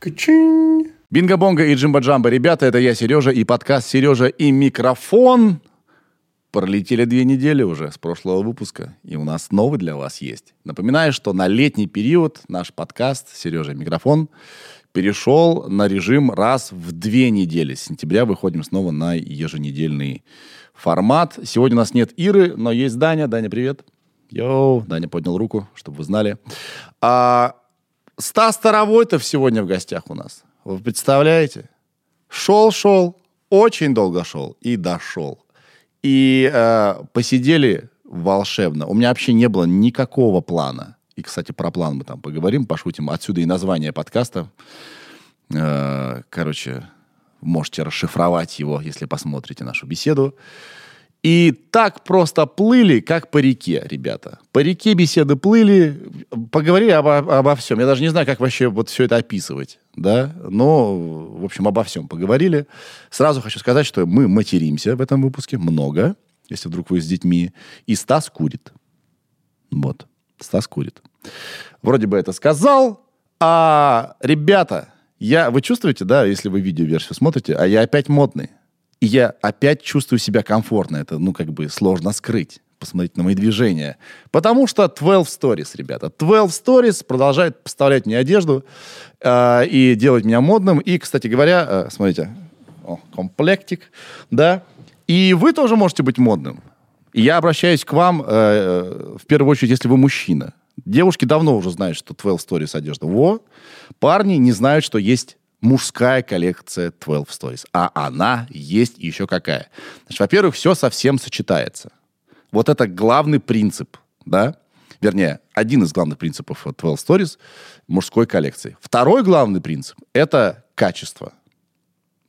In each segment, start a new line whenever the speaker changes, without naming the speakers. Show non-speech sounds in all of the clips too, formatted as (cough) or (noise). Качинь.
Бинго-бонго и джимба-джамба. Ребята, это я, Сережа, и подкаст «Сережа и микрофон». Пролетели две недели уже с прошлого выпуска, и у нас новый для вас есть. Напоминаю, что на летний период наш подкаст «Сережа и микрофон» перешел на режим раз в две недели. С сентября выходим снова на еженедельный формат. Сегодня у нас нет Иры, но есть Даня. Даня, привет. Йоу. Даня поднял руку, чтобы вы знали. А, Стас Старовойтов сегодня в гостях у нас. Вы представляете? Шел-шел, очень долго шел и дошел. И э, посидели волшебно. У меня вообще не было никакого плана. И, кстати, про план мы там поговорим, пошутим. Отсюда и название подкаста. Э, короче, можете расшифровать его, если посмотрите нашу беседу. И так просто плыли, как по реке, ребята. По реке беседы плыли, поговорили обо, обо всем. Я даже не знаю, как вообще вот все это описывать, да? Но, в общем, обо всем поговорили. Сразу хочу сказать, что мы материмся в этом выпуске много, если вдруг вы с детьми. И Стас курит. Вот, Стас курит. Вроде бы это сказал, а, ребята, я, вы чувствуете, да, если вы видеоверсию смотрите, а я опять модный. И я опять чувствую себя комфортно. Это, ну, как бы сложно скрыть. Посмотреть на мои движения. Потому что 12 Stories, ребята. 12 Stories продолжает поставлять мне одежду э, и делать меня модным. И, кстати говоря, э, смотрите, о, комплектик, да. И вы тоже можете быть модным. И я обращаюсь к вам, э, э, в первую очередь, если вы мужчина. Девушки давно уже знают, что 12 Stories одежда. Во. Парни не знают, что есть мужская коллекция 12 Stories. А она есть еще какая. Значит, во-первых, все совсем сочетается. Вот это главный принцип, да? Вернее, один из главных принципов 12 Stories мужской коллекции. Второй главный принцип – это качество.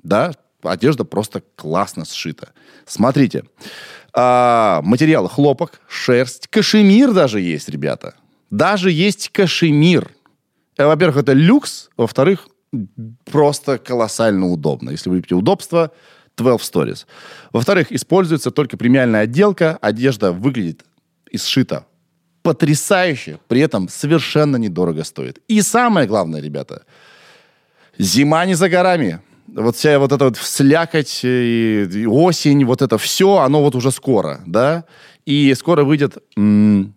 Да, одежда просто классно сшита. Смотрите, а, материалы хлопок, шерсть, кашемир даже есть, ребята. Даже есть кашемир. Э, Во-первых, это люкс, во-вторых, просто колоссально удобно. Если вы любите удобство, 12 Stories. Во-вторых, используется только премиальная отделка. Одежда выглядит и сшита потрясающе, при этом совершенно недорого стоит. И самое главное, ребята, зима не за горами. Вот вся вот эта вот слякоть э, и, и осень, вот это все, оно вот уже скоро, да? И скоро выйдет м,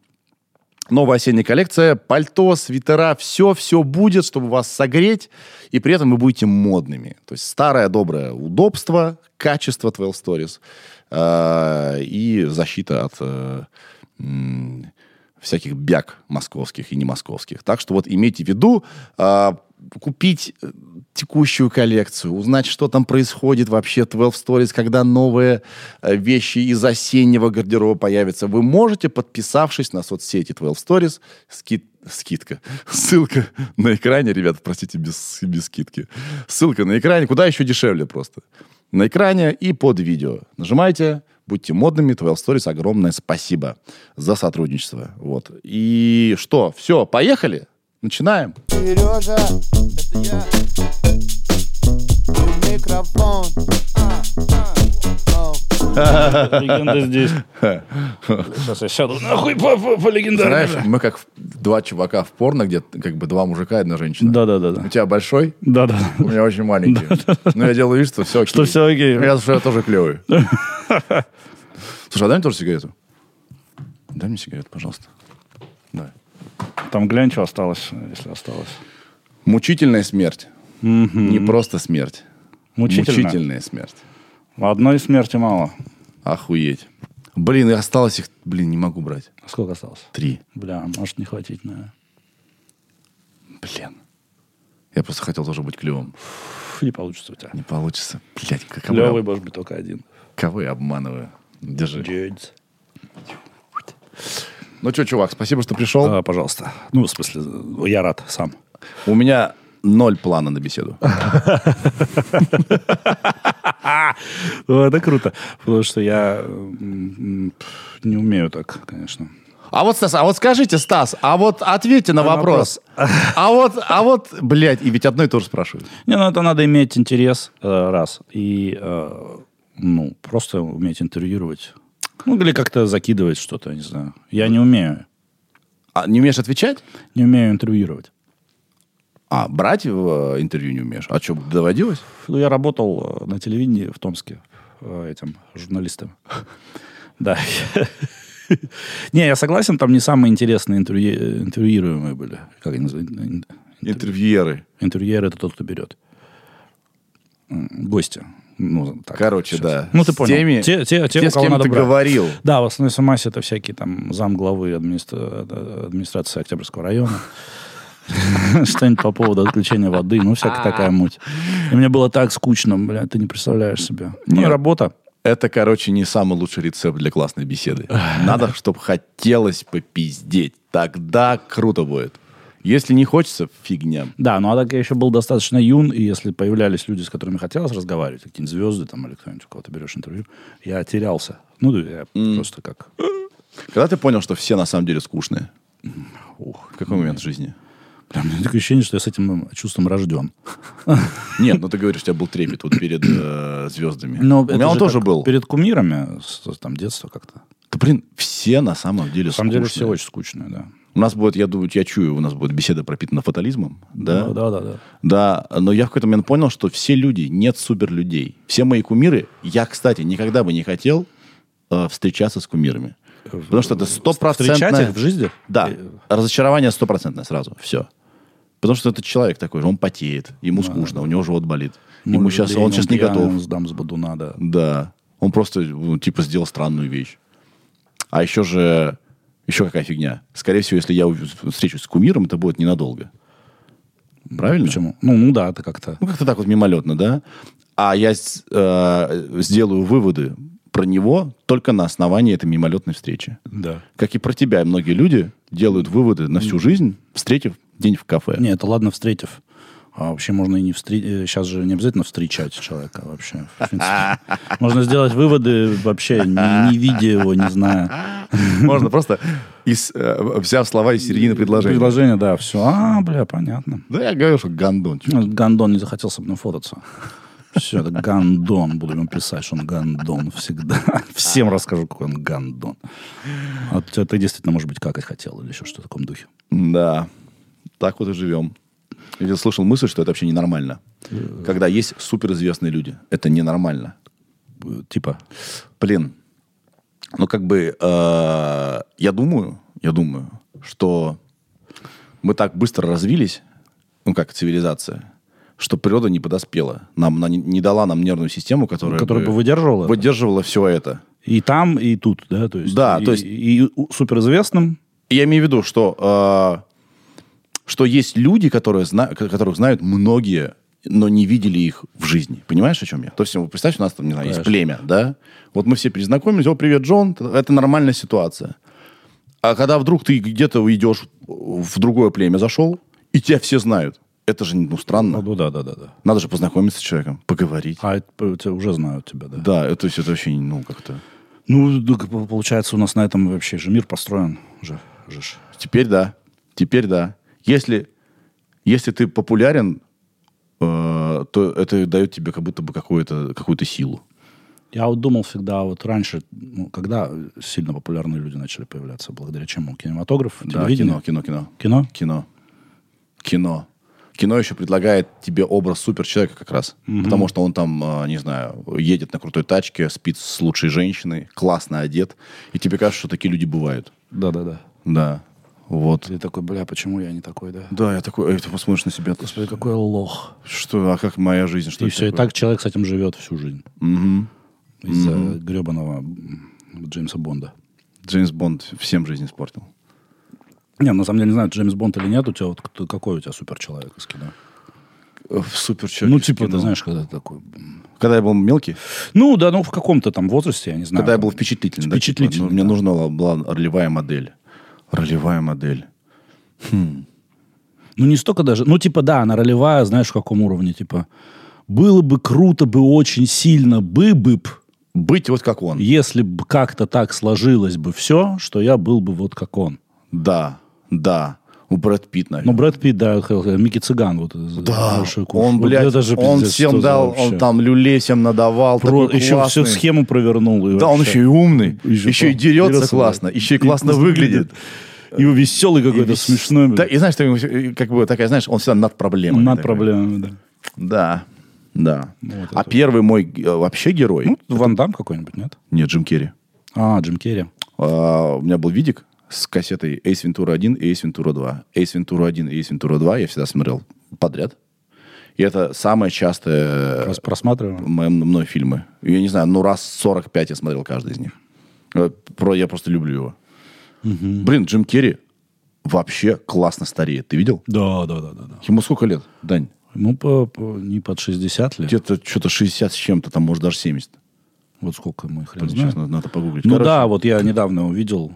новая осенняя коллекция, пальто, свитера, все-все будет, чтобы вас согреть, и при этом вы будете модными. То есть старое доброе удобство, качество 12 Stories э, и защита от э, м, всяких бяг московских и не московских. Так что вот имейте в виду, э, купить э, текущую коллекцию, узнать, что там происходит вообще в 12 Stories, когда новые э, вещи из осеннего гардероба появятся, вы можете, подписавшись на соцсети 12 Stories, ски- скидка. (laughs) Ссылка на экране, ребята, простите, без, без скидки. Ссылка на экране, куда еще дешевле просто. На экране и под видео. Нажимайте, будьте модными, 12 Stories, огромное спасибо за сотрудничество. Вот. И что, все, поехали? Начинаем.
Сережа, это я. И микрофон. Оу.
(laughs) Легенда здесь. Сейчас я сяду. Нахуй по, по, по
Знаешь,
легендарному.
мы как в- два чувака в порно, где как бы два мужика и одна женщина.
Да-да-да-да.
У тебя большой,
Да-да.
у меня очень маленький. Но я делаю вид, что все окей.
Что все окей.
Я, что я тоже
(laughs)
клевый. Слушай, а дай мне тоже сигарету. Дай мне сигарету, пожалуйста. Да.
Там глянь, что осталось, если осталось.
Мучительная смерть. Не просто смерть.
Мучительно.
Мучительная смерть.
Одной смерти мало.
Охуеть. Блин, и осталось их, блин, не могу брать.
А Сколько осталось?
Три.
Бля, может не хватить, наверное.
Блин. Я просто хотел тоже быть клевым.
Фу, не получится у тебя.
Не получится. Блять, как кого, я-
Клевый, может быть, только один.
кого я обманываю? Держи.
Дядь.
Ну что, чувак, спасибо, что пришел.
А, пожалуйста. Ну, в смысле, я рад сам.
У меня ноль плана на беседу.
Ну, Это круто, потому что я м, м, пф, не умею так, конечно.
А вот, Стас, а вот скажите, Стас, а вот ответьте на вопрос. А вот, а вот, блядь, и ведь одно и то же спрашивают.
Не, ну это надо иметь интерес, э, раз. И, э, ну, просто уметь интервьюировать. Ну, или как-то закидывать что-то, я не знаю. Я не умею.
А не умеешь отвечать?
Не умею интервьюировать.
А, брать в э, интервью не умеешь? А что, доводилось?
Ну, я работал э, на телевидении в Томске э, этим журналистом. (laughs) Да. (laughs) Не, я согласен, там не самые интересные интервью- э, интервьюируемые были. Как они называют? Ин- интер-
Интервьюеры.
Интервьюер это тот, кто берет. М, Гости. Ну, так,
Короче,
сейчас.
да.
Ну, ты
С
понял.
Теми,
Те- те- те,
те,
у
с
кого
кем
надо
ты
брать.
говорил.
Да, в основной СМС это всякие там замглавы администра- э, администрации Октябрьского района. (laughs) Что-нибудь по поводу отключения воды, ну, всякая такая муть. И мне было так скучно, бля, ты не представляешь себе. Ну, и
Нет.
работа.
Это, короче, не самый лучший рецепт для классной беседы. Надо, чтобы хотелось попиздеть. Тогда круто будет. Если не хочется, фигня.
Да, ну а так я еще был достаточно юн, и если появлялись люди, с которыми хотелось разговаривать, какие-нибудь звезды там или кто-нибудь, у кого ты берешь интервью, я терялся. Ну, я просто как...
Когда ты понял, что все на самом деле скучные?
Ух,
В какой момент жизни?
прям у меня такое ощущение, что я с этим чувством (laughs) рожден.
Нет, ну ты говоришь, у тебя был трепет вот перед э, звездами.
Но
у
это
меня он
же
тоже
как
был.
Перед кумирами, с- с- там, детства как-то.
Да, блин, все на самом деле
На самом деле все
скучные.
очень скучно, да.
У нас будет, я думаю, я чую, у нас будет беседа пропитана фатализмом. Да?
Ну, да, да, да.
Да, но я в какой-то момент понял, что все люди, нет суперлюдей. Все мои кумиры, я, кстати, никогда бы не хотел э, встречаться с кумирами. Потому что это
Встречать
стопроцентное...
их в жизни?
Да,
Э,
разочарование стопроцентное сразу, все. Потому что это человек такой же, он потеет, ему скучно, у него живот болит. ему
может,
сейчас,
лень,
он сейчас не
пьяный,
готов.
Он сдам с бодуна, да.
Да. Он просто, ну, типа, сделал странную вещь. А еще же... Еще какая фигня. Скорее всего, если я ув- встречусь с кумиром, это будет ненадолго. Правильно?
Почему? Ну, ну да, это как-то...
Ну, как-то так вот мимолетно, да? А я с- э, сделаю выводы про него только на основании этой мимолетной встречи.
Да.
Как и про тебя, многие люди делают выводы на всю жизнь, встретив день в кафе.
Не, это ладно, встретив. А вообще можно и не встречать. Сейчас же не обязательно встречать человека вообще. в (laughs) принципе. Можно сделать выводы вообще, не, не видя его, не зная.
Можно просто, из, э, взяв слова из середины предложения.
Предложение, да, все. А, бля, понятно.
Да я говорю, что гандон. чё.
Ну, этот Гандон не захотел со мной фототься. Все, это гандон. Буду ему писать, что он гандон всегда. (laughs) Всем расскажу, какой он гандон. А ты, ты действительно, может быть, какать хотел или еще что-то в таком духе.
Да, так вот и живем. Я слышал мысль, что это вообще ненормально. Когда есть суперизвестные люди, это ненормально.
Э, Типа,
Блин, ну как бы э, я думаю, я думаю, что мы так быстро развились, ну как цивилизация, что природа не подоспела, нам она не, не дала нам нервную систему, которая,
который бы выдерживал это.
выдерживала все это.
И там, и тут, да? То есть,
Да,
и,
то есть-
И, и у- суперизвестным.
И Я имею в виду, что, э, что есть люди, которые зна- ко- которых знают многие, но не видели их в жизни. Понимаешь, о чем я? То есть, вот представь, у нас там, не знаю, есть племя, да? Вот мы все перезнакомились, о, привет, Джон, это нормальная ситуация. А когда вдруг ты где-то уйдешь в другое племя зашел, и тебя все знают, это же ну, странно.
Ну, да, да, да, да.
Надо же познакомиться с человеком, поговорить.
А это, э, те уже знают тебя, да?
Да, это, то есть это вообще, ну, как-то...
Ну, да, г- получается, у нас на этом вообще же мир построен. Же, же ж.
Теперь да. Теперь да. Если, если ты популярен, э, то это дает тебе как будто бы какую-то какую-то силу.
Я вот думал всегда, вот раньше, ну, когда сильно популярные люди начали появляться, благодаря чему? Кинематограф, телевидение?
кино, кино, кино.
Кино?
Кино. Кино. Кино еще предлагает тебе образ суперчеловека как раз. Потому что он там, э, не знаю, едет на крутой тачке, спит с лучшей женщиной, классно одет. И тебе кажется, что такие люди бывают.
Да-да-да.
Да. Вот.
Ты такой, бля, почему я не такой, да?
Да, я такой, эй, ты посмотришь на себя.
Господи, какой лох.
Что, а как моя жизнь? Что
и
это
все, и
такое?
так человек с этим живет всю жизнь.
Мгм.
Из-за гребаного Джеймса Бонда.
Джеймс Бонд всем жизнь испортил.
Не, ну, на самом деле не знаю, Джеймс Бонд или нет, у тебя вот кто- какой у тебя суперчеловек из кино?
Супер
ну, типа, ты знаешь, когда ты такой... м.
Когда я был мелкий,
Ну, да, ну, в каком-то там возрасте, я не знаю.
когда я
там,
был впечатлительный. да, типа,
А, Впечатлительный,
ну, мне
да.
нужна была- была ролевая модель. Ролевая модель.
Ну, не столько даже. Ну, типа, да, она ролевая, знаешь, в каком уровне, типа. Было бы круто бы очень сильно бы бы б,
Быть вот как он.
если бы как-то так сложилось бы все, что я был бы вот как он.
Да, да. У Брэд Питт,
Ну,
наверное.
Брэд Питт, да, х- х- Микки Цыган, вот
Да.
хороший курс.
Он,
Вот
блядь,
это же
он
пиздец, что
всем
за
дал,
вообще.
он там люлей всем надавал.
Про-
такой
еще всю
классный.
схему провернул. и
Да, он
вообще.
еще и умный,
Еще
еще, и
по-
дерется
дерется,
классно,
да.
еще и классно
просто
выглядит.
И веселый какой-то, смешной.
Да,
блядь.
и знаешь, ты, ему, как бы такая, знаешь, он всегда над проблемой.
Над проблемами, да.
Да, да.
Вот
а
это.
первый мой э, вообще герой...
Ну, Ван Дам какой-нибудь, нет?
Нет, Джим Керри.
А, Джим Керри.
А, у меня был видик с кассетой Ace Ventura 1 и Ace Ventura 2. Ace Ventura 1 и Ace Ventura 2 я всегда смотрел подряд. И это самое частое
Раз просматриваем.
м- мной фильмы. Я не знаю, ну раз 45 я смотрел каждый из них. Э, Про, я просто люблю его. Блин, Джим Керри вообще классно стареет. Ты видел?
Да, да, да, да. да.
Ему сколько лет, Дань?
Ему по- по- не под 60 лет.
Где-то что-то 60 с чем-то, там, может, даже 70.
Вот сколько мы хрен
Блин,
знает.
сейчас надо, надо погуглить.
Ну
Короче,
да, вот я недавно увидел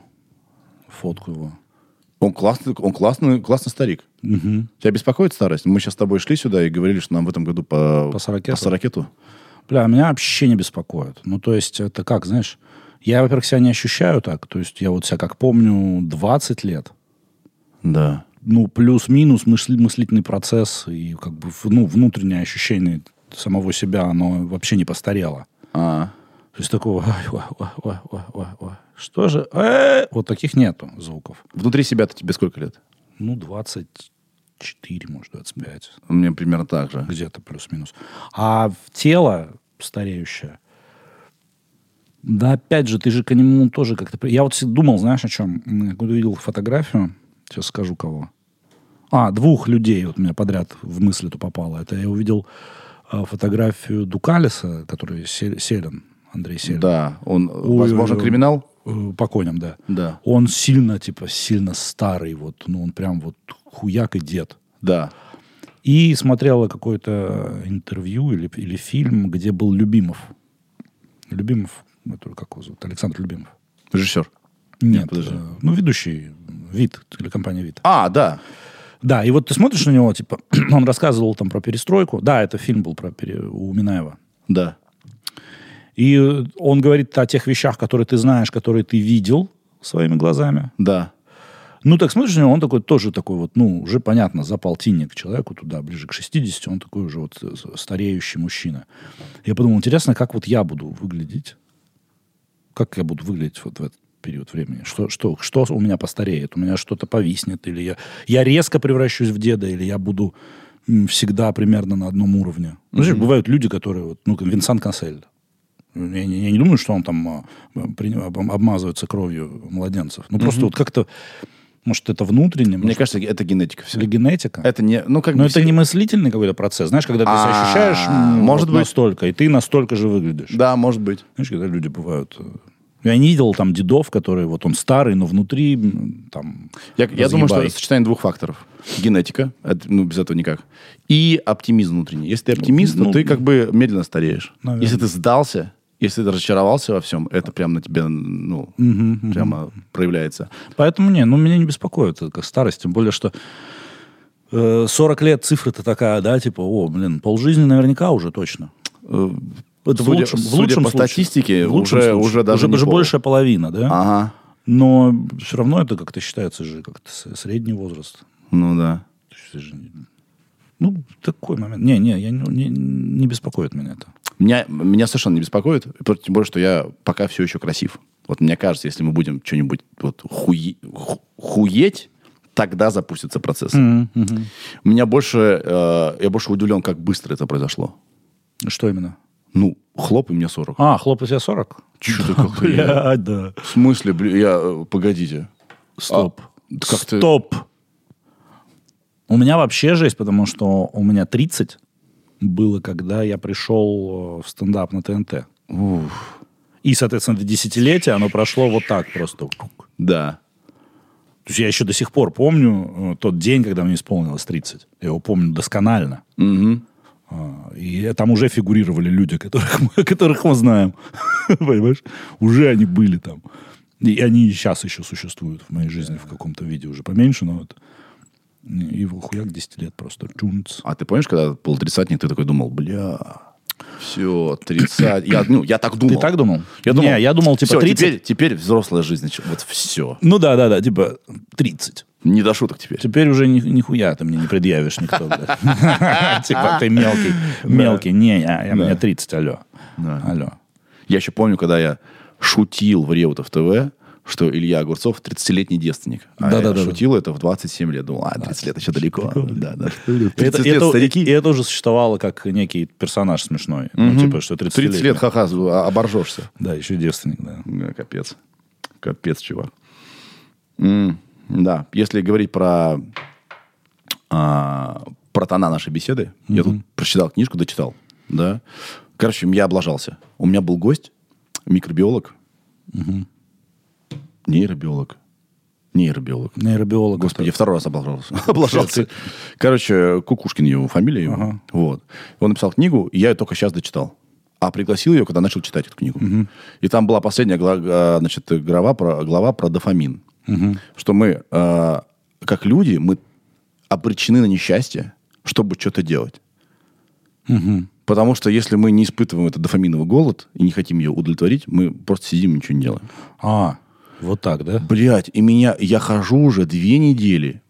фотку его.
Он классный, он классный, классный старик. Тебя беспокоит старость? Мы сейчас с тобой шли сюда и говорили, что нам в этом году по,
По сорокету?
по сорокету.
Бля, меня вообще не беспокоит. Ну, то есть, это как, знаешь, я, во-первых, себя не ощущаю так. То есть, я вот себя, как помню, 20 лет.
Да.
Ну, плюс-минус мысли- мыслительный процесс и как бы, в- ну, внутреннее ощущение самого себя, оно вообще не постарело.
А,
То есть, такого, «Ай, ой, ой, ой, ой, ой, ой, что же, э, вот таких нету звуков.
внутри себя-то тебе сколько лет?
Ну, 24, может, 25.
Мне примерно так же.
где-то плюс-минус. А в тело стареющее, да опять же, ты же к нему тоже как-то... при- Я вот всегда думал, знаешь, о чем? Я когда видел фотографию, сейчас скажу кого. А, двух людей вот у меня подряд в мысли-то попало. Это я увидел э, фотографию Дукалиса, который Се- Селин, Андрей Селин.
Да, он,
Ой,
возможно,
ой, ой.
криминал?
Э, По коням, да.
Да.
Он сильно, типа, сильно старый, вот, ну, он прям вот хуяк и дед.
Да.
И смотрела какое-то интервью или, или фильм, где был Любимов. Любимов, это как его зовут? Александр Любимов.
Режиссер.
Нет,
подожди.
э, ну, ведущий ВИД, телекомпания ВИД.
А, да.
Да, и вот ты смотришь на него, типа, (clears throat) он рассказывал там про перестройку. Да, это фильм был про пере- у Минаева.
Да.
И э, он говорит о тех вещах, которые ты знаешь, которые ты видел своими глазами.
Да.
Ну, так смотришь на него, он такой тоже такой вот, ну, уже понятно, за полтинник человеку туда, ближе к 60, он такой уже вот э, с- стареющий мужчина. Я подумал, интересно, как вот я буду выглядеть? Как я буду выглядеть вот в этот период времени? Что, что, что у меня постареет? У меня что-то повиснет? Или я, я резко превращусь в деда? Или я буду м, всегда примерно на одном уровне? Ну, знаешь, бывают люди, которые, вот, ну, как Винсан Кансель, я не, я не думаю, что он там а, при- об- обмазывается кровью младенцев. Ну, просто вот как-то, может, это
Мне
внутренне, может,
кажется, это генетика все.
или генетика.
Это не... Ну, как
Но
бы
это
все-
не мыслительный какой-то процесс. Знаешь, когда ты себя
А,
ощущаешь м,
может
вот
быть.
настолько, и ты настолько же выглядишь.
Да, может быть.
Знаешь, когда люди бывают... э, Я не видел там дедов, которые вот он старый, но внутри м, там...
Я, я думаю, что
разъебай.
это сочетание двух факторов. Генетика, это, ну, без этого никак. И оптимизм внутренний. Если ты оптимист,
ну,
то ты как бы медленно стареешь.
Наверное.
Если ты сдался, если ты разочаровался во всем, это прям на тебе, ну, прямо проявляется.
Поэтому не, ну меня не беспокоит это как старость, тем более, что э, 40 лет цифра-то такая, да, типа, о, блин, полжизни наверняка уже точно.
Э,
Это в
судя-
лучшем- в
судя
лучшем
по
случае.
статистике,
В лучшем
уже-
случае.
уже даже не
уже
пол. А.
большая половина, да?
Ага.
Но все равно это как-то считается же как-то с- средний возраст.
Ну да.
То есть ты же не- Ну, такой момент. Не, не, я не, не- не беспокоит меня это.
Меня, меня совершенно не беспокоит, просто тем более, что я пока все еще красив. Вот мне кажется, если мы будем что-нибудь вот хуе- ху- хуеть, тогда запустится процесс. Меня больше, э, я больше удивлен, как быстро это произошло.
Что именно?
Ну, хлоп, и мне (laughs) 40.
А, хлопать я 40?
Чё ты как-то я-
Блядь, да.
В смысле, бля, я... э, Погодите.
Стоп.
А, как ты-
Стоп. У меня вообще жесть, потому что у меня 30 было, когда я пришел э, в стендап на ТНТ. И, соответственно, это десятилетие, оно прошло вот так просто. То
Да.
есть я еще до сих пор помню э, тот день, когда мне исполнилось 30. Я его помню досконально. А, И там уже фигурировали люди, которых мы, (laughs) которых мы знаем. Понимаешь? Уже они были там. И они и сейчас еще существуют в моей жизни в каком-то виде уже поменьше, но вот. И его хуяк 10 лет просто. Чунц.
А ты помнишь, когда был тридцатник, ты такой думал, бля, все, 30... Я, ну, я так думал.
Ты так думал?
Я думал,
Не, я думал, типа,
«Всё,
30.
Теперь, теперь взрослая жизнь, нач- вот все.
Ну да, да, да, типа 30.
Не до шуток теперь.
Теперь уже ни- нихуя ты мне не предъявишь никто. (laughs) блядь. Типа ты мелкий, мелкий. Не, а, я- я- мне 30, алло. Алло.
Я еще помню, когда я шутил в Реутов ТВ, что Илья Огурцов 30-летний девственник. А
Да-да-да.
я шутил это в 27 лет. Думал, а, 30 лет еще далеко. Да, да. 30
Это,
лет
это-
старики.
и это уже существовало как некий персонаж смешной. Ну, типа, что 30,
30 лет, ха-ха, а- оборжешься.
Да, еще девственник, да.
Да, Э, Капец. Капец, чувак. М, Да, если говорить про а, про тона нашей беседы, я тут прочитал книжку, дочитал, да. Короче, я облажался. У меня был гость, микробиолог, нейробиолог, нейробиолог.
Нейробиолог.
Господи, я второй раз облажался. облажался. Короче, Кукушкин его фамилия его. Вот. Он написал книгу, и я ее только сейчас дочитал. А пригласил ее, когда начал читать эту книгу. И там была последняя гла- э, значит, глава, про, глава про дофамин. Что мы, э, как люди, мы обречены на несчастье, чтобы что-то делать. Потому что если мы не испытываем этот дофаминовый голод и не хотим ее удовлетворить, мы просто сидим и ничего не делаем.
А, вот так, да?
Блять, и меня, я хожу уже две недели,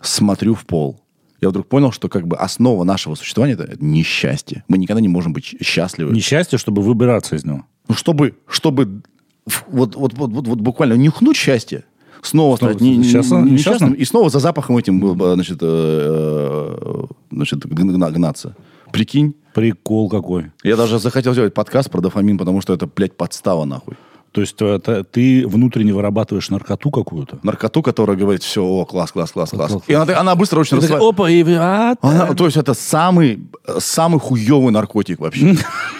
смотрю в пол. Я вдруг понял, что как бы основа нашего существования это, это несчастье. Мы никогда не можем быть щ- счастливы.
Несчастье, чтобы выбираться из него.
Ну, чтобы, чтобы ф- вот, вот, вот, вот, вот буквально нюхнуть счастье, снова,
Снова
стать не- не-
несчастным?
несчастным,
Несчастным?
и снова за запахом этим э, значит, э, э, значит, гна- гна- гнаться. Прикинь,
Прикол какой.
я даже захотел сделать подкаст про дофамин, потому что это, блядь, подстава нахуй.
То есть э, т- ты внутренне вырабатываешь наркоту какую-то?
Наркоту, которая говорит, все, о, класс, класс, класс, класс.
класс.
И она, она быстро очень
Ты такая,
расслабляется.
Опа, и... а,
Она- то есть это самый, э, самый хуёвый наркотик вообще.
(laughs)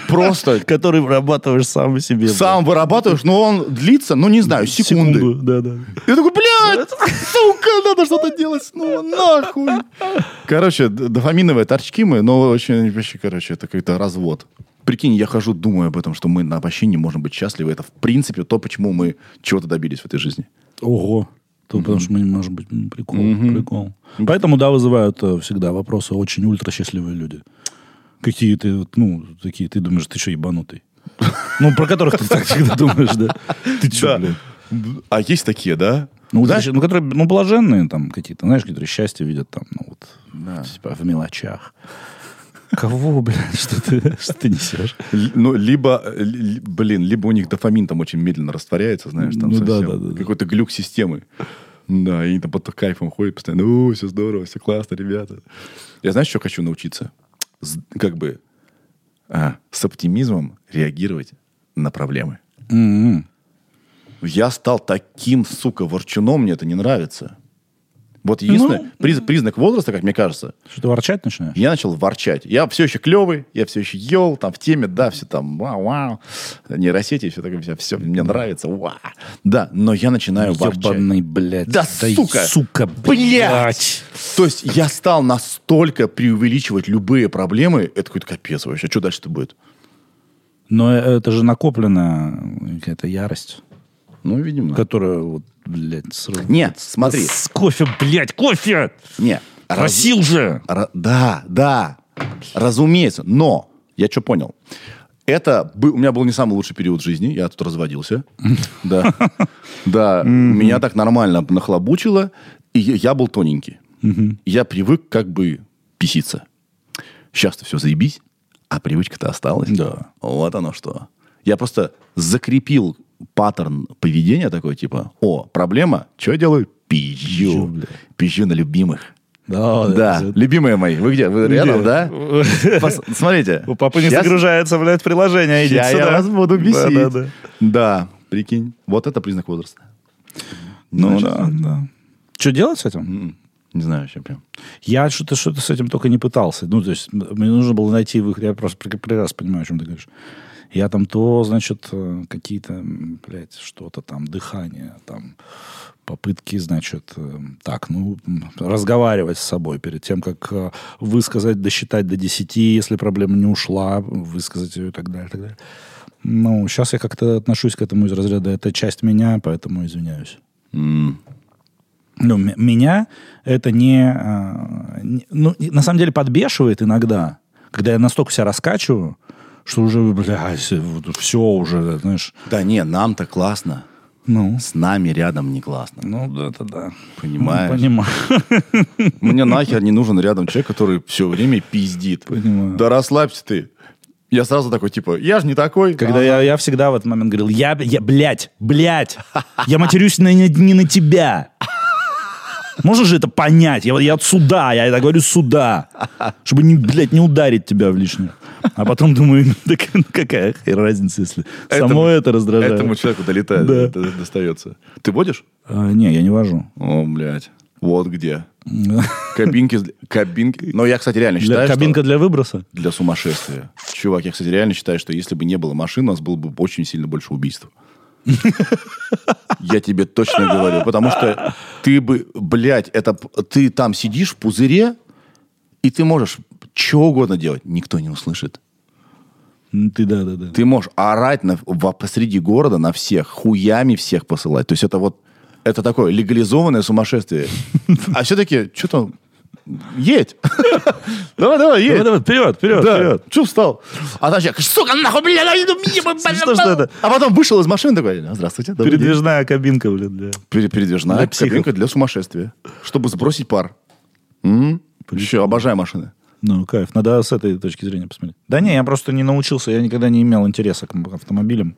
Просто
который вырабатываешь сам себе. блядь.
сам вырабатываешь, но он длится, ну не знаю, секунды.
Да, да.
Я такой, блядь, сука, надо что-то делать снова, нахуй. Короче, д- дофаминовые торчки мы, но очень, вообще, короче, это какой-то развод. Прикинь, я хожу, думаю об этом, что мы на- вообще не можем быть счастливы. Это, в принципе, то, почему мы чего-то добились в этой жизни.
Ого. То Потому что мы не можем быть... М, Прикол, прикол. Поэтому, да, вызывают э, всегда вопросы очень ультрасчастливые люди. Какие ты, вот, ну, такие, ты думаешь, ты что, ебанутый? Ну, про которых ты так всегда думаешь, да? Ты
Да.
что, блин?
А есть такие, да?
Ну, знаешь, ну, которые, ну, блаженные там какие-то, знаешь, которые счастье видят там, ну, вот, типа, в мелочах. Кого, блядь, что ты, что ты несешь?
Л- Ну, либо, э, ли- блин, либо у них дофамин там очень медленно растворяется, знаешь, там
Ну да,
совсем.
да, да, да.
Какой-то глюк системы. Да, и они там под кайфом ходят постоянно. У, все здорово, все классно, ребята. Я знаешь, что хочу научиться? С- как бы а, с оптимизмом реагировать на проблемы.
М-м.
Я стал таким, сука, ворчуном, мне это не нравится.
Ну,
Вот единственное, приз- признак возраста, как мне кажется,
Что ты ворчать начинаешь?
я начал ворчать. Я все еще клевый, я все еще ел, там в теме, да, все там, вау, вау, нейросети, все такое, все, все мне нравится, вау. Да, но я начинаю ворчать.
Ебаный, блядь.
Да, сука!
Сука, блядь!
Блядь! То есть я стал настолько преувеличивать любые проблемы, это какой-то капец вообще, что дальше-то будет?
Но это же накопленная какая-то ярость,
Ну, видимо.
которая вот, блядь, сразу...
Нет, смотри,
С кофе, блядь, кофе!
не. раз-
Просил же!
Ра- Да, да, разумеется. Но я что понял? Это бы- у меня был не самый лучший период жизни. Я тут
(laughs)
разводился. Да. Да, меня так нормально нахлобучило. И я я был тоненький. Я привык как бы писиться. Сейчас-то все заебись, а привычка-то осталась.
Да.
Вот оно что. Я просто закрепил паттерн поведения такой, типа, о, проблема, что я делаю?
Пизжу,
Пизжу.
бля.
Пизжу на любимых.
Да,
Да,
это-
любимые мои, вы где? Вы рядом,
(laughs)
да? Пос- Смотрите.
У папы не
Щас-
загружается, блядь, приложение. а идите
щас я
сюда.
вас буду бесить.
Да, да, да.
Да, прикинь. Вот это признак возраста.
Ну
Значит,
да, да. Что делать с этим?
м, Не знаю вообще прям.
Я что-то что-то с этим только не пытался. Ну, то есть, м- мне нужно было найти выход. Я просто пре- прекрасно понимаю, о чем ты говоришь. Я там то, значит, э, какие-то, м, блядь, что-то там, дыхание, там, попытки, значит, э, так, ну, м, разговаривать с собой перед тем, как э, высказать, досчитать до 10, если проблема не ушла, высказать ее и так далее, и так далее. Ну, сейчас я как-то отношусь к этому из разряда «это часть меня», поэтому извиняюсь.
М,
Ну, м- меня это не, а, не- Ну, и на самом деле подбешивает иногда, когда я настолько себя раскачиваю, что уже, блядь, все уже, знаешь.
Да не, нам-то классно.
Ну,
С нами рядом не классно.
ну да, это да. Ну,
Понимаешь?
Понимаю.
Мне нахер не нужен рядом человек, который все время пиздит.
Понимаю.
Да расслабься ты. Я сразу такой, типа, я же не такой. А
Когда я, я всегда в этот момент говорил, я, я, блядь, блядь, я матерюсь на- не, не на тебя. Можешь же это понять? Я, вот- я от суда, я это говорю суда. Чтобы, не, блядь, не ударить тебя в лишнее. А потом думаю, так ну какая хер разница, если само
Этому-
это раздражает.
Этому человеку долетает, д-
Да.
д- достается. Ты водишь?
А, не, я не вожу.
О, блядь. Вот где. Кабинки, с- кабинки. Но я, кстати, реально
Для-
считаю, что-
кабинка для выброса?
для сумасшествия. Чувак, я, кстати, реально считаю, что если бы не было машин, у нас было бы очень сильно больше убийств. Я тебе точно говорю, потому что ты бы, блядь, это п- ты там сидишь в пузыре, и ты можешь чего угодно делать, никто не услышит.
Ну, Ты да, да, да.
Ты можешь орать на, во- посреди города на всех, хуями всех посылать. То есть это вот, это такое легализованное сумасшествие. А все-таки, что там, едь. Давай, давай, едь.
Давай, давай, вперед,
(laughs)
вперед,
Да,
вперед.
чё встал? А там человек, сука, нахуй, бля, да, иду, мне, бля, бля,
Что ж
бля».
это?
А потом вышел из машины такой, «А, здравствуйте, добрый день».
Передвижная кабинка, блядь, для...
Пере- Передвижная
Для психов.
кабинка для сумасшествия, чтобы сбросить пар. Еще обожаю машины.
Ну, кайф. Надо с этой точки зрения посмотреть. Да не, я просто не научился, я никогда не имел интереса к м- автомобилям.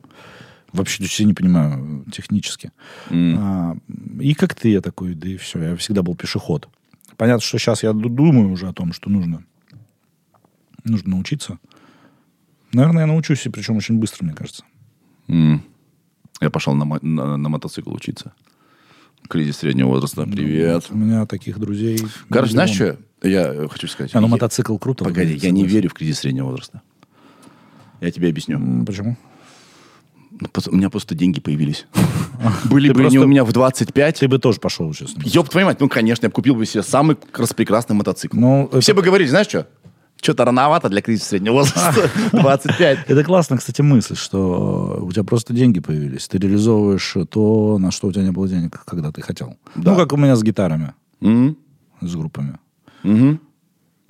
Вообще то есть я не понимаю э, технически. А, и как ты, я такой, да и все, я всегда был пешеход. Понятно, что сейчас я ду- думаю уже о том, что нужно, нужно научиться. Наверное, я научусь, и причем очень быстро, мне кажется.
Я пошел на, мо- на- на мотоцикл учиться. Кризис среднего возраста. Привет.
У меня таких друзей...
Короче, знаешь,
миллион.
что я э, хочу сказать?
А, ну
Я-
мотоцикл круто.
Погоди,
выглядит,
я не
согласен.
верю в кризис среднего возраста. Я тебе объясню.
М, Почему?
Ну, пос- У меня просто деньги (laughs) появились. Были
Ты
бы они
просто-
у меня в 25,
Ты бы тоже пошел учиться.
Ёб твою мать, ну, конечно, я бы купил бы себе самый распрекрасный мотоцикл.
Ну, это-
Все бы говорили, знаешь что? Что-то рановато для кризиса среднего (laughs) возраста. 25.
Это классная, кстати, мысль, что у тебя просто деньги появились. Ты реализовываешь то, на что у тебя не было денег, когда ты хотел.
Да.
Ну, как у меня с гитарами,
М,
с группами.
мгм.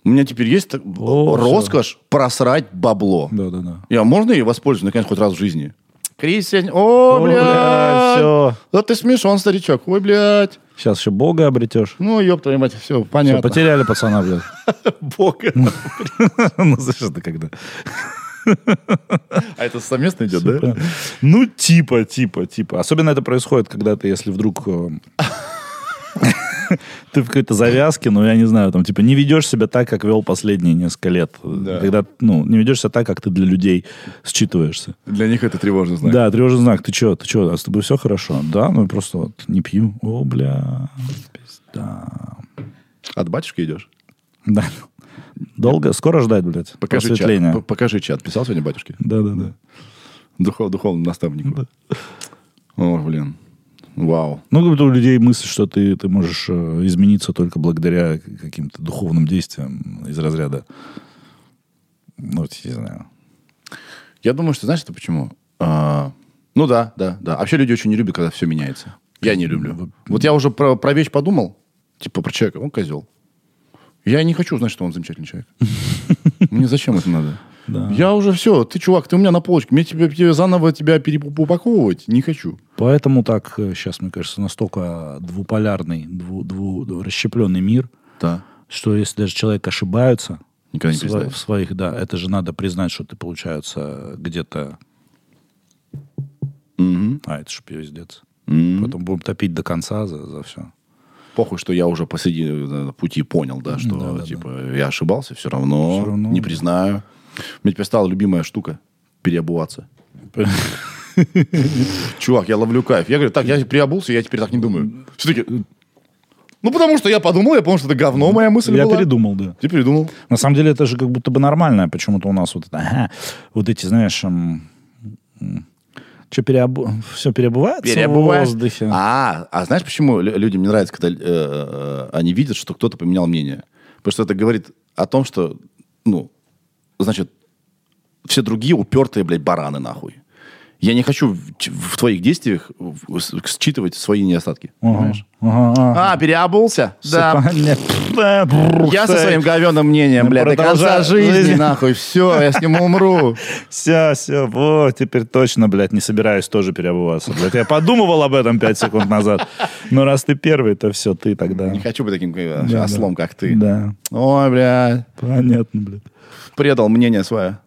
У меня теперь есть так-
О,
роскошь просрать бабло.
Да-да-да.
Я можно ей воспользоваться, наконец, хоть раз в жизни? Кризис среднего... О, блядь!
все.
Да ты смешон, старичок. Ой, блядь.
Сейчас еще Бога обретешь.
Ну, ёб твою мать, все,
Все,
понятно.
потеряли пацана, блядь.
(laughs) Бога.
(laughs) Ну, слышишь, ты когда?
А это совместно идет, да?
Понятно. Ну, типа, типа, типа. Особенно это происходит, когда ты, если вдруг э, (laughs) ты в какой-то завязке, ну, я не знаю, там, типа, не ведешь себя так, как вел последние несколько лет. Когда, ну, не ведешь себя так, как ты для людей считываешься.
Для них это тревожный знак.
Да, тревожный знак. Ты чё, ты чё, а с тобой все хорошо? Да, ну, я просто вот не пью. О, бля, пизда.
От батюшки идешь?
Да. Долго, скоро ждать, блядь,
Покажи
просветления.
чат. П- Покажи чат. Писал сегодня батюшке?
Да-да-да.
Духов, духовному наставнику. О, блин. Вау.
Ну, как будто у людей мысль, что ты, ты можешь э, измениться только благодаря каким-то духовным действиям из разряда. Ну, вот я не знаю.
Я думаю, что знаешь, это почему? А, ну да, да, да. Вообще люди очень не любят, когда все меняется. Я не люблю. Вот я уже про, про вещь подумал, типа про человека, он козел. Я не хочу знать, что он замечательный человек. Мне зачем это надо? Я уже все, ты, чувак, ты у меня на полочке. Мне тебе, тебе заново тебя переупаковывать не хочу.
Поэтому так сейчас, мне кажется, настолько двуполярный, дву, дву- расщепленный мир,
Да.
что если даже человек ошибается
Никогда не
в, сво-
признает.
в своих, да, это же надо признать, что ты, получается, где-то... А, это же пиздец. Потом будем топить до конца за, за все.
Похуй, что я уже посреди э, пути понял, да, что типа я ошибался, все равно,
Всё равно,
не
да.
признаю. Мне теперь стала любимая штука
(laughs)
переобуваться. Чувак, я ловлю кайф. Я говорю, так, я переобулся, я теперь так не думаю. Все-таки, ну потому что я подумал, я понял, что это говно моя мысль
Я
была.
передумал, да.
Ты передумал.
На самом деле это же как будто бы нормально, почему-то у нас вот это, «Ага», вот эти, знаешь, эм, м, что все переобувается в воздухе.
А, а знаешь, почему лю- людям не нравится, когда э, э, они видят, что кто-то поменял мнение? Потому что это говорит о том, что, ну, значит, все другие упертые, блядь, бараны, нахуй. Я не хочу в, ч- в твоих действиях в- с- считывать свои недостатки.
Ага,
понимаешь?
ага, ага.
А, переобулся? Да.
Понятно. Да, бррр,
Я со
всё,
своим говенным мнением,
Ну,
блядь, до конца
продолжай
жизни,
жизнь.
нахуй, все, я с ним
(laughs)
умру.
Все, все, вот, теперь точно, блядь, не собираюсь тоже переобуваться, блядь. Я подумывал об этом пять секунд назад. Но раз ты первый, то все, ты тогда.
Не хочу быть таким э,
Да,
ослом,
да.
как ты.
Да,
Ой, блядь,
понятно, блядь.
предал мнение свое.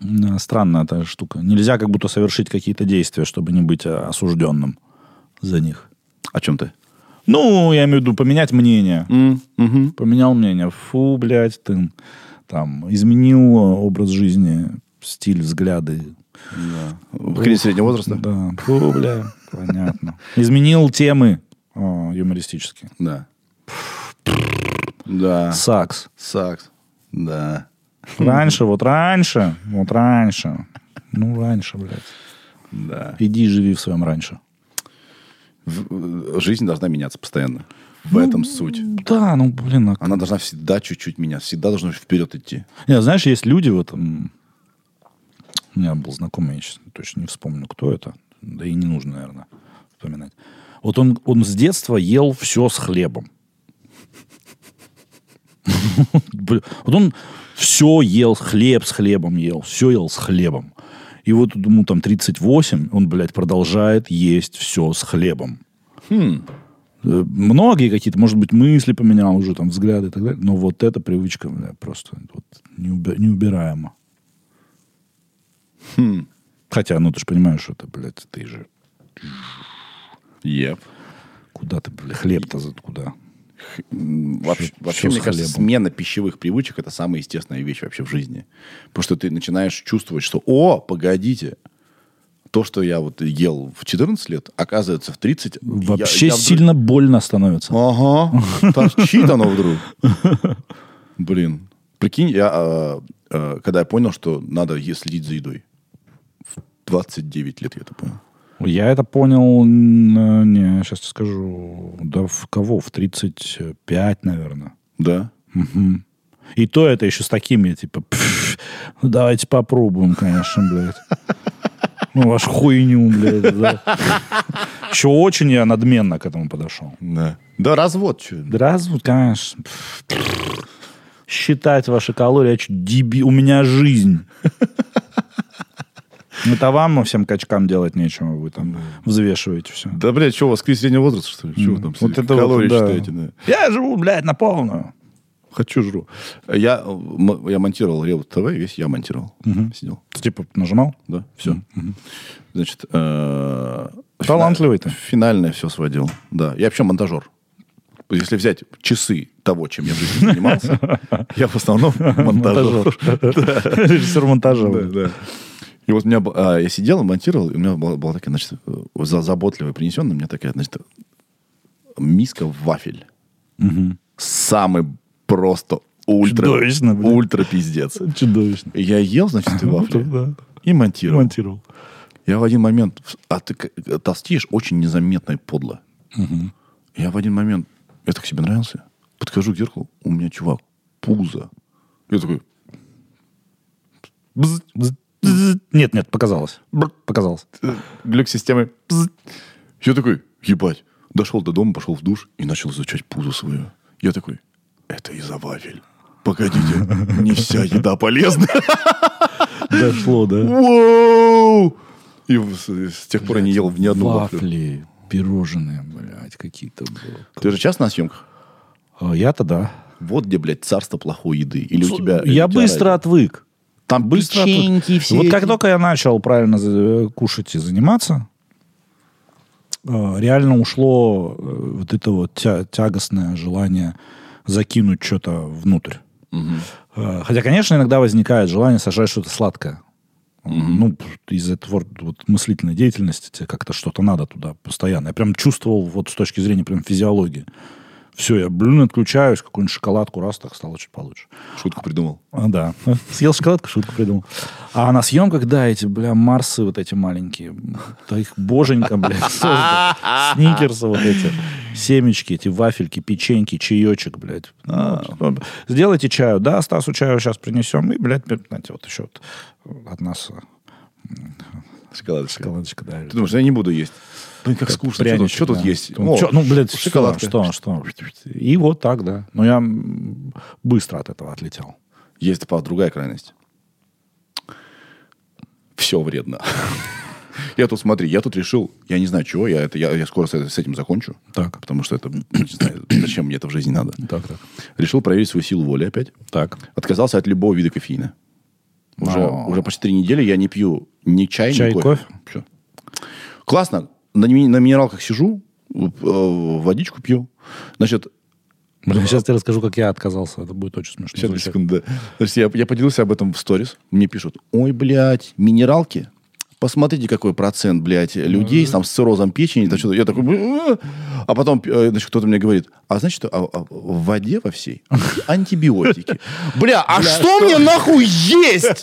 Да, Странная эта штука. Нельзя как будто совершить какие-то действия, чтобы не быть а, осужденным за них.
О чем ты?
Ну, я имею в виду поменять мнение. Поменял мнение. Фу, блядь, ты там изменил э, образ жизни, стиль, взгляды.
В кризис среднего возраста?
Да. Фу, бля, понятно. Изменил темы а, юмористические.
Да. Да.
Сакс.
Сакс. Да.
Раньше, вот раньше, вот раньше. Ну, раньше, блядь.
Да.
Иди и живи в своем раньше.
В- э, Жизнь должна меняться постоянно. В этом суть.
Да, ну, блин, а
Она должна всегда чуть-чуть меняться, всегда должна вперед идти.
Не, знаешь, есть люди в этом... У меня был знакомый, я сейчас точно не вспомню, кто это. Да и не нужно, наверное, вспоминать. Вот он, он с детства ел все с хлебом. (laughs) Бля, Вот он все ел, хлеб с хлебом ел, все ел с хлебом. И вот ему там 38, он, блядь, продолжает есть все с хлебом. Э, Многие какие-то, может быть, мысли поменял уже, там, взгляды и так далее. Но вот эта привычка, бля, просто вот неубе- неубираема.
Хм.
Хотя, ну, ты же понимаешь, что это, блядь, ты же...
Еп.
Куда ты, блядь, хлеб-то за куда?
М, Вообще,
Всё-
вообще,
всё с
мне кажется,
хлебом.
смена пищевых привычек это самая естественная вещь вообще в жизни. Потому что ты начинаешь чувствовать, что о, погодите, то, что я вот ел в 14 лет, оказывается, в 30 я-
Вообще
я вдруг-
сильно больно становится.
Ага, торчит оно вдруг. Блин, прикинь, я, а, а, когда я понял, что надо е- следить за едой. В 29 лет я это понял.
Я это понял, м, не, сейчас тебе скажу, да в кого? В 35, наверное.
Да?
Мгм. И то это еще с такими, типа, «Пф, ну, давайте попробуем, конечно, блядь. Ну, ваш хуйню, блядь, да. Еще очень я надменно к этому подошел.
Да. Да развод, что?
Да раз, вот, конечно. Пф, пф. Считать ваши калории, я чё, деби- у меня жизнь. Это вам всем качкам делать нечего, вы там взвешиваете все.
Да, блядь, что, у вас кризис среднего возраста, что ли? Чё вы там
Вот
все
это вот,
калории
да.
считаете? да?
Я живу, блядь, на полную.
Хочу жру. Я, э, м- я монтировал Ревут ТВ, весь я монтировал. Сидел,
Ты, типа нажимал?
да, все. Значит, э,
Талантливый ты.
Финальное все сводил. Да. Я вообще монтажер. Если взять часы того, чем я в жизни занимался,
(laughs)
я в основном монтажер.
Режиссер монтажа.
Да, да. И вот у меня, б- а, я сидел и монтировал, и у меня была, была такая, значит, э, за- заботливая принесенная мне такая, значит, миска в вафель. Самый просто ультра,
Чудовищно, блин.
ультра пиздец.
Чудовищно.
И Я ел, значит,
(laughs)
эти вафли
Ну, Да.
и монтировал.
Монтировал.
Я в один момент... в- А ты к- э, толстеешь очень незаметно и подло. Я в один момент... Я так себе нравился. Подхожу к зеркалу. У меня, чувак, пузо. Я такой... бз, бз,
Нет, нет, показалось.
бр,
Показалось.
э, Глюк системы. бз. Я такой, ебать. Дошел до дома, пошел в душ и начал изучать пузо свое. Я такой, это из-за вафель. Погодите, не вся еда полезна.
Дошло, да?
(laughs) Воу! И в- с с тех пор я не ел ни одну
Ну,
вафлю.
Вафли, пирожные, блядь, какие-то. было.
Ты же часто на съемках?
А Я-то да.
Вот где, блядь, царство плохой еды. Или у тебя... или
Я
у тебя
быстро
разница?
отвык.
Там
Быстро
быстро...
отвык. Вот как только я начал правильно за- э, кушать и заниматься, э, реально ушло э, вот это вот тя- тягостное желание закинуть что-то внутрь. Э, Хотя, конечно, иногда возникает желание сажать что-то сладкое. Ну, п- из-за твор- вот мыслительной деятельности тебе как-то что-то надо туда постоянно. Я прям чувствовал вот с точки зрения прям физиологии. Все, я, блин, отключаюсь, какую-нибудь шоколадку раз, так стало чуть получше.
Шутку придумал.
А, Да. (laughs) Съел шоколадку, шутку придумал. А на съемках, да, эти, бля, Марсы вот эти маленькие. Да их боженька, бля, (laughs) создал. Сникерсы вот эти. Семечки, эти вафельки, печеньки, чаечек, блядь. Ну, вот, Сделайте чаю. Да, Стасу чаю сейчас принесем. И, блядь, знаете, вот еще вот э, от нас
Шоколадочка.
шоколадочка, да.
Ты думаешь, я не буду есть. Блин, как скучно. Что тут,
Пряничек,
что тут
да.
есть?
Ну,
О,
чё- ну, блядь,
шоколадка.
шоколадка. Что, что? И вот так, да. Но я м, быстро от этого отлетел.
Есть, правда, другая крайность. Все вредно. (laughs) Я тут, смотри, я тут решил, я не знаю, чего, я, это, я, я скоро с, с этим закончу.
Так.
Потому что это, не знаю, зачем мне это в жизни надо.
Так, так.
Решил проверить свою силу воли опять.
Так.
Отказался от любого вида кофеина. Уже,
Но-
уже почти три недели я не пью ни чай,
Чай,
ни
кофе.
кофе. Всё. Классно. На, ми- на минералках сижу, э, водичку пью. Значит,
Блин, сейчас я расскажу, как я отказался. Это будет очень смешно.
Сейчас, одну
звучать.
секунду, да. Значит, я, я поделился об этом в сторис. Мне пишут, ой, блядь, минералки? Посмотрите, какой процент, блядь, людей там, с циррозом печени. там что-то». Я такой... «Бу-а-а». А потом, э, значит, кто-то мне говорит, а значит, а- а в воде во всей антибиотики. Бля, а что мне нахуй есть?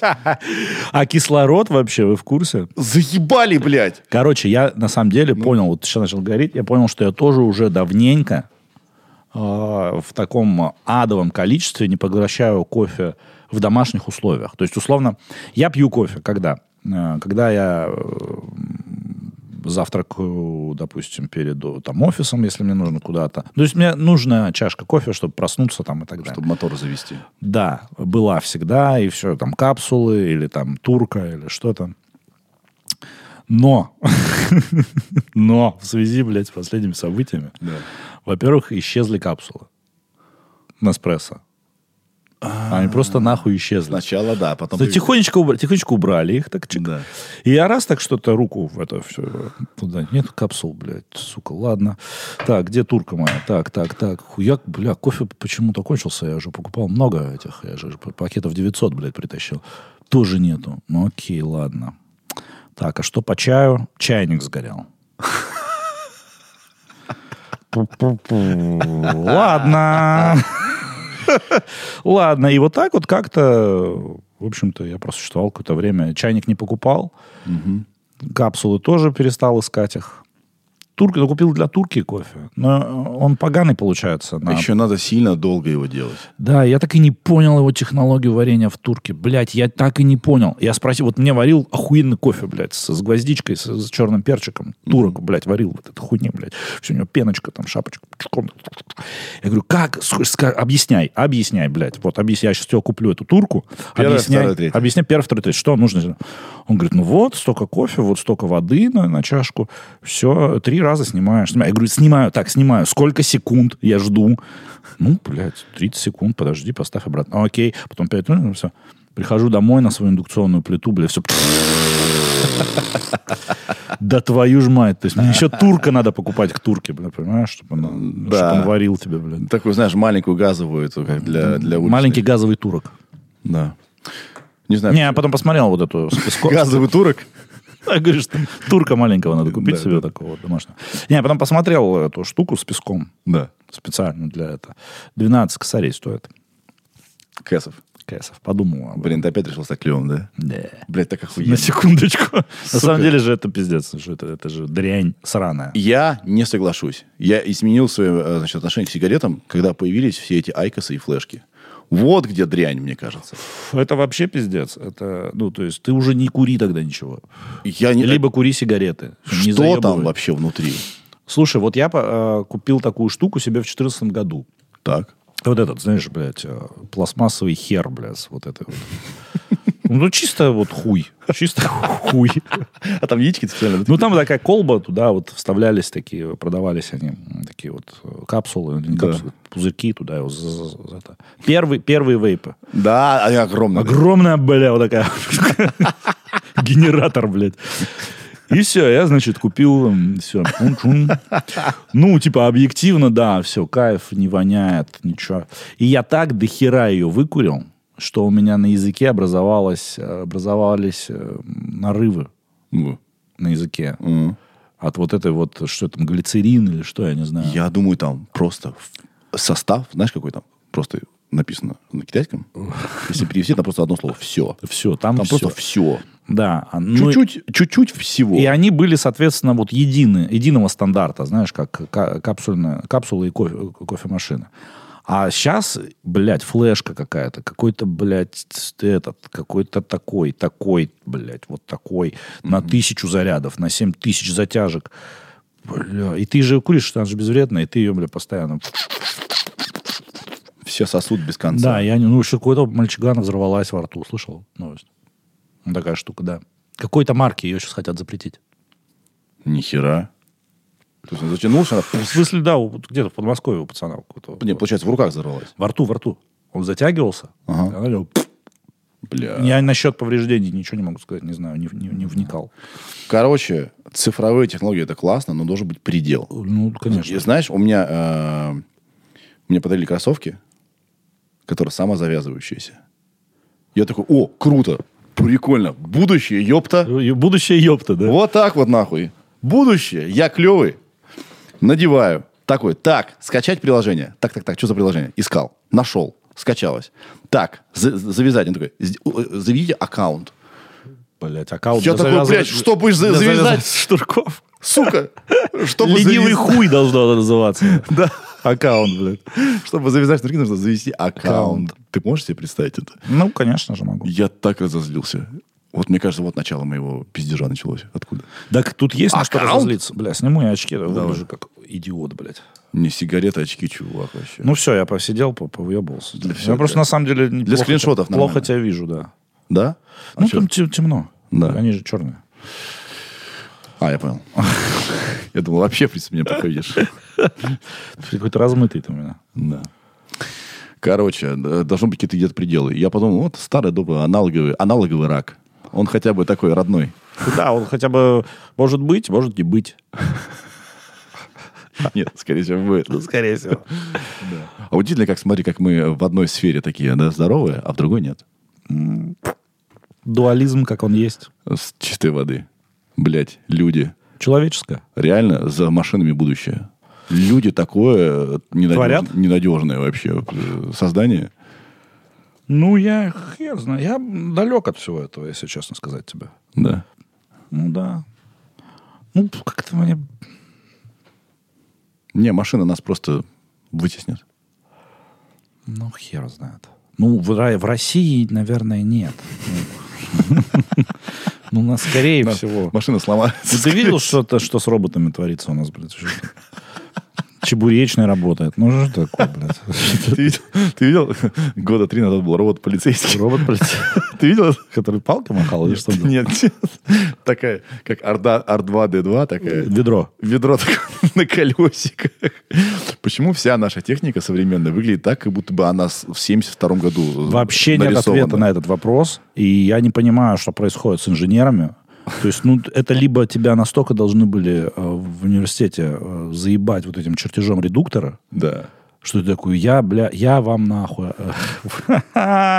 А кислород вообще, вы в курсе?
Заебали, блядь.
Короче, я на самом деле понял, вот сейчас начал говорить, я понял, что я тоже уже давненько э, в таком адовом количестве не поглощаю кофе в домашних условиях. То есть, условно, я пью кофе когда? Э, Когда я э, завтракаю, допустим, перед э, там, офисом, если мне нужно куда-то. То есть, мне нужна чашка кофе, чтобы проснуться там и так далее.
Чтобы мотор завести.
Да, была всегда, и все, там, капсулы, или там турка, или что-то. Но, (laughs) но в связи, блядь, с последними событиями, во-первых, исчезли капсулы Неспрессо. Они просто нахуй исчезли.
Сначала да, а потом...
Да тихонечко, убра- тихонечко убрали их, так чик.
Да.
И я раз так что-то руку в это все туда. Нет капсул, блядь, сука, ладно. Так, где турка моя? Так, так, так. Хуяк, бля, кофе почему-то кончился. Я же покупал много этих, я же пакетов 900, блядь, притащил. Тоже нету. Ну окей, ладно. Так, а что по чаю? Чайник сгорел. Ладно. Ладно, и вот так вот как-то, в общем-то, я просуществовал какое-то время. Чайник не покупал, капсулы тоже перестал искать их. Турк, ну, купил для Турки кофе, но он поганый получается.
А
на-
еще надо сильно долго его делать.
Да, я так и не понял его технологию варения в турке. Блядь, я так и не понял. Я спросил, вот мне варил охуенный кофе, блядь, с, с гвоздичкой, с, с черным перчиком. Турок, блядь, варил вот эту хуйню, блядь. Все, у него пеночка, там, шапочка. чком. Я говорю, как? Ск- ска- Объясняй, объясняй, блядь. Вот, объясняй, я сейчас тебе куплю эту турку.
Первое,
объясняй,
второе, третье.
объясняй, первое, второе, третье. Что нужно? Он говорит, ну вот, столько кофе, вот столько воды на, на чашку. Все, три раза снимаешь. Снимаю. Я говорю, снимаю, так, снимаю. Сколько секунд я жду? Ну, блядь, 30 секунд, подожди, поставь обратно. А, окей, потом 5 минут, ну, все. Прихожу домой на свою индукционную плиту, блядь, все. Да твою ж мать. То есть мне еще турка надо покупать к турке, бля, понимаешь, чтобы он,
Да.
чтоб он варил тебе, блядь.
Такую, знаешь, маленькую газовую, эту, как для, для уличной.
Маленький газовый турок.
Да. Не знаю,
Не, а я потом посмотрел вот
(laughs)
эту ск-
газовый турок.
Я говорю, что турка маленького надо купить
Да,
себе такого домашнего. Не, я потом посмотрел эту штуку с песком
Да.
специально для этого. 12 косарей стоит.
Кэсов.
Кэсов. Подумал. об этом.
Блин, ты опять решил стать клевым, да?
Да.
Блять, так
На
охуенно.
секундочку. На самом деле же это пиздец. что Это, это же дрянь сраная.
Я не соглашусь. Я изменил свое э, значит, отношение к сигаретам, когда появились все эти айкосы и флешки. Вот где дрянь, мне кажется.
Фу, Это вообще пиздец. Это, ну, то есть ты уже не кури тогда ничего.
Я не...
Либо кури сигареты. Не
Что там
заебывай.
вообще внутри?
Слушай, вот я по- э, купил такую штуку себе в 2014 году.
Так.
Вот этот, знаешь, блядь, э, пластмассовый хер, блядь, вот это вот. Ну, чисто вот хуй. Чисто хуй.
А там яички специально?
Ну, там такая колба, туда вот вставлялись такие, продавались они, м, такие вот э, капсулы, не
Да.
капсулы, пузырьки туда. его за- за- за- это. Первый- Первые вейпы.
Да, они огромные.
Огромная, бля, вот такая. (laughs) Генератор, блядь. И все, я, значит, купил все. Ну, типа, объективно, да, все, кайф, не воняет, ничего. И я так до хера ее выкурил, что у меня на языке образовалось, э, образовались э, нарывы
Ну,
на языке.
м.
От вот этой вот, что там, глицерин или что, я не знаю.
Я думаю, там просто в- состав, знаешь, какой там? Просто написано на китайском. Если перевести, там просто одно слово. Все.
Все, там,
Там
всё.
просто все.
Да. а, ну,
Чуть-чуть, чуть-чуть всего.
И они были, соответственно, вот едины, единого стандарта, знаешь, как ка- капсульная, капсулы и кофе, кофемашина. А сейчас, блядь, флешка какая-то, какой-то, блядь, этот, какой-то такой, такой, блядь, вот такой, на тысячу зарядов, на семь тысяч затяжек. Бля, и ты же куришь, она же безвредная, и ты ее, бля, постоянно...
Все сосуд без конца.
Да, я не... Ну, еще какой-то мальчигана взорвалась во рту, слышал новость? Ну, Такая штука, да. Какой-то марки ее сейчас хотят запретить.
Нихера. То есть он затянулся, она,
В смысле, да, у- вот где-то в Подмосковье у пацана у какого-то.
не, получается, в руках взорвалась.
Во рту, во рту. Он затягивался, а
Ага.
и она у него
Бля.
Я насчет повреждений ничего не могу сказать, не знаю, не, не- не вникал.
Короче, цифровые технологии это классно, но должен быть предел.
Ну, конечно.
И знаешь, у меня э, мне подарили кроссовки, которые самозавязывающиеся. Я такой, о, круто, прикольно, будущее, ёпта.
И Будущее ёпта, да?
Вот так вот нахуй. Будущее, я клевый. Надеваю. Такой, так, скачать приложение. Так, так, так, что за приложение? Искал, нашел, скачалось. Так, за- за- завязать. Он такой, «З- у- э, заведите аккаунт.
Блять, аккаунт
Я
для
такой,
завязыв-
блядь, что будешь за-
для
завязать?
(laughs) завязывания Шнурков. (laughs)
Сука, чтобы
Ленивый
завязать-
хуй
(laughs)
должно называться. Да. Аккаунт, блядь.
Чтобы завязать шнурки, нужно завести аккаунт. Ты можешь себе представить это?
Ну, конечно же могу.
Я так разозлился. Вот мне кажется, вот начало моего пиздежа началось. Откуда?
Так тут есть на что
Аккаунт?
разозлиться. Бля, сниму я очки, выгляжу как идиот, блядь.
Не сигареты, а очки, чувак, вообще.
Ну все, я посидел, по- повъебывался.
Для всего
Я просто
тебя.
на самом деле не-
Для
плохо
скриншотов
тебя- плохо
нормально.
тебя вижу, да.
да? А,
Ну
чё?
там те- темно.
Да.
Они же черные.
А, я понял. (laughs) Я думал, вообще, в принципе, меня плохо видишь.
Какой-то размытый ты у меня.
Да. Короче, д- должны быть какие-то где-то пределы. Я подумал, вот старый добрый аналоговый, аналоговый рак. Он хотя бы такой (laughs) родной.
Да, он хотя бы может быть, может не быть.
Нет, Ну, скорее всего, будет.
скорее всего.
А удивительно, как смотри, как мы в одной сфере такие, да, здоровые, а в другой нет.
Дуализм, как он есть.
С чистой воды. Блять, люди.
Человеческое.
Реально за машинами будущее. Люди такое э, ненадежное,
Творят?
ненадежное вообще э, создание.
Ну, я хер знаю. Я далек от всего этого, если честно сказать тебе.
Да.
Ну, да. Ну, как-то мне...
Не, машина нас просто вытеснит.
Ну, хер знает. Ну, в, Ра- в России, наверное, нет. (laughs) Ну, у нас скорее всего.
Машина сломается.
Ну, (laughs) Ты видел, что-то, что с роботами творится у нас, блядь? уже? Чебуречный работает. Ну, что ж такое, блядь?
Ты видел? Ты видел? (laughs) Года три назад был робот-полицейский.
Робот,
(laughs)
блядь,
Ты видел? это?
который палкой махал или что? блядь?
Нет, такая, как Орда- Ар-2-Д2, такая.
Ведро.
Ведро такое (laughs) на колесиках. Почему вся наша техника современная выглядит так, как будто бы она с- в 72 году
Вообще нет
нарисована?
ответа на этот вопрос. И я не понимаю, что происходит с инженерами. То есть, ну, это либо тебя настолько должны были э, в университете э, заебать вот этим чертежом редуктора,
Да.
что ты такой, я, бля, я вам нахуй. (laughs)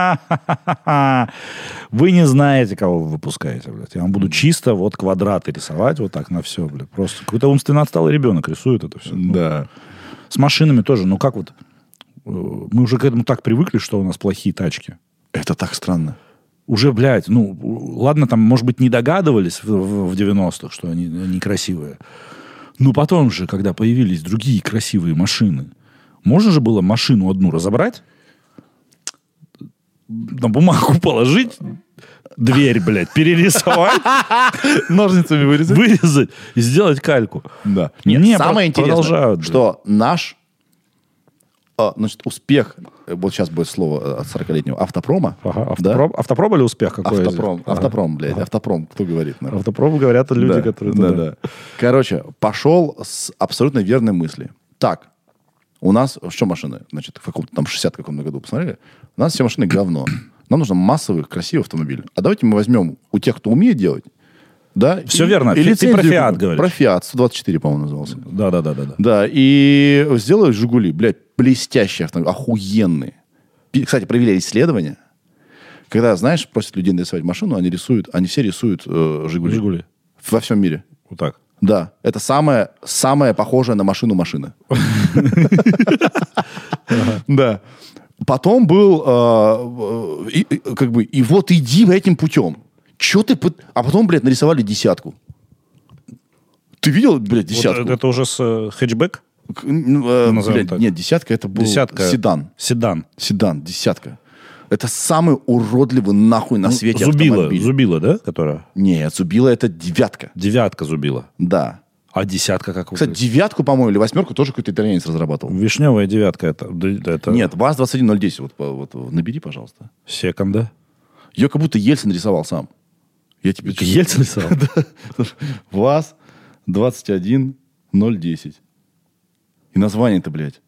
Вы не знаете, кого вы выпускаете, блядь. Я вам буду чисто вот квадраты рисовать вот так на все, блядь. Просто какой-то умственно отсталый ребенок рисует это все.
Да.
С машинами тоже. Ну, как вот... э, Мы уже к этому так привыкли, что у нас плохие тачки.
Это так странно.
уже, блядь, ну, у- ладно, там, может быть, не догадывались в, в- в 90-х, что они э, некрасивые. Но потом же, когда появились другие красивые машины, можно же было машину одну разобрать, на бумагу положить, дверь, блядь, (laughs) перерисовать,
Ножницами вырезать?
вырезать и сделать кальку.
Да.
Не,
Нет,
про-
самое интересное,
продолжают, да.
что наш а, значит, успех, э, вот сейчас будет слово э, от 40-летнего, автопрома.
Ага,
да?
автопром, автопром или успех какой? из них?
Автопром,
Ага.
автопром, блядь, автопром, кто говорит? нахуй?
Автопром говорят люди,
Да,
которые...
да,
туда-
да. Короче, пошел с абсолютно верной мысли. Так, у нас что машины? Значит, в каком-то там 60 каком-то году посмотрели. У нас все машины (coughs) говно. Нам нужен массовый, красивый автомобиль. А давайте мы возьмем у тех, кто умеет делать, да?
Всё
и-
верно.
и
Ты- ты про
лицензию
«Фиат»
купим.
говоришь.
Про Фиат, 124, по-моему, назывался.
Да, да, да, да. да.
Да, и сделали «Жигули», блядь, блестящие автомобили, охуенные. Пи- Кстати, провели исследование. Когда, знаешь, просят людей нарисовать машину, они рисуют, они все рисуют э, «Жигули».
«Жигули».
Во всем мире.
Вот так.
Да, это самое, самое похожее на машину машина. Да. Потом был, э, э, и- и, как бы, и вот иди этим путем. Че ты... пы- А потом, блядь, нарисовали десятку. Ты видел, блядь,
Вот
десятку?
это- это уже с э, хэтчбэк?
К- ну, э,
Назовем
блядь,
так.
Нет, десятка это был
Десятка.
седан.
Седан.
Седан, десятка. Это самый уродливый нахуй
Ну,
на свете
зубила,
автомобиль.
зубила, да, которая?
Нет, Зубила это девятка.
Девятка зубила.
Да.
А десятка как
Кстати, девятку, по-моему, или восьмерку тоже какой-то итальянец разрабатывал.
Вишневая девятка это, да, это
Нет, ВАЗ-21010, вот, по- вот набери, пожалуйста.
секонда.
Ее как будто Ельцин рисовал сам. Я тебе... чё- (laughs)
Ельцин рисовал?
ВАЗ-21010. И название-то, блядь.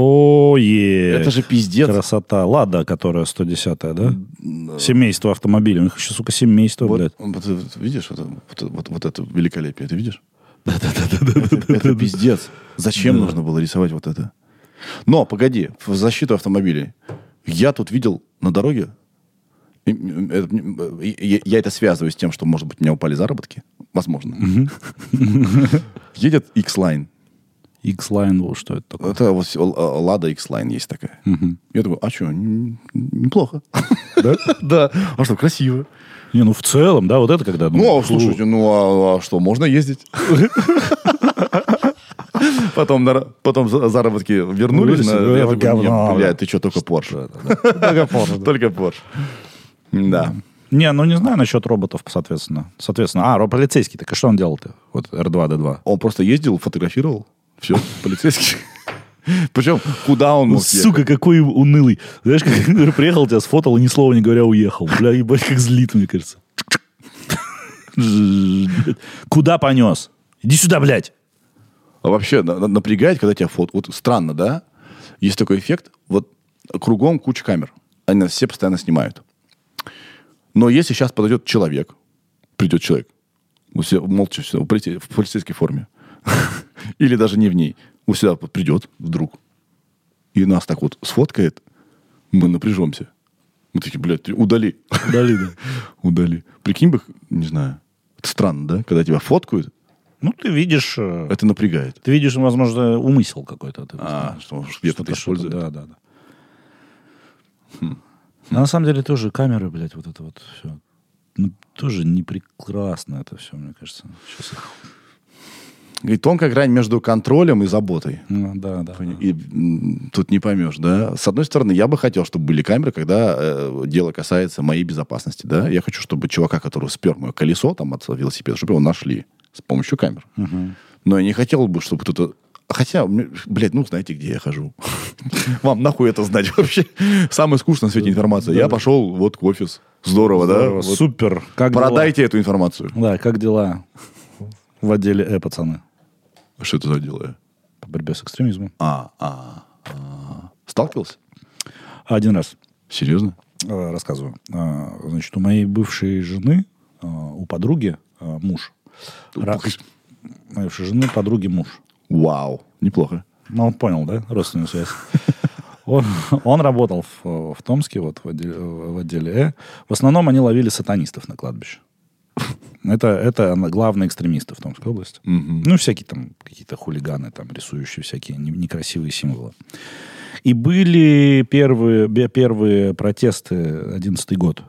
О, е.
Это же пиздец.
Красота. Лада, которая 110-я, да? Семейство автомобилей. У них еще, сука, семейство,
Вот,
блядь.
вот- вот видишь, вот, вот- вот- вот это великолепие, ты видишь? Это это пиздец. Зачем нужно было рисовать вот это? Но, погоди, в защиту автомобилей. Я тут видел на дороге, и, м, это, м, э, я я это связываю с тем, что, может быть, у меня упали заработки. Возможно. Едет X-Line.
X-Line, вот что это такое.
Это вот э, Лада X-Line есть такая. Я такой, а что, неплохо.
Да?
(laughs) Да. А что, красиво.
Не, ну в целом, да, вот это когда...
Ну, а, слушайте, ну а, а что, можно ездить? (laughs) Потом, на- потом за- заработки вернулись. ну,
Вернулись,
на-
да,
я
вот
такой,
говно,
«Нет, бля,
да».
ты что, только Порш. (laughs)
ну...
Только Порш. Да.
Не, ну не знаю насчет роботов, соответственно. Соответственно, а, ро- полицейский, так и что он делал-то? Вот R2-D2.
Он просто ездил, фотографировал. Все, (laughs) полицейский. Причем, куда он мог ехать?
Ну, Сука, какой унылый. Знаешь, как приехал, тебя сфотал, и ни слова не говоря уехал. Бля, ебать, как злит, мне кажется. Куда понес? Иди сюда, блядь.
А вообще на- на- напрягает, когда тебя фото... Вот странно, да? Есть такой эффект. Вот кругом куча камер. Они нас все постоянно снимают. Но если сейчас подойдет человек, придет человек, вот все молча все, в полице- в полицейской форме, (laughs) или даже не в ней, вот сюда вот придет вдруг, и нас так вот сфоткает, мы напряжемся. Мы такие, блядь, ты удали.
Удали, да.
(laughs) Удали. Прикинь бы, не знаю, это странно, да? Когда тебя фоткают,
Ну, ты видишь... э,
это напрягает.
Ты видишь, возможно, умысел какой-то. ты
А,
знаешь.
что он где-то
Что-то,
это
что-то,
использует. Хм.
Да, да, да. А на самом деле тоже камеры, блядь, вот это вот все. Ну, тоже не прекрасно это все, мне кажется. Сейчас их-
И тонкая грань между контролем и заботой.
Ну, да, да. да.
И м, тут не поймешь, да? С одной стороны, я бы хотел, чтобы были камеры, когда э, дело касается моей безопасности, да? Я хочу, чтобы чувака, который спер мое колесо там от велосипеда, чтобы его нашли с помощью камер. Но я не хотел бы, чтобы кто-то... Хотя, мне, блядь, ну знаете, где я хожу. (laughs) Вам нахуй это знать (laughs) вообще? Самое скучное на свете информация. Я пошел вот в офис. Здорово, да?
Здорово,
Вот
Супер. Как дела?
Продайте эту информацию.
Да, как дела в отделе Э, пацаны?
Что это за дело?
По борьбе с экстремизмом.
А, а, а. Сталкивался?
Один раз.
Серьезно?
э, рассказываю. А, Значит, у моей бывшей жены, а, у подруги а, муж. Ра- Моей бывшей жены, подруги муж.
Вау, неплохо.
Ну, он понял, да, родственную связь. Он, он работал в, в Томске, вот в отделе, в отделе «Э». В основном они ловили сатанистов на кладбище. Это, это она- главные экстремисты в Томской области. Ну, всякие там какие-то хулиганы, там, рисующие всякие не- некрасивые символы. И были первые, бе- первые протесты, 11 год,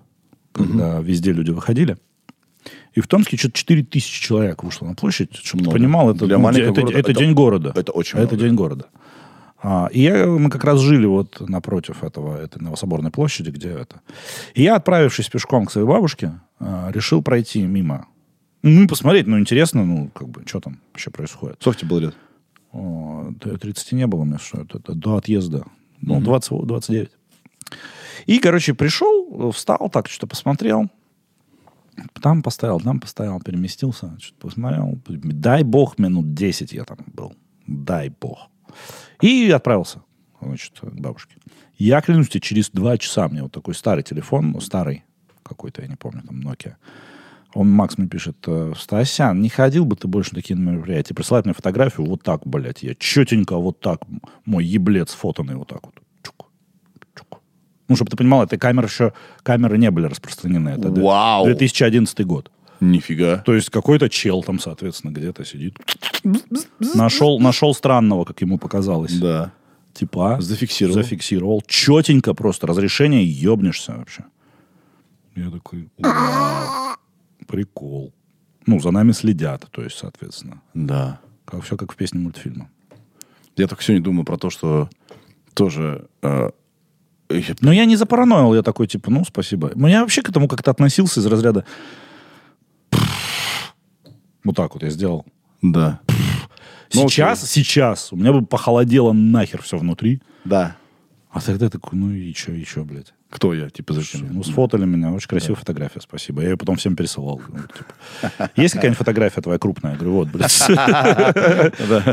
когда везде люди выходили. И в Томске что-то 4 тысячи человек вышло на площадь. Чтобы ты
Много.
понимал, это,
Для
ну,
маленького
это-
города
это
это-
день города.
это очень
Это
много.
день города. А, и я, мы как раз жили вот напротив этого, этой Новособорной площади, где это. И я, отправившись пешком к своей бабушке, а, решил пройти мимо. Ну, и посмотреть, ну, интересно, ну, как бы, что там вообще происходит.
Сколько тебе было лет?
О, т- 30 не было мне, что это, это до отъезда. Ну, 20, вот, 29. И, короче, пришел, встал, так что посмотрел. Там поставил, там поставил, переместился, что-то посмотрел. Дай бог, минут 10 я там был. Дай бог. И отправился, значит, к бабушке. Я клянусь тебе, через два часа мне вот такой старый телефон, ну, старый какой-то, я не помню, там, Nokia. Он, Макс, мне пишет, э, Стасян, не ходил бы ты больше на такие мероприятия. Присылает мне фотографию вот так, блядь, я четенько вот так, м- мой еблет сфотанный вот так вот. Чук, чук. Ну, чтобы ты понимал, этой камеры еще, камеры не были распространены. Это д-
Вау!
2011 год.
Нифига.
То есть какой-то чел там, соответственно, где-то сидит. Нашел, нашел странного, как ему показалось.
Да.
Типа.
Зафиксировал.
Зафиксировал. Четенько просто. Разрешение ебнешься вообще. Я такой, «Вау, прикол. Ну, за нами следят, то есть, соответственно.
Да.
Как, все как в песне мультфильма.
Я только сегодня думал про то, что тоже... э, я-
Но я не запараноил, я такой, типа, ну, спасибо. Но я вообще к этому как-то относился из разряда... Вот так вот я сделал.
да. Ну, окей.
Сейчас, сейчас у меня бы похолодело нахер все внутри.
Да.
А тогда такой, ну и чё, и чё, блядь.
Кто я? Типа, зачем?
Ну, сфотали меня, очень красивая фотография, спасибо. Я ее потом всем пересылал. Ну,
(laughs)
типа, Есть какая-нибудь фотография твоя крупная? Я говорю, вот, блядь.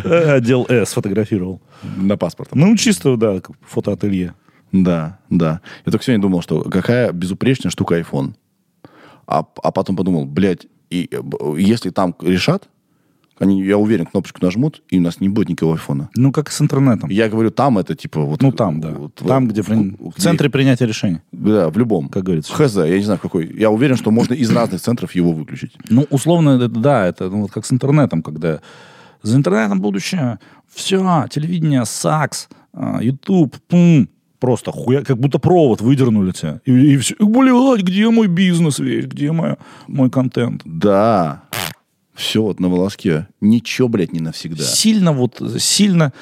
Отдел С фотографировал.
На паспорт.
Ну, чисто, да, как фотоателье.
Да, да. Я только сегодня думал, что какая безупречная штука iPhone. А, а потом подумал, блядь, и, э, б- если там решат, они, я уверен, кнопочку нажмут, и у нас не будет никакого айфона.
Ну, как с интернетом.
Я говорю, там это типа вот...
Ну, там, да.
вот-
Там,
вот-
где блин,
вот-
в центре принятия решений.
Да, в любом.
Как говорится.
В ХЗ, я не знаю, в какой. Я уверен, что можно из разных центров его выключить.
Ну, условно, это- да, это ну, вот как с интернетом, когда за интернетом будущее, все, телевидение, САКС, а, YouTube, пум, просто хуя, как будто провод выдернули тебя. И, и все, блядь, где мой бизнес весь, где моя, мой контент?
Да. Все вот на волоске. Ничего, блядь, не навсегда.
Сильно вот, сильно,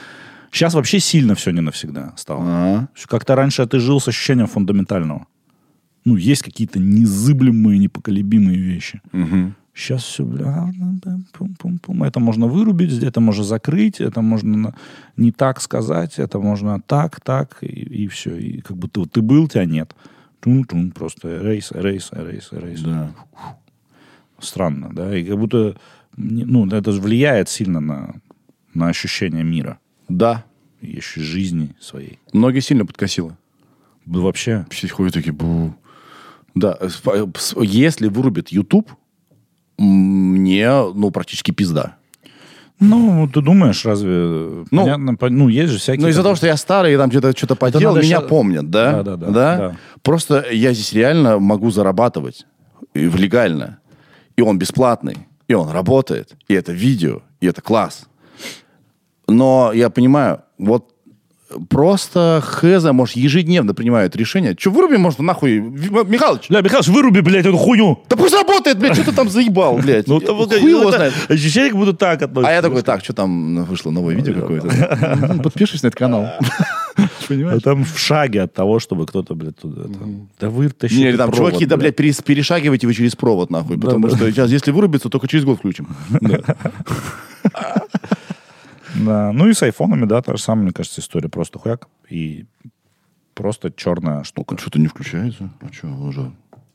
сейчас вообще сильно все не навсегда стало.
А?
Как-то раньше ты жил с ощущением фундаментального. Ну, есть какие-то незыблемые, непоколебимые вещи.
Мгм.
Сейчас все, бля, а, пум-пум-пум. Это можно вырубить, это можно закрыть, это можно на- не так сказать, это можно так, так, и, все. И как будто вот ты был, тебя нет. Тун-тун, просто рейс, рейс, рейс, рейс.
Да.
Странно, да? И как будто, не- ну, это же влияет сильно на, на ощущение мира
Да.
и еще жизни своей.
Многие сильно подкосило.
Да Вообще,
Все ходят такие, бу. Да, э, сп- э, с- если вырубит YouTube, м, мне, ну, практически пизда.
ну, ты думаешь, разве...
Ну,
понятно, пон- ну есть же всякие...
Ну, из-за
там-
того, что я старый, и там где-то что-то поделал,
надо
меня
ща-
помнят, да?
Да-да-да, да.
Просто я здесь реально могу зарабатывать и в- легально. И он бесплатный, и он работает, и это видео, и это класс. Но я понимаю, вот просто Хеза, может, ежедневно принимают решение. Че, вырубим, может, нахуй, Ви- Михалыч?
Бля, Михалыч, выруби, блядь, эту хуйню!
Да пусть работает, блядь, что ты там заебал, блядь.
Ну, там вот
Хуй его
это- (laughs)
знает.
Ощущение, как будто так относится.
А я такой, так, что там ну, вышло новое видео какое-то? М, Подпишись на этот канал.
А там в шаге от того, чтобы кто-то, блядь, туда... это, Да вытащи.
Не,
ты
или там,
провод,
чуваки, да, блядь,
блядь».
перес- перешагивайте вы через провод, нахуй. Потому что сейчас, если вырубится, только через год включим.
Да. Ну и с айфонами, да, та же самая, мне кажется, история. Просто хуяк и просто черная штука.
Что-то не включается. А что, уже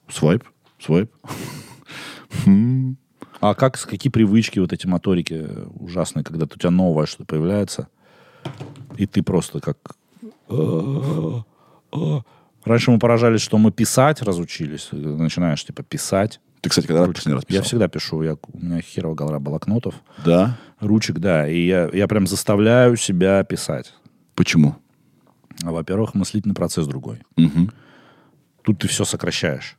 свайп? Свайп.
А как, с- какие привычки вот эти моторики ужасные, когда у тебя новое что-то появляется, и ты просто как... Раньше мы поражались, что мы писать разучились. Начинаешь, типа, писать.
Ты, кстати, когда последний раз
Я
писал?
всегда пишу. Я, у меня херова голова блокнотов.
Да?
Ручек, да. И я, я прям заставляю себя писать.
Почему?
А, Во-первых, мыслительный процесс другой.
Мгм.
Тут ты все сокращаешь.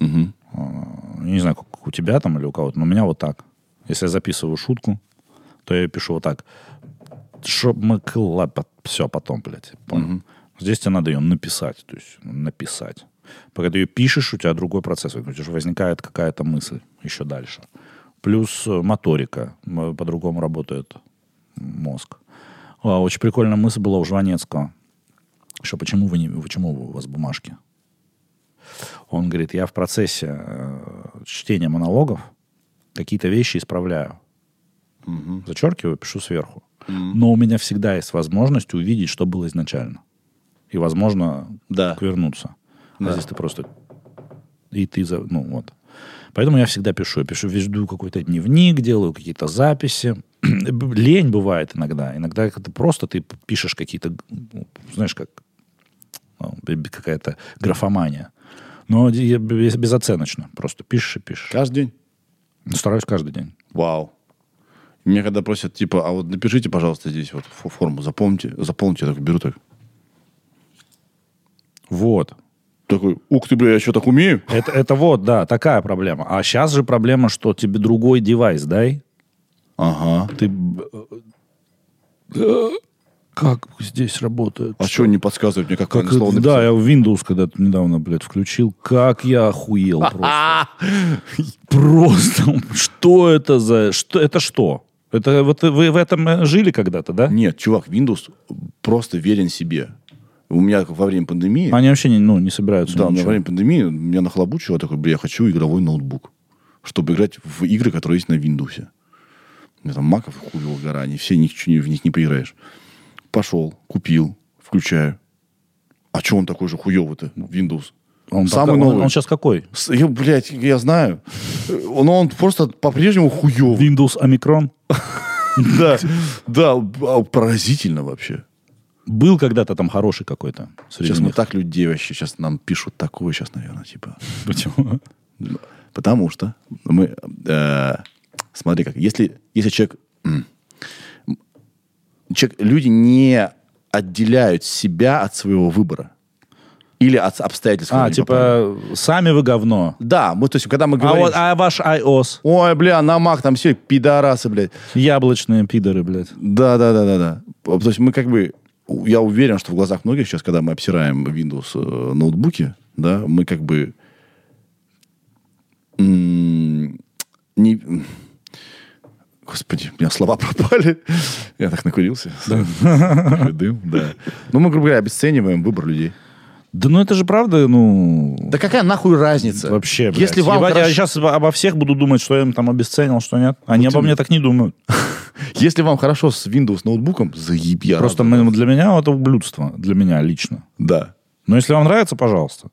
Мгм.
Я не знаю, как у тебя там или у кого-то, но у меня вот так. Если я записываю шутку, то я её пишу вот так. Чтоб мы Все, потом, блядь. Понял? Здесь тебе надо ее написать. То есть ну, написать. Пока ты ее пишешь, у тебя другой процесс. У тебя возникает какая-то мысль еще дальше. Плюс э, моторика. М, э, По-другому работает мозг. А, Очень прикольная мысль была у Жванецкого. Что почему, вы не, почему у вас бумажки? Он говорит, я в процессе э, чтения монологов какие-то вещи исправляю. Зачеркиваю, пишу сверху. Но у меня всегда есть возможность увидеть, что было изначально. И, возможно,
Да.
вернуться. А здесь ты просто... И ты... за- Ну, вот. Поэтому я всегда пишу. Я пишу, веду какой-то дневник, делаю какие-то записи. (clears throat) Лень бывает иногда. Иногда это просто ты пишешь какие-то... ну, Знаешь, как ну, б- б- какая-то графомания. Но д- я б- без- безоценочно. Просто пишешь и пишешь.
Каждый день?
Ну, Стараюсь каждый день.
Вау. Меня когда просят, типа, а вот напишите, пожалуйста, здесь вот фо- форму, запомните, заполните, я так беру так.
Вот.
Такой, ух ты, бля, я что, так умею?
Это, это вот, да, такая проблема. А сейчас же проблема, что тебе другой девайс дай.
Ага.
Ты... б- э, Как здесь работает?
А что не подсказывает мне, как,
Как
правильно слово
это-
написать?
да, я в Windows когда-то недавно, блядь, включил. Как
(laughs)
я охуел просто. Просто. Что это за... Что, это что? Это вот вы в этом э, жили когда-то, да?
Нет, чувак, Windows просто верен себе. У меня во время пандемии...
Они вообще не, ну, не собираются
Да, у меня
ничего.
во время пандемии меня нахлобучило такой, бля, я хочу игровой ноутбук, чтобы играть в игры, которые есть на Windows. У меня там маков хуево гора, они все ничего не- в них не поиграешь. Пошел, купил, включаю. А че он такой же хуёвый-то, Windows?
Он
Самый
пока- он-
новый.
Он сейчас какой?
С- я, блядь, я знаю. Но он просто по-прежнему
(laughs)
хуёвый.
Windows Omicron?
Да, да, а, поразительно вообще.
Был когда-то там хороший какой-то среди
Сейчас мы
них.
так людей вообще, сейчас нам пишут такое сейчас, наверное, типа.
(laughs) Почему?
Потому что мы, э, смотри как, если, если человек, м, м, человек, люди не отделяют себя от своего выбора или от обстоятельств.
А,
которые они попали.
типа, сами вы говно.
Да, мы, то есть, когда мы
А,
говорим,
вот, а ваш iOS?
ой, бля, на Мак там все пидорасы, блядь.
Яблочные пидоры, блядь.
Да, да, да, да, да. П- То есть мы как бы, у- я уверен, что в глазах многих сейчас, когда мы обсираем Windows э, ноутбуки, да, мы как бы м, не, господи, у меня слова (laughs) пропали, я так накурился, Такой дым, да. Ну мы грубо говоря обесцениваем выбор людей.
Да ну это же правда, ну...
Да какая нахуй разница?
Вообще, блядь.
если вам
Ебать,
хорошо- Ну,
я сейчас обо всех буду думать, что я им там обесценил, что нет. Они обо мне так
(laughs)
не думают.
если вам хорошо с Windows ноутбуком, заебь я.
Просто
рад.
мы- для меня это ублюдство, для меня лично.
да.
Но если вам нравится, пожалуйста.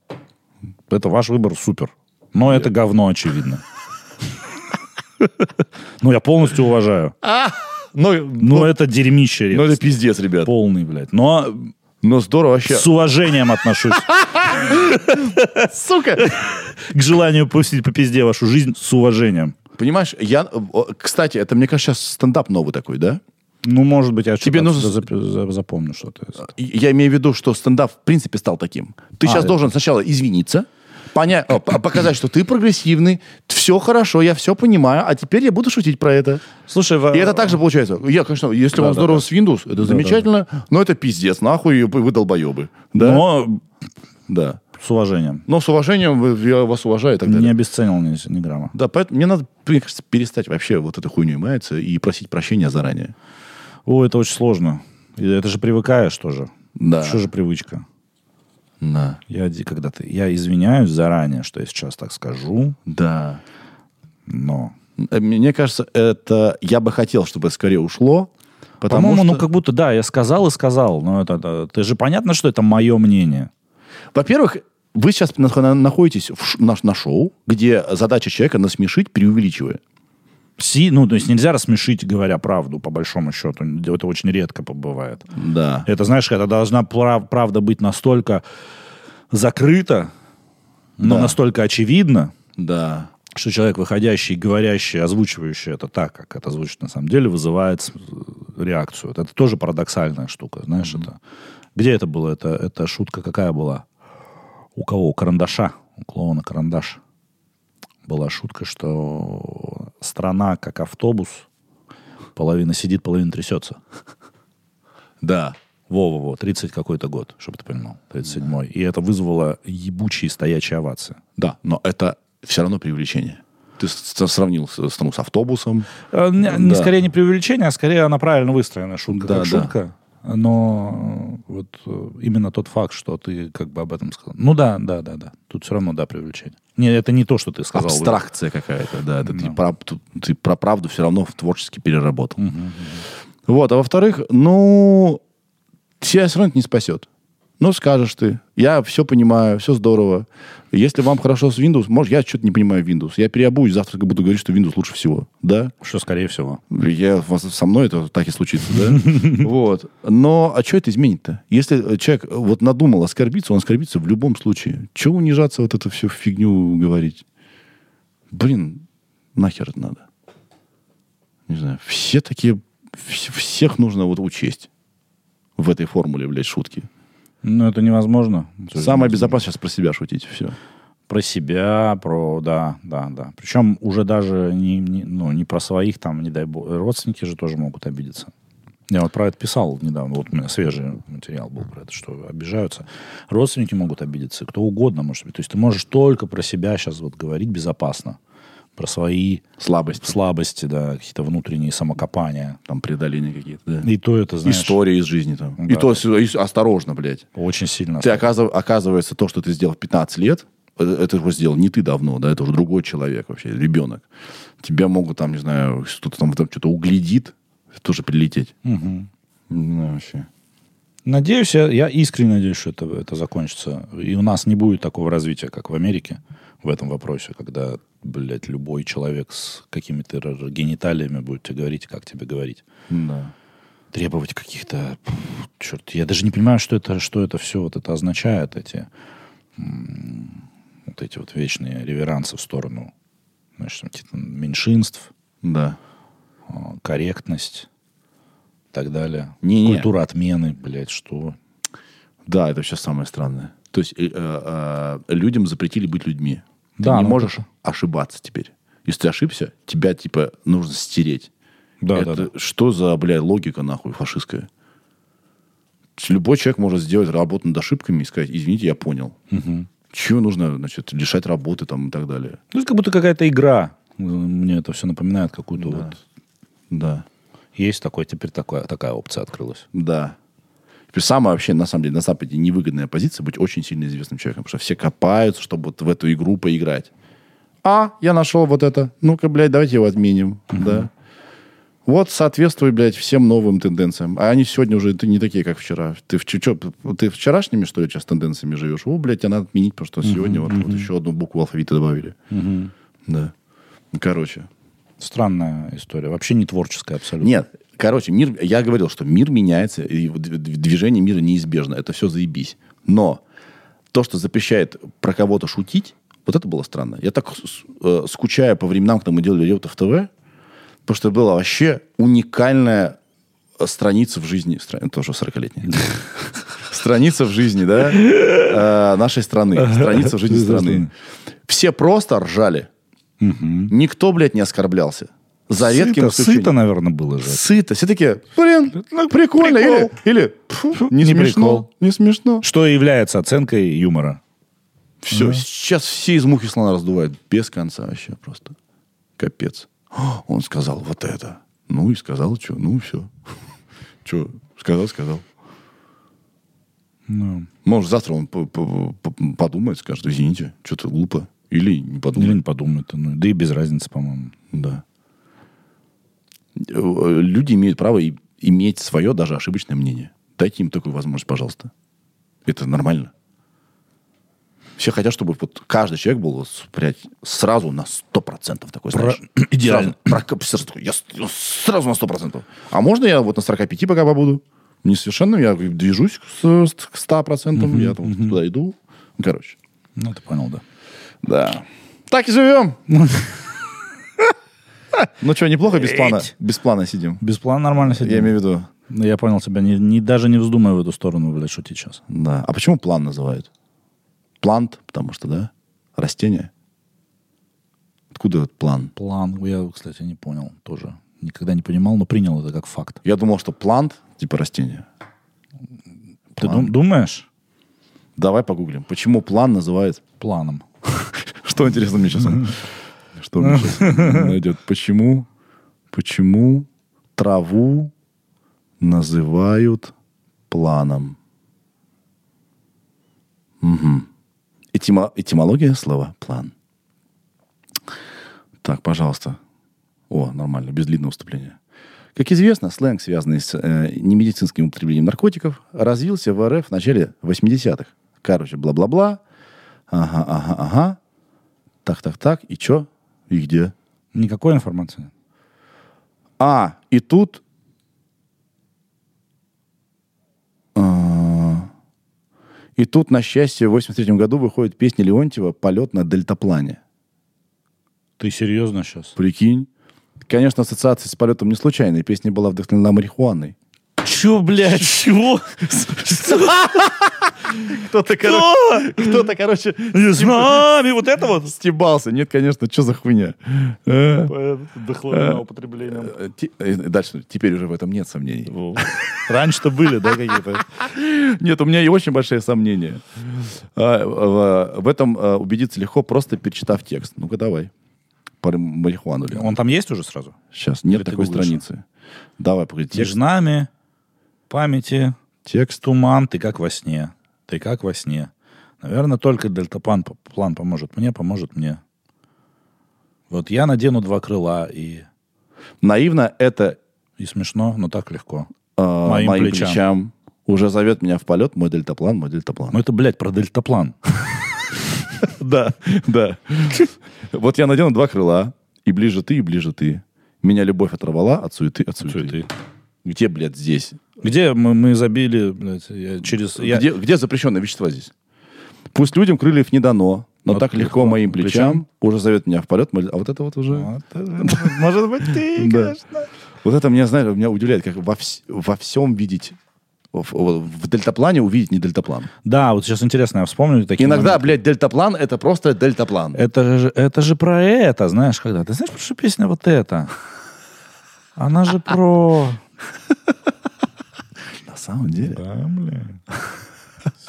Это ваш выбор, супер. Но это говно, очевидно. (laughs) Ну, я полностью уважаю.
Но,
Но это дерьмище.
но
ребят.
Ну, это пиздец, ребят.
Полный, блядь. Но
Но здорово вообще.
с
(laughs)
уважением отношусь
Сука!
к желанию пустить по пизде вашу жизнь с уважением.
Понимаешь, я... э, о, Кстати, это, мне кажется, сейчас стендап новый такой, да?
Ну, может быть, я
Тебе
что-то
нужно-
зап- за- запомню что-то.
И Я имею в виду, что стендап, в принципе, стал таким. Ты сейчас
я-
должен сначала извиниться, поня... о, по- показать, что ты прогрессивный, все хорошо, я все понимаю, а теперь я буду шутить про это.
Слушай,
И это также получается. Я, конечно, если вам
да,
здорово с Windows, это замечательно, но это пиздец, нахуй, вы долбоебы. Да?
Но
Да.
с уважением.
Но с уважением, вы- я вас уважаю и так далее.
Не обесценил ни, ни грамма.
Да, поэтому мне надо, мне кажется, перестать вообще вот этой хуйней маяться и просить прощения заранее.
О, это очень сложно. И Это же привыкаешь тоже.
Да.
Что же привычка?
Да.
Я ди- когда-то... Я извиняюсь заранее, что я сейчас так скажу,
Да.
но...
Э, Мне кажется, это я бы хотел, чтобы это скорее ушло. Потому
По-моему,
что,
ну как будто, да, я сказал и сказал, но это, это... Ты же понятно, что это мое мнение.
во-первых, вы сейчас нах- на- находитесь в ш- на, на шоу, где задача человека насмешить, преувеличивая.
Си, ну, то есть нельзя рассмешить, говоря правду, по большому счету. Это очень редко бывает.
Да.
Это, знаешь, это должна прав- правда быть настолько закрыта, но
Да.
настолько очевидно,
Да.
что человек, выходящий, говорящий, озвучивающий это так, как это звучит на самом деле, вызывает э, реакцию. Вот Это тоже парадоксальная штука, знаешь, это... Где это было? Это, это шутка какая была? У кого? У карандаша. У клоуна карандаш. Была шутка, что страна как автобус, половина сидит, половина трясется.
Да.
Во-во-во, 30 какой-то год, чтобы ты понимал, 37-й. И это вызвало ебучие стоячие овации.
Да. Но это все равно преувеличение. Ты с- с- сравнил с, с- ну, с автобусом.
Э, Не, не
Да.
скорее не преувеличение, а скорее она правильно выстроена шутка
Да,
как
да.
шутка. Но э, вот э, именно тот факт, что ты как бы об этом сказал. Ну да, да, да, да. Тут все равно да преувеличение. Не, это не то, что ты сказал. Ну.
Абстракция какая-то, да. Это ты,
Да.
про, ту- ты про правду все равно в- творчески переработал. Вот, а во-вторых, ну, тебя все равно это не спасет. Ну, скажешь ты, я все понимаю, все здорово. Если вам хорошо с Windows, может, я что-то не понимаю в Windows. Я переобуюсь, завтра буду говорить, что Windows лучше всего, да?
Что скорее всего.
Я, вас- со мной это так и случится,
(laughs)
да? Вот. Но а что это изменит-то? Если э, человек э, вот надумал оскорбиться, он оскорбится в любом случае. Чего унижаться, вот эту всю фигню говорить? Блин, нахер это надо? Не знаю, все такие... вс- Всех нужно вот учесть в этой формуле, блядь, шутки.
Ну это невозможно. ну,
Самое безопасное сейчас про себя шутить, все.
Про себя, про... Да, да, да. Причем уже даже не, не- ну, не про своих, там, не дай бог, родственники же тоже могут обидеться. Я вот про это писал недавно, вот у меня свежий материал был про это, что обижаются. Родственники могут обидеться, кто угодно может быть. То есть ты можешь только про себя сейчас вот говорить безопасно. Про свои
Слабость.
слабости, да, какие-то внутренние самокопания.
Там преодоления какие-то, да.
И то это, знаешь, Ну
Истории из жизни там. И
Да.
то с- и с- осторожно, блядь.
очень сильно.
Ты оказыв- оказывается, то, что ты сделал в 15 лет, э, это уже сделал не ты давно, да, это уже другой человек вообще, ребенок. Тебя могут там, не знаю, кто-то там, там что-то углядит, тоже прилететь.
Мгм.
Не знаю вообще.
Надеюсь, я, я искренне надеюсь, что это, это закончится. И у нас не будет такого развития, как в Америке в этом вопросе, когда, блядь, любой человек с какими-то р- гениталиями будет тебе говорить, как тебе говорить.
Да.
Требовать каких-то... пф, Черт, я даже не понимаю, что это, что это все вот это означает, эти... м, Вот эти вот вечные реверансы в сторону знаешь, там каких-то меньшинств,
Да.
а, корректность и так далее.
Не-не.
Культура отмены, блядь, что?
Да, это сейчас самое странное. То есть э, э, э, людям запретили быть людьми. Ты
Да,
не
ну,
можешь ошибаться теперь. Если ты ошибся, тебя типа нужно стереть.
Да,
это
да, да.
что за, блядь, логика нахуй фашистская? То есть Любой человек может сделать работу над ошибками и сказать, извините, я понял. Чего нужно, значит, лишать работы там и так далее.
Ну, это как будто какая-то игра. Мне это все напоминает какую-то вот...
Да.
Есть такой, теперь такая, такая опция открылась.
Да. Теперь самая вообще, на самом деле, на Западе невыгодная позиция быть очень сильно известным человеком, потому что все копаются, чтобы вот в эту игру поиграть. А, я нашел вот это. Ну-ка, блядь, давайте его отменим. Да. Вот соответствует, блядь, всем новым тенденциям. А они сегодня уже ты не такие, как вчера. Ты, в, чё- ты вчерашними, что ли, сейчас тенденциями живешь? О, блядь, тебя надо отменить, потому что сегодня вот, вот еще одну букву алфавита добавили. Да. Ну, Короче.
Странная история. Вообще не творческая абсолютно.
Нет, короче, мир, я говорил, что мир меняется, и в- д- движение мира неизбежно. Это все заебись. Но то, что запрещает про кого-то шутить, вот это было странно. Я так с- э, скучаю по временам, когда мы делали Реутов ТВ, потому что была вообще уникальная э, страница в жизни, стра- тоже 40-летняя, страница в жизни, да, э, нашей страны, страница в жизни страны. Все просто ржали. Никто, блядь, не оскорблялся. За редким
сыто,
исключением
сыто, наверное, было же.
сыто. Все такие, блин, ну, прикольно.
прикол.
Или, или «Пф, не,
Не
смешно.
прикол.
Не смешно.
Что и является оценкой юмора.
Все, сейчас все из мухи слона раздувают. Без конца вообще просто. Капец. «А, Он сказал вот это. Ну и сказал, что, ну (laughs) все. Что, сказал, сказал.
Ну,
Может, завтра он по- по- по- подумает, скажет, извините, что-то глупо. Или не
или
подумает.
не подумают. ну, да и без разницы, по-моему.
Да. Э, э, Люди имеют право и- иметь свое, даже ошибочное мнение. Дайте им такую возможность, пожалуйста. Это нормально. Все хотят, чтобы вот каждый человек был вот, блядь, сразу на 100% такой,
Про-
знаешь,
(clears throat) идеально.
Сразу, про- сразу такой, я с- ну, сразу на 100%. А можно я вот на 45 пока побуду? Не совершенно, я движусь к с- к 100%, я там туда иду. Ну, Короче,
Ну, ты понял, да.
да. Так и живем. Ну что, неплохо без плана? Без плана сидим.
Без плана нормально сидим.
Я имею в виду.
Ну, я понял тебя. Не, не- даже не вздумай в эту сторону, блядь, шутить сейчас.
Да. А почему план называют? Плант, потому что, да? Растение. Откуда вот план?
План, я, кстати, не понял тоже. Никогда не понимал, но принял это как факт.
Я думал, что плант типа растение.
Ты дум- думаешь?
Давай погуглим. Почему план называют?
Планом.
(laughs) Что интересно мне сейчас? Что мне сейчас найдет? Почему? Почему траву называют планом? Мгм. Этимо- этимология слова план. Так, пожалуйста. О, нормально, без длинного вступления. Как известно, сленг, связанный с э, немедицинским употреблением наркотиков, развился в РФ в начале 80-х. Короче, бла-бла-бла. Ага, ага, ага. Так, так, так. И чё? И где?
Никакой информации нет.
А, и тут... А, И тут, на счастье, в 83 году выходит песня Леонтьева «Полет на дельтаплане».
Ты серьезно сейчас?
Прикинь. Конечно, ассоциация с полетом не случайная. Песня была вдохновлена марихуаной.
Че, блядь, чего?
Кто-то, (laughs) короче, кто-то, короче,
С нами вот это вот?
стебался. Нет, конечно, что за хуйня? Э,
Вдохновлено употреблением.
э, те- э, Дальше. Теперь уже в этом нет сомнений.
Раньше-то были, да, какие-то?
Нет, у меня и очень большие сомнения. А, э, В этом э, убедиться легко, просто перечитав текст. Ну-ка, давай. Про марихуану.
Он там есть уже сразу?
Сейчас нет
Или ты
такой
гуглишь?
страницы. Давай, погоди.
Между
Текст.
нами, памяти,
Текст.
туман, ты как во сне. Ты как во сне. Наверное, только дельтаплан п- план поможет мне, поможет мне. Вот я надену два крыла и,
Наивно это
и смешно, но так легко.
э, моим,
А, Моим
плечам.
плечам.
Уже зовет меня в полет мой дельтаплан, мой дельтаплан.
Ну это, блядь, про дельтаплан.
Да, да. Вот я надену два крыла, и ближе ты, и ближе ты. Меня любовь оторвала от суеты, от суеты. Где, блядь, здесь?
Где мы, мы забили, блядь, я через... я-
Где, где запрещенные вещества здесь? Пусть людям крыльев не дано, но
Вот
так легко
легко
моим плечам
плечам.
уже зовет меня в полет. мой- А вот это вот уже...
Вот это, Может быть, ты,
Да.
конечно.
Вот это меня, знаешь, меня удивляет, как во, вс- во всем видеть. В, в- в дельтаплане увидеть не дельтаплан.
(laughs) Да, вот сейчас интересно, я вспомню такие
Иногда,
моменты.
блядь, дельтаплан — это просто дельтаплан.
Это же, это же про это, знаешь, когда. Ты знаешь, что песня вот эта? Она же про...
На самом деле.
(laughs) Да, бля.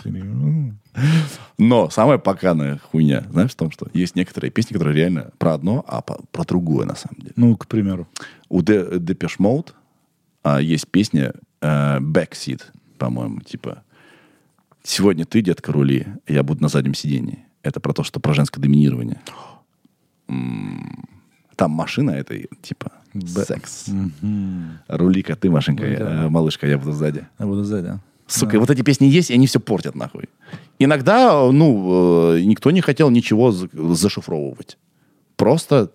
Серьезно?
Но самая поганая хуйня, знаешь, в том, что есть некоторые песни, которые реально про одно, а по- про другое, на самом деле.
Ну, к примеру.
У Де- Depeche Mode а, есть песня э, Backseat, по-моему, типа «Сегодня ты, детка, рули, а я буду на заднем сидении». Это про то, что про женское доминирование. М, Там машина, это типа секс. Рули-ка ты, машинка, я- э, малышка, я буду сзади.
Я буду сзади.
Сука, и вот эти песни есть, и они все портят нахуй. Иногда, ну, э, никто не хотел ничего за- зашифровывать. Просто,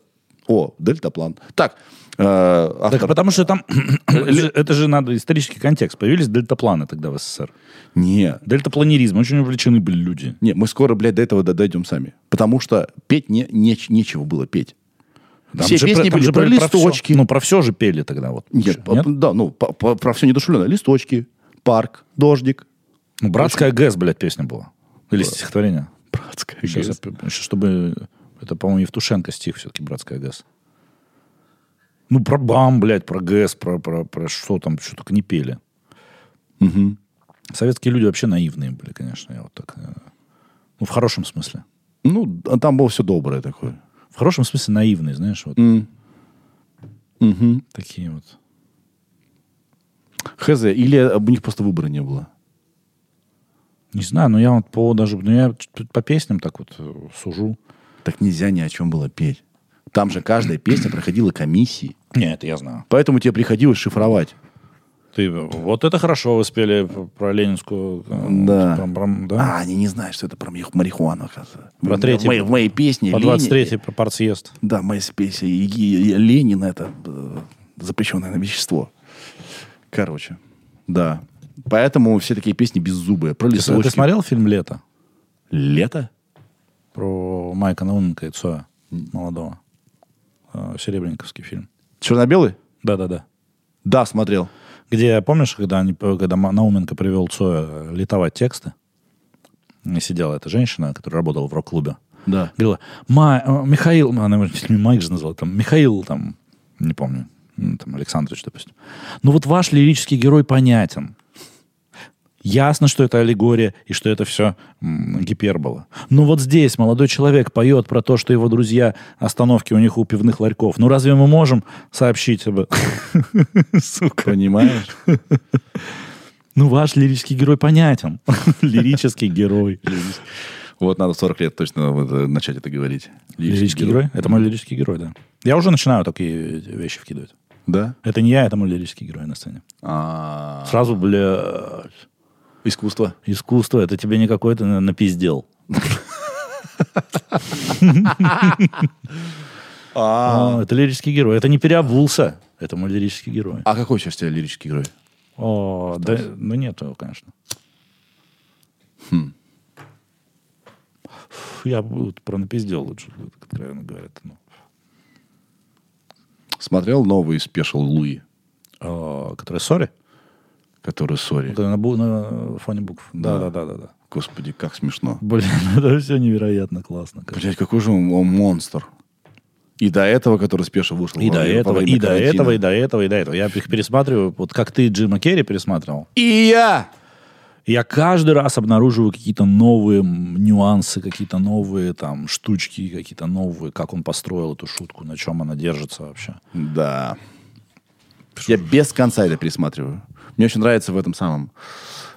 о, дельтаплан. Так, э,
Так,
автор...
потому что там... (clears throat) это, же, это же надо исторический контекст. Появились дельтапланы тогда в СССр.
Не,
Дельтапланеризм. Очень увлечены были люди.
не, мы скоро, блядь, до этого д- дойдем сами. Потому что петь не, не- нечего было петь.
Там
Все
же
песни
про- там
были
же
про
были всё.
листочки.
Ну, про все же пели тогда. Вот.
Нет,
Нет?
по- да, ну, по- по- про все недушевленное. Листочки, парк, дождик.
Ну, Братская ГЭС, блядь, песня была. Или стихотворение.
Братская
Сейчас,
грязь.
я п- щас, чтобы... Это, по-моему, Евтушенко стих все-таки, «Братская ГЭС». Ну, про БАМ, блядь, про ГЭС, про, про, про что там, что только не пели. Советские люди вообще наивные были, конечно. Я вот так... э, Ну, в хорошем смысле.
Ну, а там было все доброе такое.
В хорошем смысле наивные, знаешь, вот
Мгм.
такие вот.
Хз, или у них просто выбора не было.
Не знаю, но я вот по даже... Ну, я ч- по песням так вот э, сужу.
Так нельзя ни о чем было петь. Там же каждая песня проходила комиссии.
Не, это я знаю.
Поэтому тебе приходилось шифровать.
Ты, вот это хорошо вы спели п- про ленинскую... э,
Да.
прям- прям, да?
А, они не знают, что это про мих- марихуану, оказывается.
Про
В-
третий-
В, моей- в моей песне
По
Ленин-
23-й партсъезд.
Да, моя песня и- и- и Ленин это э, запрещенное вещество. Короче, да. Поэтому все такие песни беззубые. Про
Ты, с-
лесочки.
ты смотрел фильм «Лето»
Лето?
про Майка Науменко и Цоя молодого? Э, Серебренниковский фильм.
Черно-белый?
Да-да-да.
Да, смотрел.
Где, помнишь, когда, они, п- когда Ма- Науменко привел Цоя э, литовать тексты? И сидела эта женщина, которая работала в рок-клубе.
Да.
Говорила, «Ма- э, Михаил, ну, она его чуть не Майк же назвала, там, Михаил, там, не помню, ну, там, Александрович, допустим. Ну вот ваш лирический герой понятен. Ясно, что это аллегория и что это все гипербола. Но вот здесь молодой человек поет про то, что его друзья остановки у них у пивных ларьков. Ну разве мы можем сообщить об (laughs) этом? Сука.
Понимаешь?
Ну ваш лирический герой понятен. (laughs) Лирический герой.
Вот надо в 40 лет точно вот, э, начать это говорить.
Лирический герой? Это мой лирический герой, да. Я уже начинаю такие э, вещи вкидывать.
Да?
Это не я, это мой лирический герой на сцене.
А,
Сразу, бля,
Искусство.
искусство, это тебе не какой-то на- напиздел. А, Это лирический герой. Это не переобулся. Это мой лирический герой.
А какой сейчас у тебя лирический герой?
О, да, ну нет его, конечно. Хм. Фу, Я бы вот про напиздел лучше, вот, откровенно говоря. это, ну.
Смотрел новый спешл Луи,
А, Который сори?
который сори.
Это На, бу- на фоне букв. Да, да, да, да. да.
Господи, как смешно.
Блин, (laughs) это все невероятно классно. конечно.
Блять, какой же он, он монстр. И до этого, который спешил вышел.
И
во
до
время- во
этого,
время
и до
карантина.
этого, и до этого, и до этого. Я их пересматриваю, вот как ты Джима Керри пересматривал.
И я!
Я каждый раз обнаруживаю какие-то новые м, нюансы, какие-то новые там штучки, какие-то новые, как он построил эту шутку, на чем она держится вообще.
Да. Я без конца это пересматриваю. Мне очень нравится в этом самом...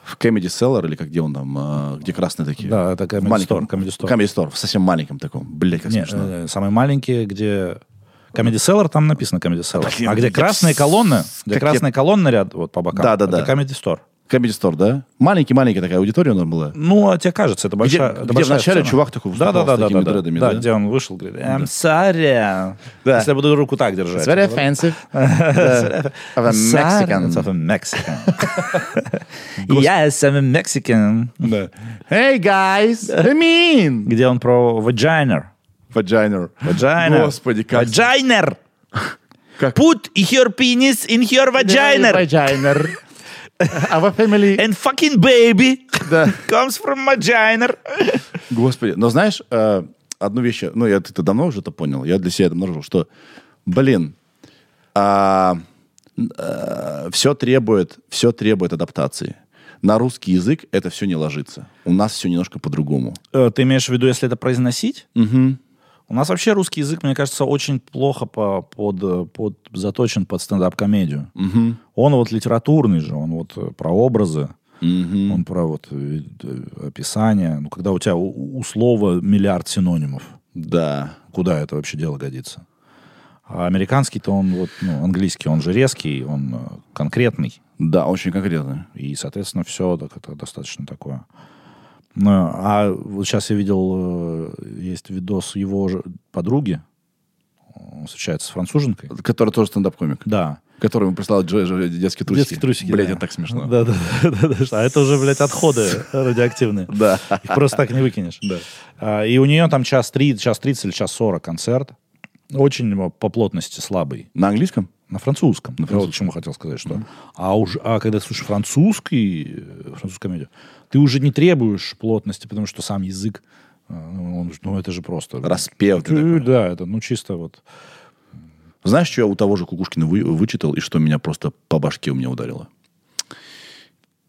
В Comedy Cellar, или как где он там, а, где красные такие.
Да, это Comedy
В маленьком-
Store, Comedy Store.
Comedy Store, в совсем маленьком таком. Блять, как
Не,
смешно.
э, самые маленькие, где Comedy Cellar, там написано Comedy Cellar.
блин,
а где
я
красные
с-
колонны, где
как
красные колонны ряд вот по бокам,
Да-да-да.
это Comedy Store.
Comedy Store, да? Маленький-маленький такая аудитория у нас была.
Ну, а тебе кажется, это
Где-
большая... это
где
большая
вначале
сцена.
чувак такой
да,
выступал
да,
с
да, да,
такими
да,
дредами,
да,
да?
где он вышел, говорит, I'm sorry.
Да.
Если я буду руку так держать.
It's very offensive. (laughs) Да. Of a
Sorry,
Mexican.
it's of a Mexican.
(laughs)
Yes, I'm a Mexican.
Hey, guys, I mean.
Где он про vagina.
Vagina.
Vagina.
Господи, как...
Vagina.
Как-
Put your penis in your vagina.
Vagina. Our family.
And fucking baby
Да.
(laughs) comes from vagina.
Господи, но знаешь, э, одну вещь, я- ну, я ты давно уже это понял, я для себя это обнаружил, что, блин, а, все требует, все требует адаптации. На русский язык это все не ложится. У нас все немножко по-другому.
Э, Ты имеешь в виду, если это произносить? У нас вообще русский язык, мне кажется, очень плохо по- под, э, под, заточен под стендап-комедию. Он вот литературный же, он вот э, про образы, он про вот э, э, описание. Ну, когда у тебя у, у слова миллиард синонимов,
Да.
куда это вообще дело годится? А американский-то он вот, ну, английский, он же резкий, он э, конкретный.
Да, очень конкретно.
И, соответственно, все это достаточно такое. Ну, а вот сейчас я видел, э, есть видос его же подруги. Он встречается с француженкой.
Который тоже стендап-комик.
Да.
Который ему прислал Джо- Джо- детские трусики.
Детские трусики.
Блядь,
да.
это так смешно.
Да, да, да, да, да. А это уже, блядь, отходы радиоактивные.
Да.
Их просто так не выкинешь. А, И у нее там час три, час 30 или час 40 концерт. Очень э, по плотности слабый.
На английском?
На французском.
На
Я вот
французском.
к чему хотел сказать, что... А, уж, а когда слушаешь французский, э, французскую комедию, ты уже не требуешь плотности, потому что сам язык, э, ну, он, же- ну, это же просто...
Распев. ты
Тю,
такой.
Да, это, ну, чисто вот...
Знаешь, что я у того же Кукушкина вы- вычитал, и что меня просто по башке у меня ударило?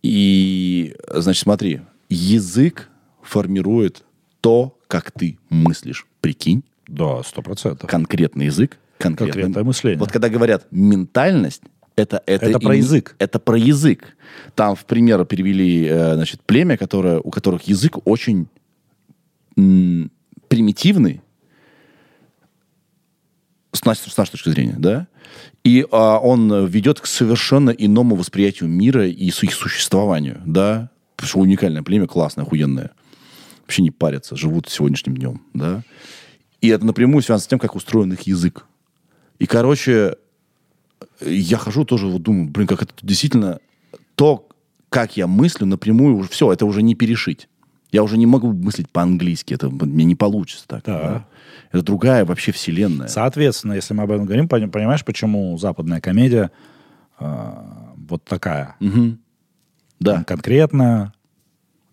И, значит, смотри, язык формирует то, как ты мыслишь. Прикинь,
Да, сто процентов.
конкретный язык, конкретный-
Конкретное мышление.
Вот когда говорят ментальность, это, это,
Это про
и-
язык.
Это про язык. Там, в пример, перевели, э, значит, племя, которое, у которых язык очень м, примитивный, с, нас- с нашей точки зрения, да? И а, он э, ведет к совершенно иному восприятию мира и су- их существованию, да? Потому что уникальное племя, классное, охуенное. Вообще не парятся, живут сегодняшним днем, да? И это напрямую связано с тем, как устроен их язык. И, короче, я хожу тоже вот думаю, блин, как это действительно то, как я мыслю напрямую, уже все, это уже не перешить. Я уже не могу мыслить по-английски, это мне не получится так.
Да.
Это другая вообще вселенная.
Соответственно, если мы об этом говорим, пони- понимаешь, почему западная комедия э, вот такая?
Да.
конкретная,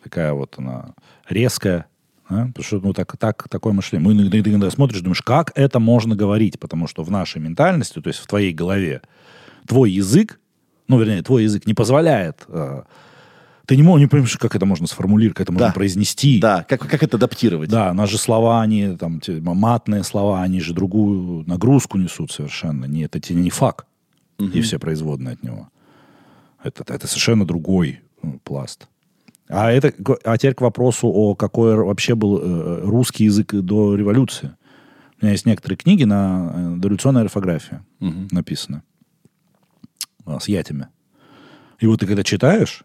такая вот она резкая. да, Потому что ну, так, так, такое мышление. Мы иногда, ты иногда смотришь, думаешь, как это можно говорить? Потому что в нашей ментальности, то есть в твоей голове, твой язык, ну, вернее, твой язык не позволяет. э, ты не, мо- не понимаешь, как это можно сформулировать, как это можно
Да.
произнести.
Да, как, как это адаптировать?
Да, у нас же слова, они там, те- матные слова, они же другую нагрузку несут совершенно. Не, это тебе не факт. И все производные от него. Это, это совершенно другой ну, пласт. А, это, к- а теперь к вопросу о какой р- вообще был э, русский язык до революции. У меня есть некоторые книги на э, дореволюционной орфографии написаны. А, С ятями. И вот ты когда читаешь,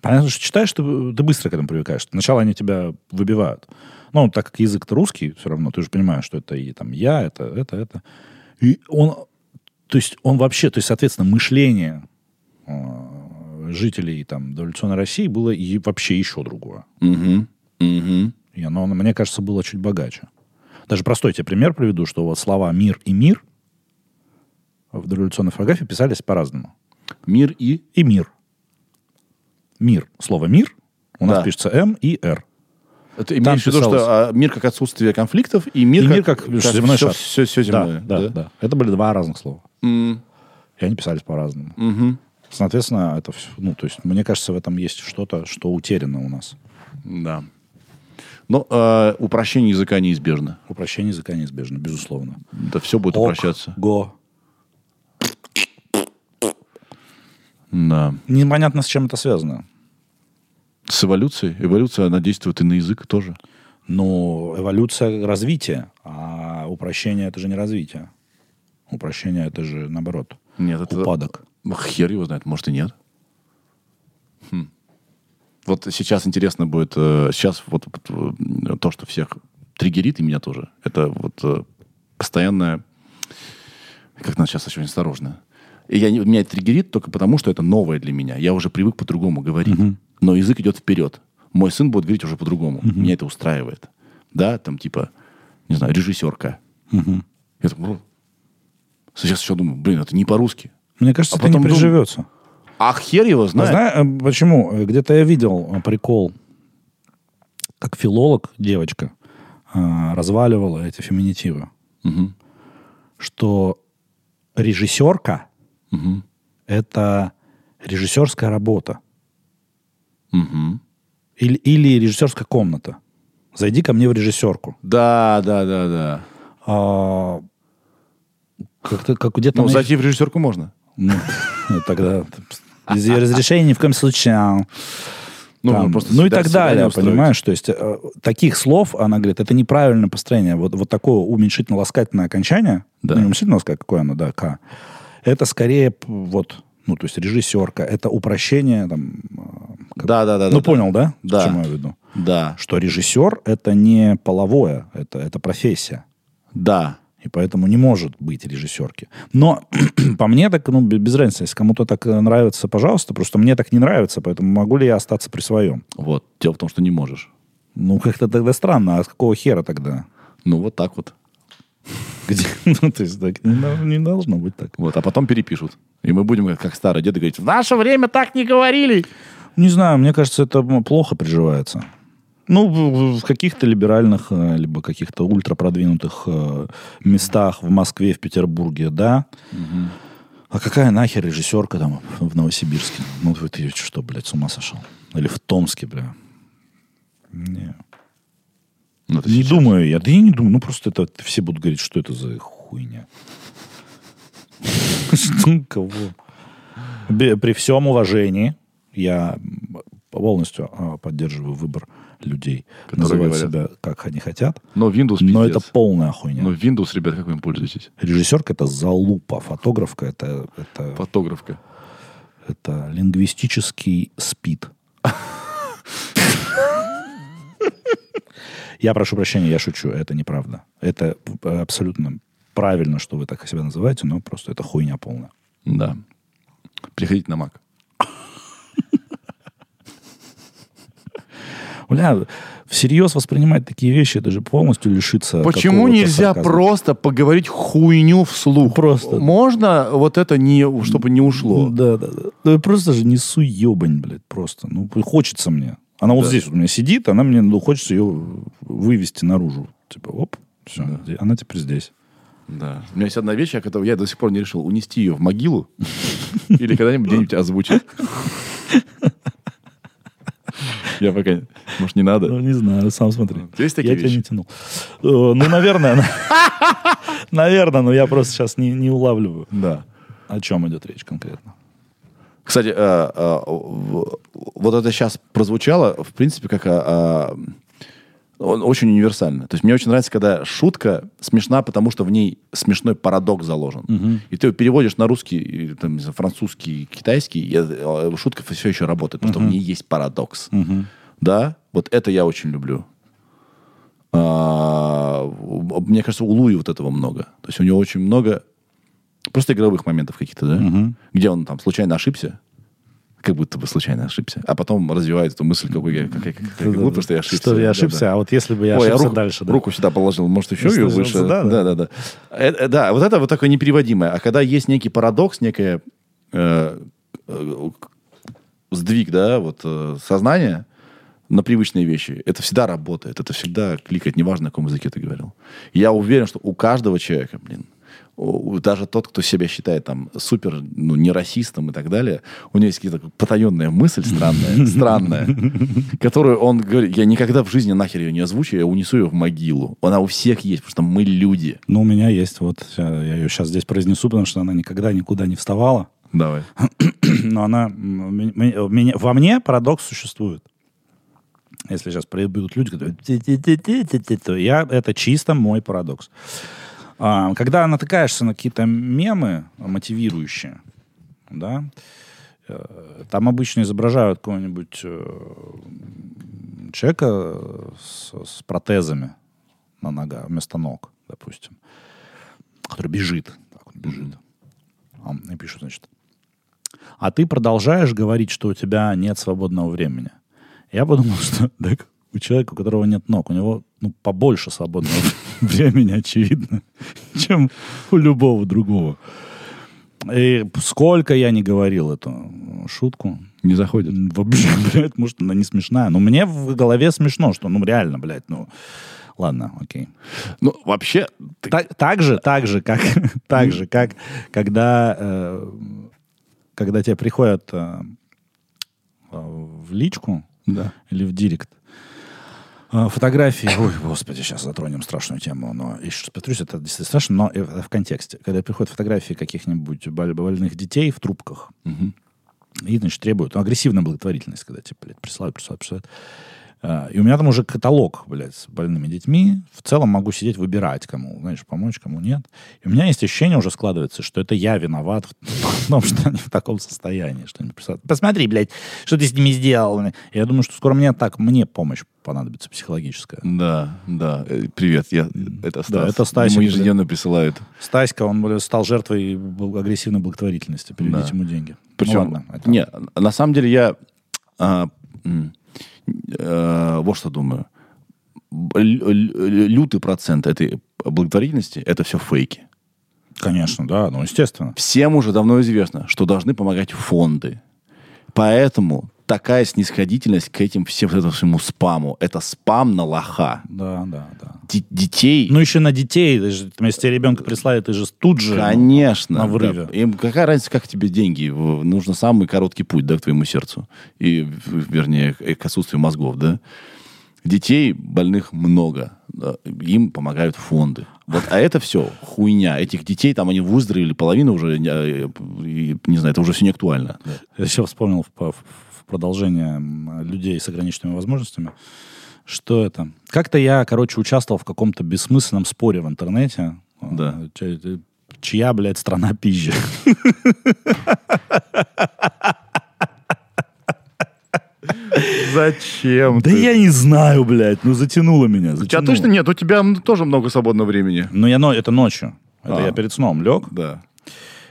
Понятно, что читаешь, ты, ты быстро к этому привыкаешь. Сначала они тебя выбивают. Ну, так как язык-то русский, все равно, ты же понимаешь, что это и там я, это, это, это. И он, то есть он вообще, то есть, соответственно, мышление э, жителей там дореволюционной России было и вообще еще другое.
Мгм. Мгм.
И оно, мне кажется, было чуть богаче. Даже простой тебе пример приведу, что вот слова «мир» и «мир» в дореволюционной фотографии писались по-разному
Мир и...
и мир. Мир. Слово мир у нас
Да.
пишется М и Р.
Это имеешь в виду,
писалось.
что а, мир как отсутствие конфликтов и мир
и
как,
мир как, земной
все,
шар.
Все, земное.
Да, да, да. Это были два разных слова.
М,
И они писались по-разному.
мгм.
Соответственно, это все, ну, то есть, мне кажется, в этом есть что-то, что утеряно у нас.
Да. Но э, упрощение языка неизбежно.
Упрощение языка неизбежно, безусловно.
Да все будет упрощаться.
Го.
Да.
Непонятно, с чем это связано.
С эволюцией. Эволюция, она действует и на язык тоже.
Но эволюция развития, а упрощение это же не развитие. Упрощение это же наоборот.
Нет, это- Ну,
упадок.
Ах, Хер его знает, может и нет. Хм. Вот сейчас интересно будет, э, сейчас вот э, то, что всех триггерит, и меня тоже, это вот э, постоянное, как надо сейчас очень осторожно. И я, не- меня это триггерит только потому, что это новое для меня. Я уже привык по-другому говорить. Но язык идет вперед. Мой сын будет говорить уже по-другому. Меня это устраивает. Да, там типа, не знаю, режиссерка. Я такой, «Бро». сейчас еще думаю, блин, это не по-русски.
Мне кажется,
А
это не
потом дум-
приживется.
Ах, хер его
А
знает.
зна- э, почему? Э, Где-то я видел э, прикол, как филолог, девочка, э, разваливала эти феминитивы. Что режиссерка это режиссерская работа. Или, или режиссерская комната. Зайди ко мне в режиссерку.
Да, да, да, да.
А, как-то как где-то
Ну,
на-
зайти в режиссерку можно.
Ну, ну, тогда без ее разрешения ни в коем случае. а,
Ну,
Там,
просто
ну и
свида-
так далее,
свидание устроить.
понимаешь? То есть э, таких слов, она говорит, это неправильное построение. Вот, вот такое уменьшительно-ласкательное окончание,
Да.
ну, не уменьшительно-ласкательное, какое оно, да, «ка», это скорее п- вот, ну, то есть режиссерка, это упрощение, там, э, как-
Да, да, да.
ну,
да,
понял, да,
Да.
к чему я веду?
Да,
Что режиссер — это не половое, это, это профессия.
да.
И поэтому не может быть режиссерки. Но (clears throat) по мне так, ну, б- без разницы. Если кому-то так э, нравится, пожалуйста. Просто мне так не нравится, поэтому могу ли я остаться при своем?
Вот. Дело в том, что не можешь.
Ну, (laughs) как-то тогда странно. А с какого хера тогда?
Ну, вот так вот.
Где? (laughs) Ну, то есть так не, дол- не должно быть так.
Вот. А потом перепишут. И мы будем, как- как старый дед, говорить, в наше время так не говорили.
Не знаю, мне кажется, это м, плохо приживается. Ну, в- в- в каких-то либеральных, э, либо каких-то ультрапродвинутых э, местах в Москве, в Петербурге, да. А какая нахер режиссерка там в Новосибирске? Ну, ты- ты что, блядь, с ума сошел? Или в Томске, бля. Не,
Ну, это
не
сейчас.
думаю я. Да я не думаю. Ну, просто это все будут говорить, что это за хуйня. (laughs) Что, кого? Бе- При всем уважении я м, полностью а, поддерживаю выбор людей
Которые
называть себя
говорят.
как они хотят.
Но Windows
Но это
пиздец. Ну
полная хуйня.
Но Windows, ребят, как вы им пользуетесь?
Режиссерка это залупа, фотографка это, это,
Фотографка.
это лингвистический спид. Я прошу прощения, я шучу, это неправда. Это э, абсолютно правильно, что вы так себя называете, но просто это хуйня полная.
Да. Приходите на Mac.
Бля, всерьез воспринимать такие вещи, это же полностью лишиться
Почему
какого-то
нельзя
сарказма.
просто поговорить хуйню вслух?
Просто.
Можно вот это не, чтобы не ушло?
Да, да, да. Да просто же несу ебань, блядь, просто. Ну, хочется мне. Она вот здесь вот у меня сидит, она мне, ну, хочется ее вывести наружу. Типа, оп, все, она теперь здесь.
Да. У меня есть одна вещь, я, которую я до сих пор не решил. Унести ее в могилу (laughs) или когда-нибудь где-нибудь (laughs) озвучить. Я пока... Может, не надо?
Ну, не знаю, сам смотри.
Ну, Есть такие
я тебя
вещи?
не тянул. Э, Ну, наверное, она- (laughs) наверное, но я просто сейчас не, не улавливаю,
Да.
о чем идет речь конкретно.
Кстати, э, э, в- вот это сейчас прозвучало, в принципе, как а, а, он очень универсально. То есть мне очень нравится, когда шутка смешна, потому что в ней смешной парадокс заложен. И ты его переводишь на русский, и, там, не знаю, французский, китайский, и, э, шутка все еще работает, потому что в ней есть парадокс. Да, вот это я очень люблю. А, у- мне кажется, у Луи вот этого много. То есть у него очень много просто игровых моментов каких-то, да? Где он там случайно ошибся, как будто бы случайно ошибся, а потом развивает эту мысль, какой я, как я- как я глупо, что я ошибся.
Что я
Да-да.
ошибся, а вот если бы я
Ой, а
ошибся
руку,
дальше, да.
руку сюда положил, может, еще
Если
ее
же-
выше. Да,
да, да.
да, да. Э, э, да, вот это вот такое непереводимое. А когда есть некий парадокс, некий сдвиг, да, вот э, сознания на привычные вещи, это всегда работает, это всегда кликает, неважно, на каком языке ты говорил. Я уверен, что у каждого человека, блин, у- у- даже тот, кто себя считает там супер, ну, не расистом и так далее, у него есть какая-то потаенная
(laughs)
мысль странная, странная, которую он говорит, я никогда в жизни нахер ее не озвучу, я унесу ее в могилу. Она у всех есть, потому что мы люди.
Ну, у меня есть вот, э, я ее сейчас здесь произнесу, потому что она никогда никуда не вставала.
Давай.
(clears throat) но она м, м, м, меня- во мне парадокс существует. Если сейчас придут люди, которые «ти-ти-ти-ти-ти-ти», то я это чисто мой парадокс. А, Когда натыкаешься на какие-то мемы мотивирующие, да, Э, Там обычно изображают какого-нибудь э, человека с, с протезами на ногах, вместо ног, допустим, который бежит. Так вот бежит. А он- И пишут, значит, а ты продолжаешь говорить, что у тебя нет свободного времени. Я подумал, (laughs) что так, у человека, у которого нет ног, у него ну, побольше свободного (laughs) времени, очевидно, (laughs) чем у любого другого. И сколько я не говорил эту шутку.
Не заходит.
М, Вообще, (laughs) блядь, может, она не смешная. Но мне в голове смешно, что ну реально, блядь, ну... Ладно, окей.
Ну, вообще, ты-
Так, так же, так же, как, (laughs) так же, как, когда, э, когда тебе приходят э, э, в личку
Да.
или в директ э, фотографии. Ой, господи, сейчас затронем страшную тему, но еще раз повторюсь, это действительно страшно, но э, в контексте. Когда приходят фотографии каких-нибудь боль- больных детей в трубках,
Мгм.
и, значит, требуют ну, агрессивная благотворительность, когда тебе, блядь, присылают, присылают, присылают. А, И у меня там уже каталог, блядь, с больными детьми. В целом могу сидеть, выбирать, кому, знаешь, помочь, кому нет. И у меня есть ощущение уже складывается, что это я виноват (laughs) в том, что они в таком состоянии, что они присылают. Посмотри, блядь, что ты с ними сделал. И я думаю, что скоро мне так, мне помощь понадобится психологическая.
Да, да. Э, Привет, я, это Стас.
это Стасик,
Ему ежедневно присылают.
Стаська, он блядь, стал жертвой бл- агрессивной благотворительности. Переведите
Да.
ему деньги.
Причем,
Ну ладно, это-
не, на самом деле я а, м, э, вот что думаю. Б- лю- лю- Лютый процент этой благотворительности – это все фейки.
Конечно, да, ну, естественно.
Всем уже давно известно, что должны помогать фонды. Поэтому такая снисходительность к этим всем вот этому всему спаму. Это спам на лоха.
Да, да, да.
Ди- детей,
Ну, еще на детей. ты же, там, Если тебе ребенка прислали, ты же тут же. ну,
конечно.
на врыве.
да. Им какая разница, как тебе деньги? В- Нужно самый короткий путь, да, к твоему сердцу. И, в- вернее, к к отсутствию мозгов, да. Детей больных много. да. Им помогают фонды. Вот, а это все хуйня. Этих детей, там они выздоровели половину уже, э, и, не знаю, это уже все не актуально. Да.
Я еще вспомнил в, по- в продолжение м, людей с ограниченными возможностями. Что это? Как-то я, короче, участвовал в каком-то бессмысленном споре в интернете.
Да.
Чья, чья, блядь, страна пизже?
(laughs) Зачем?
Да я не знаю, блядь. Ну, затянуло меня.
У тебя
затянуло.
точно нет, у тебя м, тоже много свободного времени.
Ну, я, но, это ночью. Это
А.
я перед сном лег.
Да.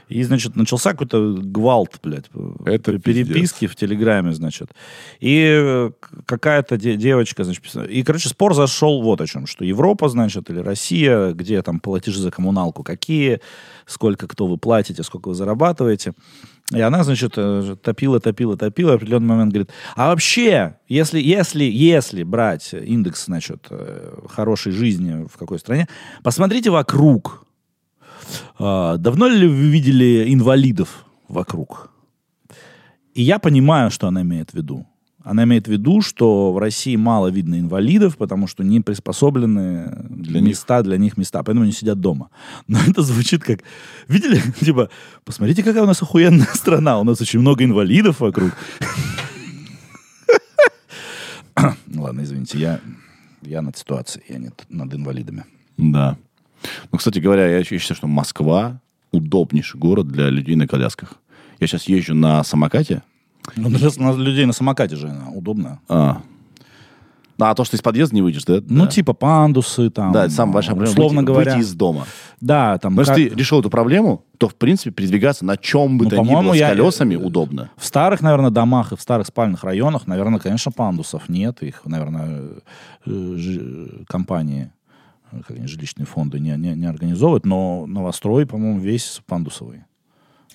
И, значит, начался какой-то гвалт, блядь. э,
Это
пе- Переписки в Телеграме, значит. И э, к- какая-то де- девочка, значит, писала. И, короче, спор зашел вот о чем, что Европа, значит, или Россия, где там платежи за коммуналку какие, сколько кто вы платите, сколько вы зарабатываете. И она, значит, э, топила, топила, топила, и в определенный момент говорит, а вообще, если, если, если брать индекс, значит, э, хорошей жизни в какой стране, посмотрите вокруг, а, Давно ли вы видели инвалидов вокруг? И я понимаю, что она имеет в виду. Она имеет в виду, что в России мало видно инвалидов, потому что не приспособлены
Для них.
места для них места, поэтому они сидят дома. Но это звучит как... Видели? (laughs) Типа, посмотрите, какая у нас охуенная (laughs) страна, у нас очень много инвалидов вокруг. (coughs) Ну Ладно, извините, я, я над ситуацией, я не т- над инвалидами.
Да. Ну, кстати говоря, я еще считаю, что Москва удобнейший город для людей на колясках. Я сейчас езжу на самокате.
Ну, для с- на- людей на самокате же она удобная.
А, а то, что из подъезда не выйдешь, да?
Ну,
да.
типа пандусы там.
Да, это самая большая проблема.
Условно
выйти,
говоря.
выйти из дома.
Да, там
Но если
как-
ты решил эту проблему, то, в принципе, передвигаться на чем бы
Ну,
то ни
по-моему,
было с
я-
колесами удобно.
в старых, наверное, домах и в старых спальных районах, наверное, конечно, пандусов нет. Их, наверное, э, жи- компании, э, как они, жилищные фонды не, не, не организовывают, но новострой, по-моему, весь пандусовый.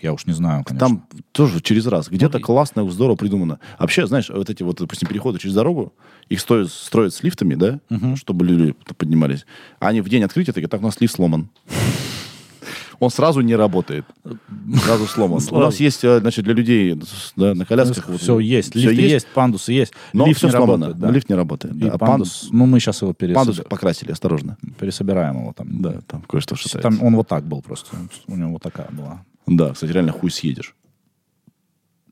Я уж не знаю, конечно.
Там тоже через раз. Где-то классно, здорово придумано. Вообще, знаешь, вот эти вот, допустим, переходы через дорогу, их стоят, строят с лифтами, да, чтобы люди поднимались. А они в день открытия такие, так, у нас лифт сломан. Он сразу не работает. Сразу сломан. У нас есть, э, значит, для людей с- да, на колясках... вот-
все есть,
всё
лифты есть, пандусы есть.
но
лифт
все
не
сломано.
работает, да.
Но Лифт не работает.
И
да. А
пандус, ну, мы сейчас его
пан-
пересобираем,
пандус покрасили, осторожно.
пересобираем его там.
Да, там кое-что шатается.
Там он вот так был просто. У него вот такая была.
Да, кстати, реально хуй съедешь.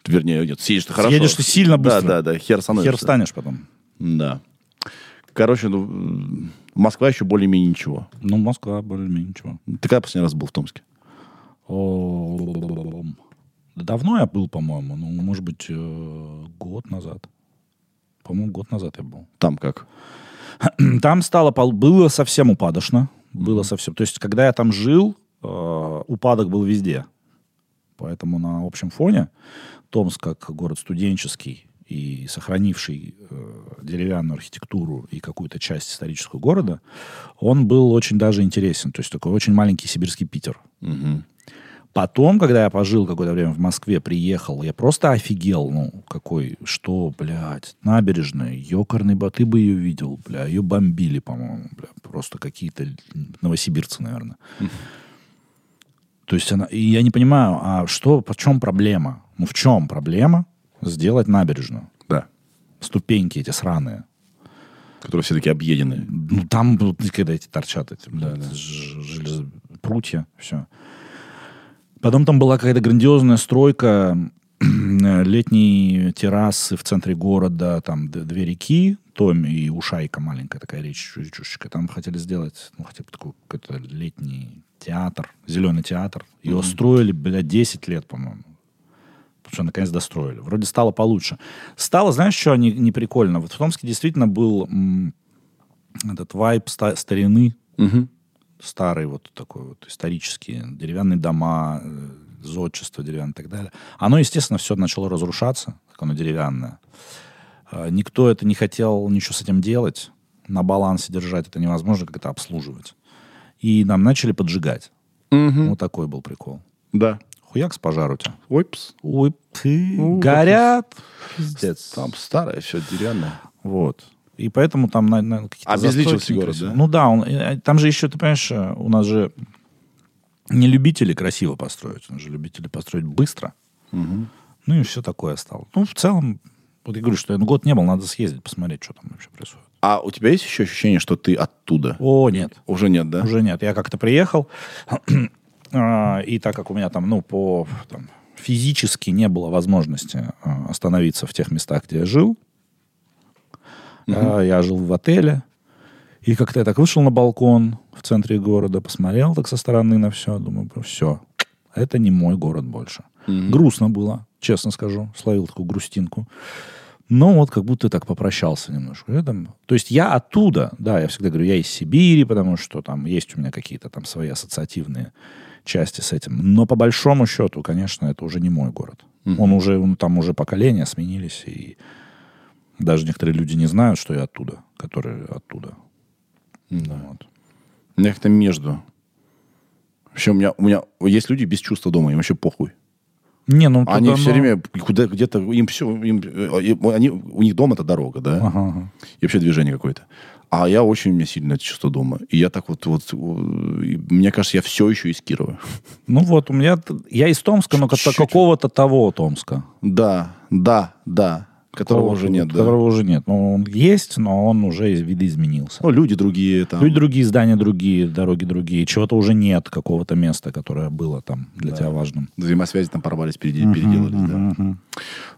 Вернее, нет, съедешь ты хорошо.
Съедешь ты сильно быстро.
Да, да, да, хер становишься.
Хер встанешь потом.
Да. Короче, ну, м, Москва еще более-менее ничего.
Ну, Москва более-менее ничего.
Ты когда последний раз был в Томске?
Да Давно я был, по-моему, ну, может быть, э, год назад. По-моему, год назад я был.
Там как?
(clears throat) Там стало, пол- было совсем упадочно. Было совсем. То есть, когда я там жил, э, упадок был везде. Поэтому на общем фоне Томск, как город студенческий и сохранивший э, деревянную архитектуру и какую-то часть исторического города, он был очень даже интересен. То есть, такой очень маленький сибирский Питер.
Мгм.
Потом, когда я пожил какое-то время в Москве, приехал, я просто офигел, ну, какой, что, блядь, набережная, ёкарный ба, ты бы ее видел, бля, ее бомбили, по-моему, бля, просто какие-то л- новосибирцы, наверное. То есть она, и я не понимаю, а что, в чем проблема? Ну, в чем проблема сделать набережную?
Да.
Ступеньки эти сраные.
Которые все такие объеденные.
Ну, там будут, когда эти торчат, эти, блядь, ж- желез- прутья, все. Потом там была какая-то грандиозная стройка (clears throat) э, летней террасы в центре города, там д- две реки, Томи и Ушайка, маленькая такая реч- речушечка. Там хотели сделать, ну, хотя бы такой какой-то летний театр, зеленый театр. Его строили, блядь, 10 лет, по-моему. Потому что наконец достроили. Вроде стало получше. Стало, знаешь, что не, не прикольно? Вот в Томске действительно был м, этот вайб ста- старины,
Мгм.
старый вот такой вот исторические деревянные дома, э, зодчество деревянное и так далее. Оно, естественно, все начало разрушаться, как оно деревянное. Э, Никто это не хотел ничего с этим делать, на балансе держать это невозможно, как это обслуживать. И нам начали поджигать.
Мгм.
Вот такой был прикол.
Да.
Хуяк с пожару тебя.
Ойпс.
Ой, ты,
Ну,
горят. Пиздец.
Там старое, все деревянное.
Вот. И поэтому там на, на какие-то
Обезличился
застройки
город,
некрасивые.
да?
Ну да, он, э, там же еще, ты понимаешь, э, у нас же не любители красиво построить, у нас же любители построить быстро. Ну и все такое стало. Ну, в целом, вот я говорю, что я ну, год не был, надо съездить, посмотреть, что там вообще происходит.
А у тебя есть еще ощущение, что ты оттуда?
О, нет.
Уже нет, да?
Уже нет. Я как-то приехал, (clears throat) а, и так как у меня там, ну, по там, физически не было возможности а, остановиться в тех местах, где я жил, а, я жил в отеле, и как-то я так вышел на балкон в центре города, посмотрел так со стороны на все, думаю, все, это не мой город больше. Грустно было, честно скажу, словил такую грустинку. Но вот как будто так попрощался немножко. Я там- то есть я оттуда, да, я всегда говорю, я из Сибири, потому что там есть у меня какие-то там свои ассоциативные части с этим. Но по большому счету, конечно, это уже не мой город. Он уже, он- там уже поколения сменились, и даже некоторые люди не знают, что я оттуда, которые оттуда. Вот.
У меня как-то между. Вообще у меня, у меня есть люди без чувства дома, им вообще похуй.
Не, ну,
Они
туда,
все
ну,
время куда где-то им все, им, э, им- они, у них дом это дорога, да,
Ага, ага.
и вообще движение какое-то. А я очень у меня сильно это чувство дома, и я так вот вот, э, и мне кажется, я все еще из Кирова.
Ну вот, у меня... т- Я из Томска, но как-то
Чуть-чуть.
какого-то того Томска.
(laughs) Да, да, да, которого
Какого-
уже нет, да.
Которого уже нет. Ну, он есть, но он уже из- видоизменился.
Ну, люди другие там.
Люди другие, здания другие, дороги другие. Чего-то уже нет, какого-то места, которое было там для тебя важным.
Взаимосвязи там порвались, переде- переделались. да.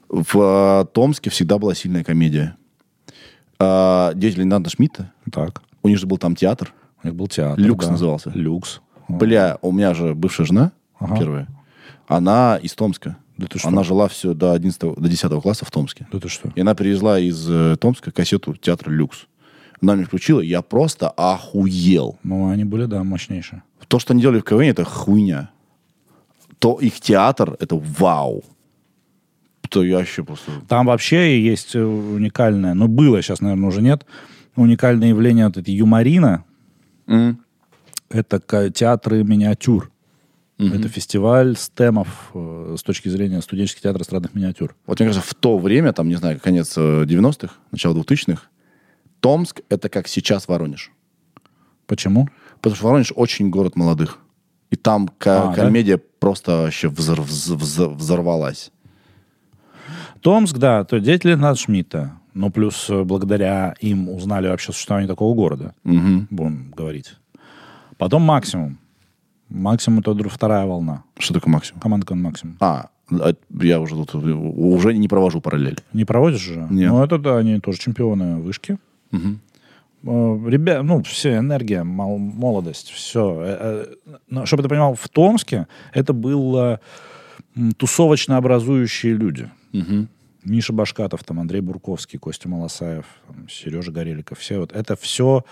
В э, Томске всегда была сильная комедия. А, дети Леонарда Шмидта,
Так.
у них же был там театр.
У них был театр.
Люкс
А, да.
назывался.
Люкс.
Бля, у меня же бывшая жена
Ага.
первая, она из Томска.
Да ты что?
она жила все до 11 до 10 класса в Томске.
Да ты Ну, что?
И она привезла из э, Томска кассету театра «Люкс». Она мне включила, я просто охуел.
Ну, они были, да, мощнейшие.
То, что они делали в КВН, это хуйня. То их театр, это вау. То я вообще просто...
Там вообще есть э, уникальное, ну, было, сейчас, наверное, уже нет, уникальное явление вот этой юморина. Это ка- театры миниатюр. Это фестиваль стемов э, с точки зрения студенческих театра эстрадных миниатюр.
Вот мне кажется, в то время, там, не знаю, конец э, 90-х, начало 2000-х, Томск — это как сейчас Воронеж.
Почему?
Потому что Воронеж очень город молодых. И там ка-
А, да?
комедия просто вообще взор- вз- вз- взорвалась.
Томск, да, то дети Леонарда Шмидта. Но плюс э, благодаря им узнали вообще существование такого города. Будем говорить. Потом максимум. Максимум это дру- вторая волна.
Что такое максимум?
Команда «Кон максимум.
А, а, я уже тут уже не провожу параллель.
Не проводишь же?
Нет.
Ну, это да, они тоже чемпионы вышки. Ребят, ну, все, энергия, мол- Э, молодость, все. Чтобы ты понимал, в Томске это было м, тусовочно образующие люди.
Мгм.
Миша Башкатов, там Андрей Бурковский, Костя Малосаев, Сережа Гореликов, все вот это все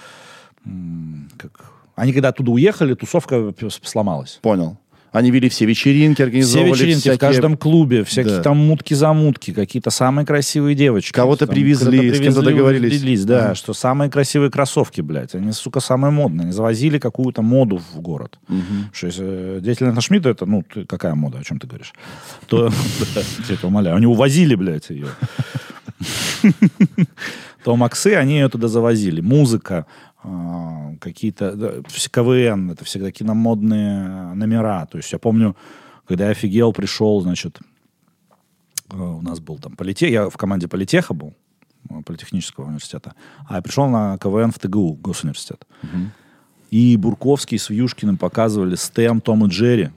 как... Они когда оттуда уехали, тусовка п- с- сломалась.
Понял. Они вели все вечеринки,
Все
организовывали
вечеринки
всякие-
в каждом клубе, всякие
Да.
там мутки-замутки, какие-то самые красивые девочки.
Кого-то
Там
привезли,
кого-то
с кем-то
привезли,
договорились.
увезлились, да,
Ага.
что самые красивые кроссовки, блядь, они, сука, самые модные. Они завозили какую-то моду в город.
Мгм.
Что если э, деятельность Шмидта, это, ну, ты- какая мода, о чем ты говоришь? То, (laughs) да, я тебя умоляю, они увозили, блядь, ее. (laughs) То Максы, они ее туда завозили. Музыка, а, какие-то... да, вс- КВН, это всегда киномодные номера. То есть я помню, когда я офигел, пришел, значит, э, у нас был там политех, я в команде политеха был, э, политехнического университета, а я пришел на КВН в ТГУ, госуниверситет. И Бурковский с Вьюшкиным показывали стэм Том и Джерри.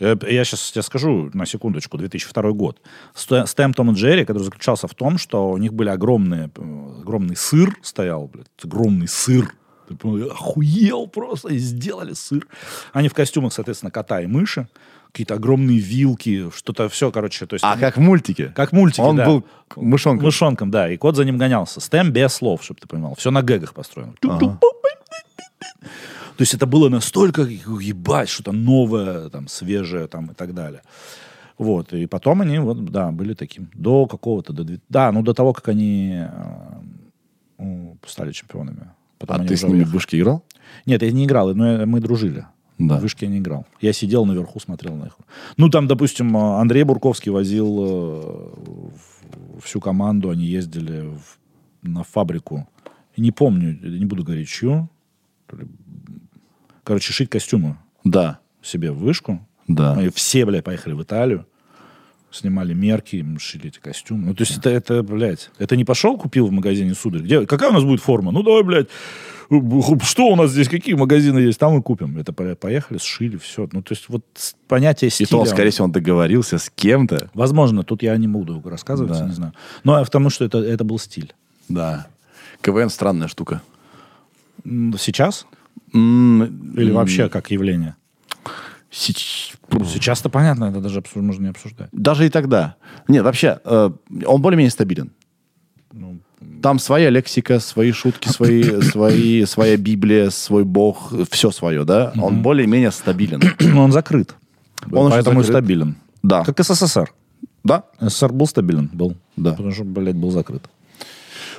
Я, сейчас тебе скажу, на секундочку, 2002 год. Сте- Стэм Том и Джерри, который заключался в том, что у них были огромные, э, огромный сыр стоял, блядь, огромный сыр. Ты понял, я охуел просто, и сделали сыр. Они в костюмах, соответственно, кота и мыши, какие-то огромные вилки, что-то все, короче. То есть
А
они-
как в мультике.
как мультики,
Он
да.
был к- мышонком.
Мышонком, да. И кот за ним гонялся. Стэм без слов, чтобы ты понимал. Все на гэгах построено. То есть это было настолько, ебать, что-то новое, там, свежее там, и так далее. Вот. И потом они, вот, да, были таким. До какого-то, до... две- Да, ну до того, как они э, ну, стали чемпионами. Потом
А
они
ты с
уже
ними в
уехали.
вышке играл?
Нет, я не играл, но я- мы дружили.
Да.
В вышке я не играл. Я сидел наверху, смотрел на их. Ну, там, допустим, э, Андрей Бурковский возил э, в- всю команду, они ездили в- на фабрику. Не помню, не буду говорить, чью. То ли- Короче, шить костюмы
Да.
себе в вышку.
Да.
Мы все, бля, поехали в Италию. Снимали мерки, им шили эти костюмы. Ну, то есть это, это, блядь, это не пошел, купил в магазине сударь. Где, какая у нас будет форма? Ну, давай, блядь, что у нас здесь, какие магазины есть, там и купим. Это по- поехали, сшили, все. Ну, то есть вот с- понятие
И
стиля...
то, он, скорее всего, он договорился с кем-то.
Возможно, тут я не буду рассказывать,
Да.
не знаю. Но а потому что это, это был стиль.
Да. КВН странная штука.
М, Сейчас?
М,
Или вообще как явление?
сич-
Сейчас-то понятно, это даже обсу- можно не обсуждать.
Даже и тогда. Нет, вообще, э, он более-менее стабилен.
Ну,
Там своя лексика, свои шутки, (coughs) свои, свои, своя Библия, свой бог, все свое, да? Он более-менее (coughs) стабилен.
но он закрыт.
Он
поэтому и
очень закрыт.
стабилен.
Да.
Как СССР.
Да.
СССР был стабилен? Был.
Да.
Потому что, блядь, был закрыт.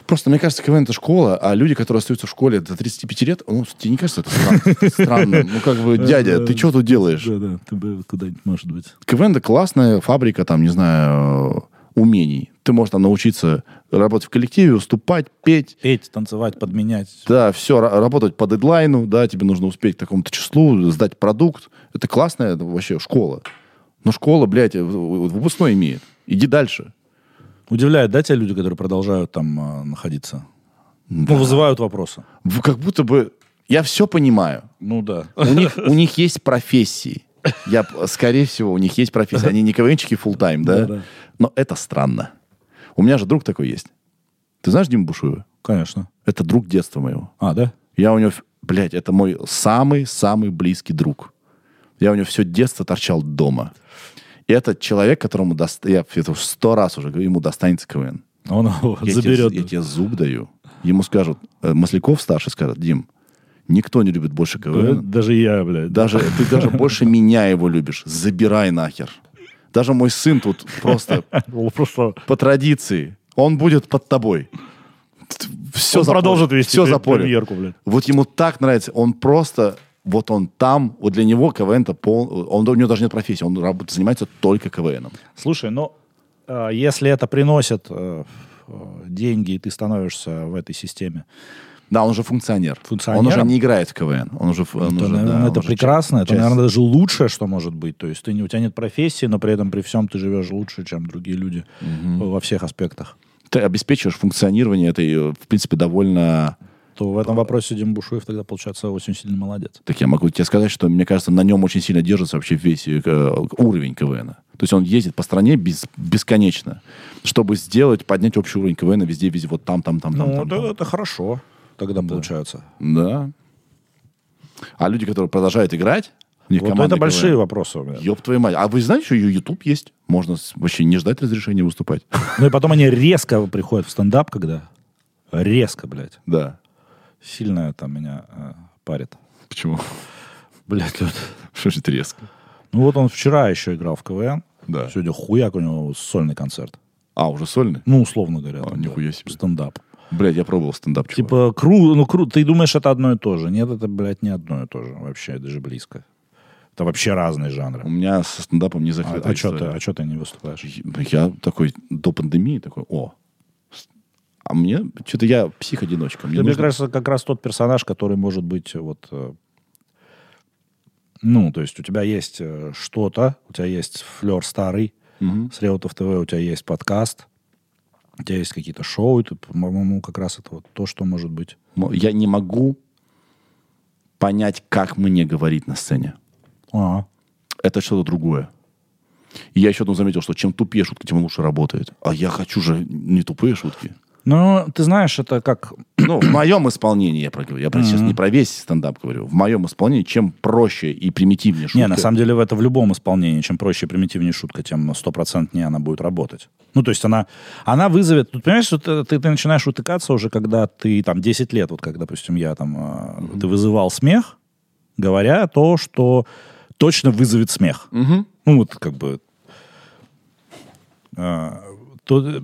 Просто, мне кажется, КВН это школа, а люди, которые остаются в школе до 35 лет, ну, тебе не кажется это (laughs) стран- странным? Ну, как бы, дядя, ты что тут делаешь?
да, ты бы куда-нибудь, может быть.
КВН это классная фабрика, там, не знаю, э, умений. Ты можешь там научиться работать в коллективе, уступать, петь,
Петь, танцевать, подменять.
да, все, работать по дедлайну, да, тебе нужно успеть к такому-то числу, сдать продукт. Это классная это вообще школа. Но школа, блядь, э, вот выпускной имеет. Иди дальше.
Удивляют, да, те люди, которые продолжают там а, находиться? Ну, вызывают вопросы.
В- Как будто бы я все понимаю.
Ну, да.
У них, у них есть профессии. Я, п- скорее всего, у них есть профессии. Они не КВНчики full-time, да?
Да-да.
Но это странно. У меня же друг такой есть. Ты знаешь Диму Бушуева?
(laughs) Конечно.
Это друг детства моего.
А, да?
Я у него, ф- блядь, это мой самый-самый близкий друг. Я у него все детство торчал дома. И этот человек, которому дост... я это уже сто раз уже говорю, ему достанется КВН.
А Он его
Я
заберет.
Тебе, я тебе зуб даю. Ему скажут, э, Масляков старший скажет, Дим, никто не любит больше
Э,
КВН.
Даже я, блядь.
Даже, ты даже больше меня его любишь. Забирай нахер. Даже мой сын тут просто
Он просто...
по традиции. Он будет под тобой. Все
Он продолжит вести
все
пре-
запорит.
премьерку, блядь.
Вот ему так нравится. Он просто... Вот он там, вот для него КВН-то пол... Он, у него даже нет профессии, он работ- занимается только КВНом.
Слушай, ну, э, если это приносит э, э, деньги, и ты становишься в этой системе,
Да, он уже функционер.
Функционером?
Он уже не играет в КВН. Он уже... ф- он
Это,
уже,
наверное,
да, он
это
уже
прекрасно,
ча-
это,
часть.
наверное, даже лучшее, что может быть. То есть ты не, у тебя нет профессии, но при этом при всем ты живешь лучше, чем другие люди во всех аспектах.
Ты обеспечиваешь функционирование этой, э, в принципе, довольно...
То в этом вопросе Дима Бушуев тогда, получается, очень сильно молодец.
Так я могу тебе сказать, что, мне кажется, на нем очень сильно держится вообще весь э, э, уровень КВН. То есть он ездит по стране без, бесконечно, чтобы сделать, поднять общий уровень КВН везде, везде, вот там, там, там, там.
ну,
там,
это,
там.
это хорошо тогда получается.
Да. А люди, которые продолжают играть, У них
Вот
команда
это большие
КВН.
вопросы. блядь.
Ёб твою мать. А вы знаете, что и YouTube есть? Можно с- вообще не ждать разрешения выступать. (laughs)
Ну и потом они резко приходят в стендап, когда резко, блядь.
Да.
Сильно там меня э, парит.
Почему?
Блядь, Лёд.
Что же это резко?
Ну вот он вчера еще играл в КВН.
Да.
Сегодня хуяк у него сольный концерт.
А, уже сольный?
Ну, условно говоря.
А,
там, да,
нихуя себе.
Стендап.
Блядь, я пробовал стендап, чувак.
Типа, кру, ну, кру, ты думаешь, это одно и то же. Нет, это, блядь, не одно и то же. Вообще, даже близко. Это вообще разные
У
жанры.
меня со стендапом не
А,
закрыто.
а что ты, а чё ты не выступаешь?
Я такой до пандемии такой, о, с- а мне что-то я псих-одиночка. Мне
Ты, мне
нужно-
кажется, как раз тот персонаж, который может быть вот... э, Ну, то есть у тебя есть э, что-то, у тебя есть флер старый,
Мгм.
с Реутов ТВ у тебя есть подкаст, у тебя есть какие-то шоу, и ты, по-моему, как раз это вот то, что может быть.
Но Я не могу понять, как мне говорить на сцене.
А,
Это что-то другое. И я еще одно заметил, что чем тупее шутка, тем лучше работает. А я хочу же не тупые шутки. (clears throat)
Ну, ты знаешь, это как...
Ну, в моем исполнении, я про- я про- сейчас не про весь стендап говорю, в моем исполнении, чем проще и примитивнее шутка.
Не, на самом деле это в любом исполнении. Чем проще и примитивнее шутка, тем стопроцентнее она будет работать. Ну, то есть она, она вызовет... Тут, понимаешь, вот это ты, ты начинаешь утыкаться уже, когда ты там 10 лет, вот как, допустим, я там... э, Ты вызывал смех, говоря то, что точно вызовет смех. Ну, вот как бы... э, то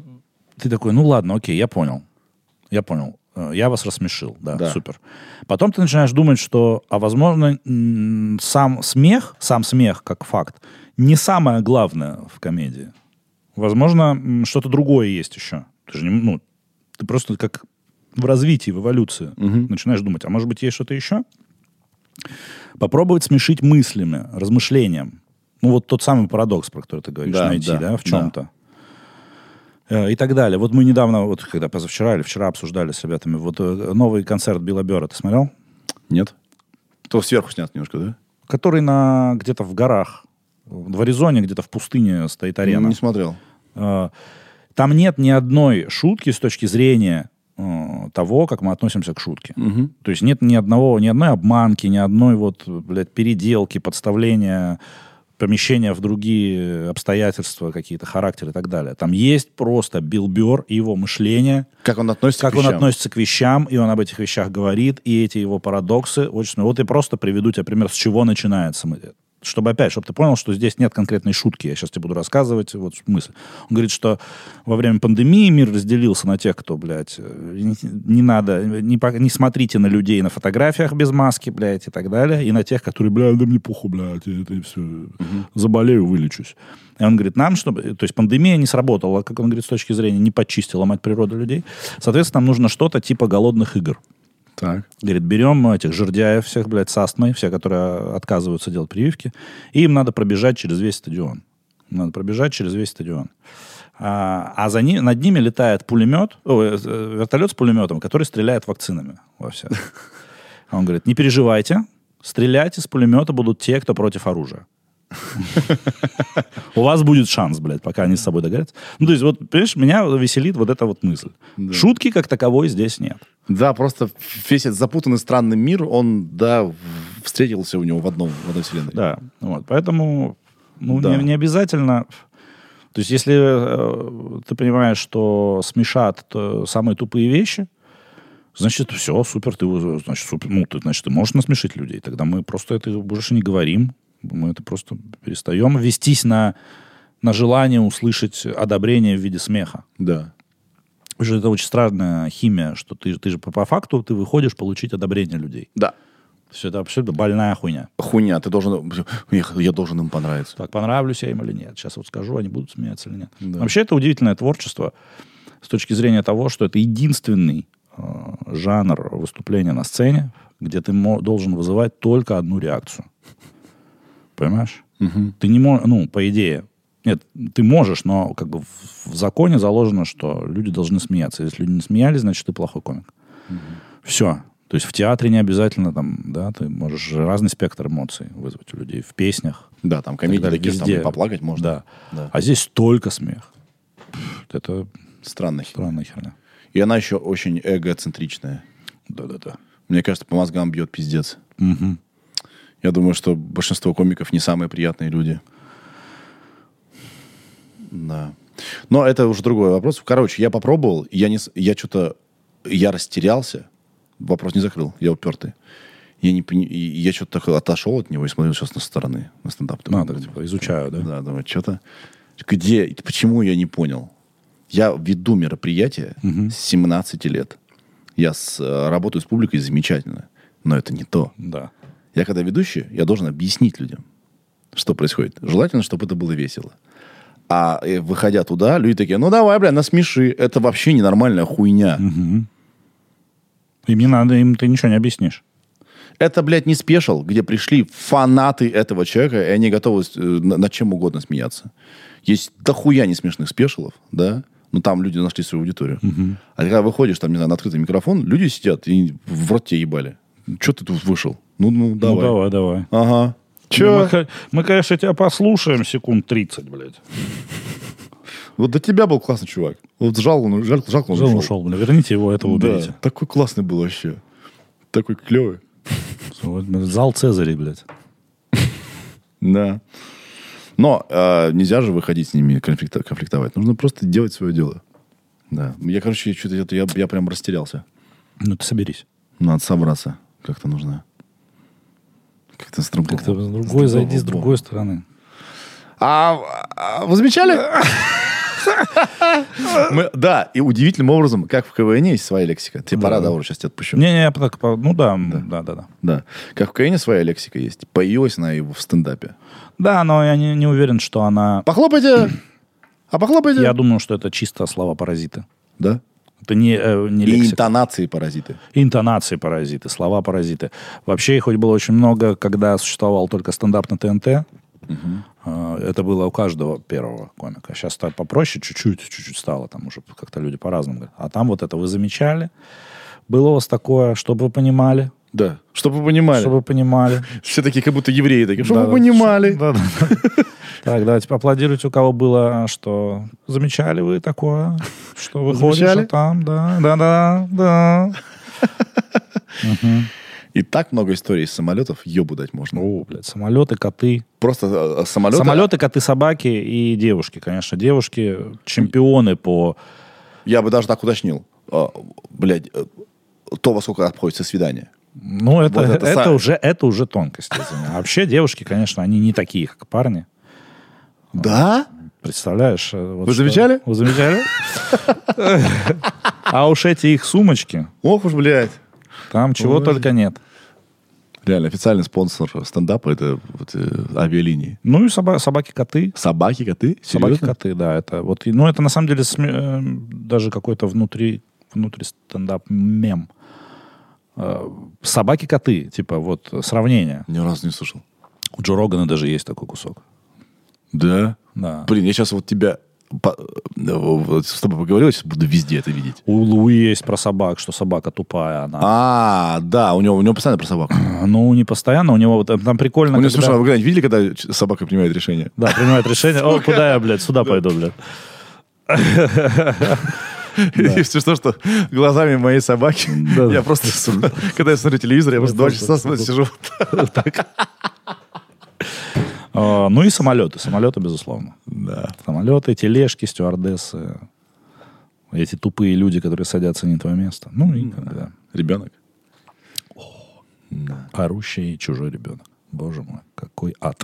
ты такой, ну ладно, окей, я понял. Я понял. Э, Я вас рассмешил, да,
Да.
супер. Потом ты начинаешь думать, что, а возможно, м, сам смех, сам смех как факт, не самое главное в комедии. Возможно, м, что-то другое есть еще. Ты же не, м- ну, ты просто как в развитии, в эволюции начинаешь думать, а может быть, есть что-то еще? Попробовать смешить мыслями, размышлением. Ну, вот тот самый парадокс, про который ты говоришь,
Да,
найти,
да,
да, в чем-то. Э, И так далее. Вот мы недавно, вот когда позавчера или вчера обсуждали с ребятами, вот э, новый концерт Билла Бера, ты смотрел?
Нет? То сверху снят немножко, да?
Который на где-то в горах, в Аризоне, где-то в пустыне стоит арена.
Не смотрел.
Э, Там нет ни одной шутки с точки зрения э, того, как мы относимся к шутке. То есть нет ни одного, ни одной обманки, ни одной вот, блядь, переделки, подставления, помещения в другие обстоятельства, какие-то характеры и так далее. Там есть просто Билл Бёрр и его мышление,
Как он относится
как
к
он
вещам?
относится к вещам, и он об этих вещах говорит, и эти его парадоксы очень... смешно. Вот я просто приведу тебе пример, с чего начинается. мы- Чтобы опять, чтобы ты понял, что здесь нет конкретной шутки. Я сейчас тебе буду рассказывать вот мысль. Он говорит, что во время пандемии мир разделился на тех, кто, блядь, э, не, не надо, э, не, пок- не смотрите на людей на фотографиях без маски, блядь, и так далее, и на тех, которые, блядь, да мне похуй, блядь, это все, заболею, вылечусь. И он говорит, нам, чтобы... То есть пандемия не сработала, как он говорит, с точки зрения, не почистила мать природу людей. Соответственно, нам нужно что-то типа голодных игр.
Так.
Говорит, берем этих жердяев всех, блядь, с астмой, все, которые отказываются делать прививки, и им надо пробежать через весь стадион. Им Надо пробежать через весь стадион. А, а за ни- над ними летает пулемет, о, э, э, вертолет с пулеметом, который стреляет вакцинами во всех. А он говорит, не переживайте, стрелять из пулемета будут те, кто против оружия. У вас будет шанс, блядь, пока они с собой договорятся. Ну, то есть, вот, понимаешь, меня веселит вот эта вот мысль. Шутки как таковой здесь нет.
Да, просто весь этот запутанный странный мир, он, да, в- встретился у него в, одном, в одной вселенной.
Да, вот, поэтому ну,
Да.
не, не обязательно... То есть, если э, ты понимаешь, что смешат то самые тупые вещи, значит, все, супер, ты, э, значит, супер, ну, ты, значит, ты можешь насмешить людей. Тогда мы просто это больше не говорим. Мы это просто перестаем вестись на, на желание услышать одобрение в виде смеха.
Да.
Потому что это очень странная химия, что ты, ты же по, по факту ты выходишь получить одобрение людей.
Да.
Все это абсолютно больная хуйня.
Хуйня, ты должен... Я, я должен им понравиться.
Так, понравлюсь я им или нет. Сейчас вот скажу, они будут смеяться или нет. Вообще, это удивительное творчество с точки зрения того, что это единственный э, жанр выступления на сцене, где ты мо- должен вызывать только одну реакцию. Понимаешь? Ты не можешь, ну, по идее, нет, ты можешь, но как бы в, в законе заложено, что люди должны смеяться. Если люди не смеялись, значит, ты плохой комик. Все. То есть в театре не обязательно там, да, ты можешь разный спектр эмоций вызвать у людей. В песнях,
Да, там комедии
так далее,
такие, там
везде.
и поплакать можно.
Да.
Да.
А здесь только смех. Пф, Это
Странно.
странная херня.
И она еще очень эгоцентричная.
Да-да-да.
Мне кажется, по мозгам бьет пиздец. Я думаю, что большинство комиков не самые приятные люди. Да. Но это уже другой вопрос. Короче, я попробовал, я не, с- я что-то, я растерялся, вопрос не закрыл, я упертый. Я не, пони- и я что-то такое отошел от него и смотрел сейчас на стороны, на стендап.
Надо, типа, изучаю, да?
Да, думаю, что-то. Где, почему я не понял? Я веду мероприятие с 17 лет. Я с, э, работаю с публикой замечательно, но это не то.
Да.
Я когда ведущий, я должен объяснить людям, что происходит. Желательно, чтобы это было весело. А э, выходя туда, люди такие, ну давай, бля, насмеши. Это вообще ненормальная хуйня.
Им не надо, им ты ничего не объяснишь.
Это, блядь, не спешл, где пришли фанаты этого человека, и они готовы э, на- над чем угодно смеяться. Есть дохуя не смешных спешалов, да? Но там люди нашли свою аудиторию. А ты когда выходишь, там, не знаю, на открытый микрофон, люди сидят и в рот тебе ебали. Че ты тут вышел? Ну, ну, давай.
Ну, давай, давай.
Ага.
Ну, Мы,
Че?
ко- мы, конечно, тебя послушаем секунд 30, блядь.
Вот до тебя был классный чувак. Вот жалко, он- жалко, жалко он
Уже он
ушел.
ушел, блядь. Верните его, этого уберите.
Да, такой классный был вообще. Такой клевый.
Вот, блядь, Зал Цезарей, блядь.
Да. Но э, нельзя же выходить с ними конфликта- конфликтовать. Нужно просто делать свое дело. Да. Я, короче, я что-то я, я прям растерялся.
Ну, ты соберись.
Надо собраться. Как-то нужно. Как-то с другого.
Как-то с другой
с
зайди, с
другого.
другой стороны.
А, а вы замечали? (laughs) Мы- да, и удивительным образом, как в КВН есть своя лексика. Тебе пора, да, уже сейчас тебя отпущу.
Не-не, я так, по- ну да, м, да, да, да.
Да. Как в КВН своя лексика есть. Появилась она и в стендапе.
Да, но я не, не уверен, что она...
Похлопайте! А похлопайте!
Я думаю, что это чисто слова-паразиты.
Да.
Это не, э, не
И
лексика.
интонации паразиты.
Интонации паразиты, слова паразиты. Вообще их хоть было очень много, когда существовал только стендап на ТНТ. Э, Это было у каждого первого комика. Сейчас так попроще, чуть-чуть, чуть-чуть стало, там уже как-то люди по-разному говорят. А там вот это вы замечали. Было у вас такое, чтобы вы понимали,
Да. Чтобы вы понимали.
чтобы вы понимали.
Все такие, как будто евреи такие. Чтобы
Да,
вы
да,
понимали.
чтоб- да-да-да. Так, давайте поаплодируйте, у кого было, что замечали вы такое, что вы
Замечали?
ходите там, да, да, да, да.
И так много историй из самолетов ебу дать можно.
О, блядь, самолеты, коты.
Просто э, самолеты...
Самолеты, коты, собаки и девушки, конечно. Девушки чемпионы по...
Я бы даже так уточнил. А, блядь, э, то, во сколько обходится свидание.
Ну, это,
Вот это
это,
са-
уже, это уже тонкость. извини. А Вообще девушки, конечно, они не такие, как парни.
Да?
Представляешь? э, вот
Вы
что-
замечали?
Вы замечали? А уж эти их сумочки,
Ох уж, блядь.
там чего только нет.
Реально, официальный спонсор стендапа это вот, э, авиалинии.
Ну и соба- собаки-коты.
Собаки, коты? Серьезно?
Собаки-коты, да. Это вот, и- ну, это на самом деле сме- э, даже какой-то внутри, внутри стендап-мем. Э, Собаки-коты, типа вот э, сравнение.
Ни разу не слышал.
У Джо Рогана даже есть такой кусок.
Да?
Да.
Блин, я сейчас вот тебя по- э, вот с тобой поговорил, я сейчас буду везде это видеть.
У Луи есть про собак, что собака тупая она.
А, да, у него, у него постоянно про собаку.
Ну, не постоянно, у него вот э, там прикольно.
У него
когда-
смешно, а вы когда-нибудь видели, когда ч- собака принимает решение?
Да, принимает решение. О, куда я, блядь, сюда пойду, блядь.
(laughs) И все то, что глазами моей собаки.
Да.
Я просто, с- когда я смотрю телевизор, я просто два
просто-
часа смотрю, сижу.
Э, Ну и самолеты, самолеты, безусловно.
Да.
Самолеты, тележки, стюардессы. Эти тупые люди, которые садятся не на твое место. Ну и как бы, да.
Ребенок.
Орущий чужой ребенок. Боже мой, какой ад.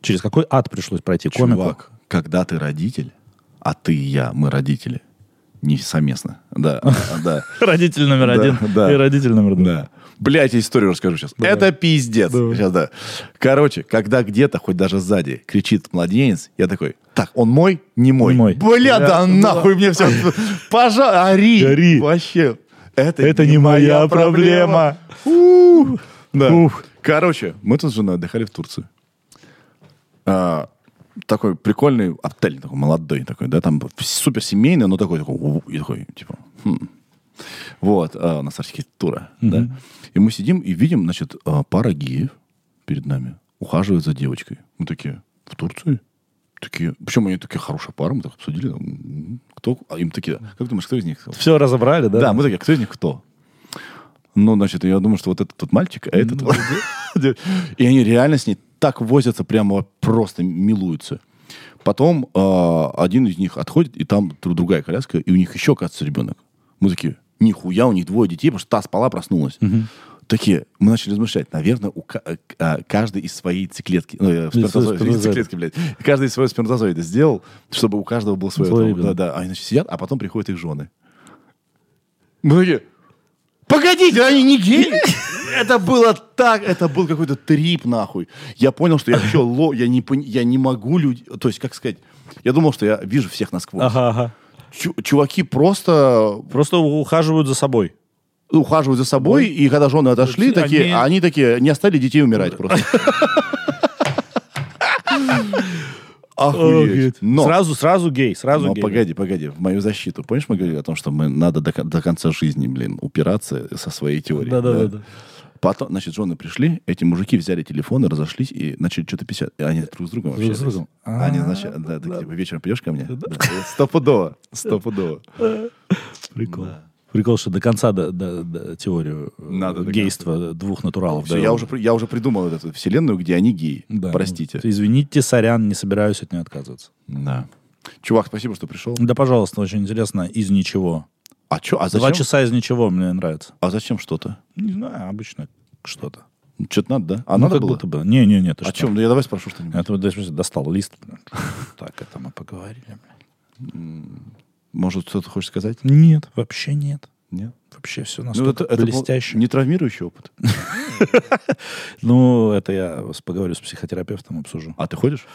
Через какой ад пришлось пройти комику?
Чувак, когда ты родитель, а ты и я, мы родители, не совместно. (laughs) Да, да,
Родитель номер
Да,
один
да.
и родитель номер два.
да. Блять, я историю расскажу сейчас. Это пиздец. Сейчас, да. Короче, когда где-то, хоть даже сзади, кричит младенец, я такой, так, он мой, не мой.
Не мой.
Бля, да нахуй мне
(laughs)
все. Пожалуйста, ори.
Ори.
Вообще. Это,
Это не моя проблема.
Ух. Да.
Ух.
Короче, мы тут с женой отдыхали в Турции. А, такой прикольный отель, такой молодой такой, да, там супер семейный, но такой, такой, «У-у-у», и такой, типа, «Хм». вот, а, у нас архитектура, да. И мы сидим и видим, значит, а, пара геев перед нами ухаживает за девочкой. Мы такие, в Турции? Такие, причем они такие хорошая пара, мы так обсудили, м, кто, а им такие, как думаешь, кто из них?
Все разобрали, да?
Да, мы такие, кто из них кто? Ну, значит, я думаю, что вот этот вот мальчик, а этот вот. делать. (laughs) И они реально с ней так возятся, прямо просто милуются. Потом э, один из них отходит, и там дру- другая коляска, и у них еще, кажется, ребенок. Мы такие, нихуя, у них двое детей, потому что та спала, проснулась. Такие, мы начали размышлять, наверное, у ка- э, а, каждый из своей циклетки, ну, э, сперматозоида, из
сперматозоида.
циклетки, блядь, каждый из своего сперматозоида сделал, чтобы у каждого был свой.
Свой
да,
ребенок.
да, они значит, сидят, а потом приходят их жены. Мы такие, Погодите, они не геи? (laughs) Это было так, это был какой-то трип, нахуй. Я понял, что я вообще ло, я не, пон- я не могу людей, то есть, как сказать, я думал, что я вижу всех насквозь.
Ага, ага.
Чу- чуваки просто ну,
Просто ухаживают за собой.
ухаживают за собой, и когда жены отошли,
Они-
такие, они... такие, не оставили детей умирать (laughs) просто. Охуеть. Но,
Сразу, сразу гей, сразу
но
гей.
Ну, погоди, погоди, в мою защиту. Помнишь, мы говорили о том, что мы надо до, кон- до конца жизни, блин, упираться со своей теорией.
Да, да, да, да.
Потом, значит, жены пришли, эти мужики взяли телефоны, разошлись и начали что-то писать. И Они друг с другом
Друг
вообще.
с другом. А,
Они, значит, да, ты типа, вечером придешь ко мне? Да. Стопудово,
(laughs)
стопудово.
Прикол. Прикол, что до конца до, до- до теорию э,
Надо до конца.
гейства двух натуралов.
Всё,
довел.
я, уже, при- я уже придумал вот эту вселенную, где они геи.
Да.
Простите.
Извините, сорян, не собираюсь от нее отказываться.
Да. Чувак, спасибо, что пришел.
Да, пожалуйста, очень интересно, из ничего.
А чё? А
Два
зачем?
часа из ничего мне нравится.
А зачем что-то?
Не знаю, обычно что-то.
Что-то надо, да? А
Ну,
надо
как
было?
будто бы. Э, Не-не-не, ты
О
что?
чем? Ну я давай спрошу что-нибудь.
Я тут даже достал лист. Так, это мы поговорили.
(laughs)
блин.
Может, что-то хочешь сказать?
Нет, вообще нет.
Нет.
Вообще все
Ну,
настолько
это, это был
блестяще.
не травмирующий опыт.
Ну, это я с- поговорю с психотерапевтом, обсужу.
А ты ходишь?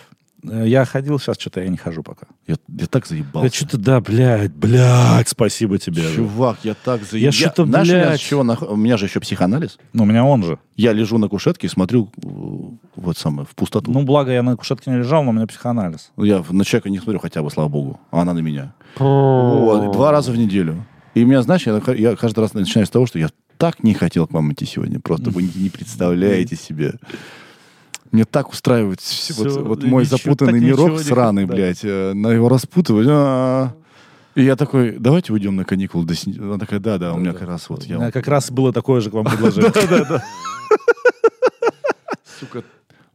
Э, Я ходил, сейчас что-то я не хожу пока.
Я, я так
Да
заебался.
что-то, да, блядь, блядь, спасибо тебе.
Чувак, я так
Я
заебался.
что-то,
Знаешь, у меня
блядь.
от чего нах- у меня же еще психоанализ.
Ну, у меня он же.
Я лежу на кушетке и смотрю э, вот самое, в пустоту.
Ну, благо, я на кушетке не лежал, но у меня психоанализ.
Ну, Я в- на человека не смотрю хотя бы, слава богу. А она на меня. Вот, и два раза в неделю. И меня, знаешь, я, нах- я каждый раз начинаю с того, что я так не хотел к вам идти сегодня. Просто вы не представляете себе. Мне так устраивает вс- вот,
Всё,
вот
да
мой
ничего,
запутанный
так
мирок
ничего не
сраный,
хватает.
блядь. э, На его распутывать. а. И я такой, давайте уйдем на каникулы. до сентя-». Она такая, да-да, у меня как раз вот.
У
Я,
меня как раз было такое же к вам предложение. (laughs)
сука,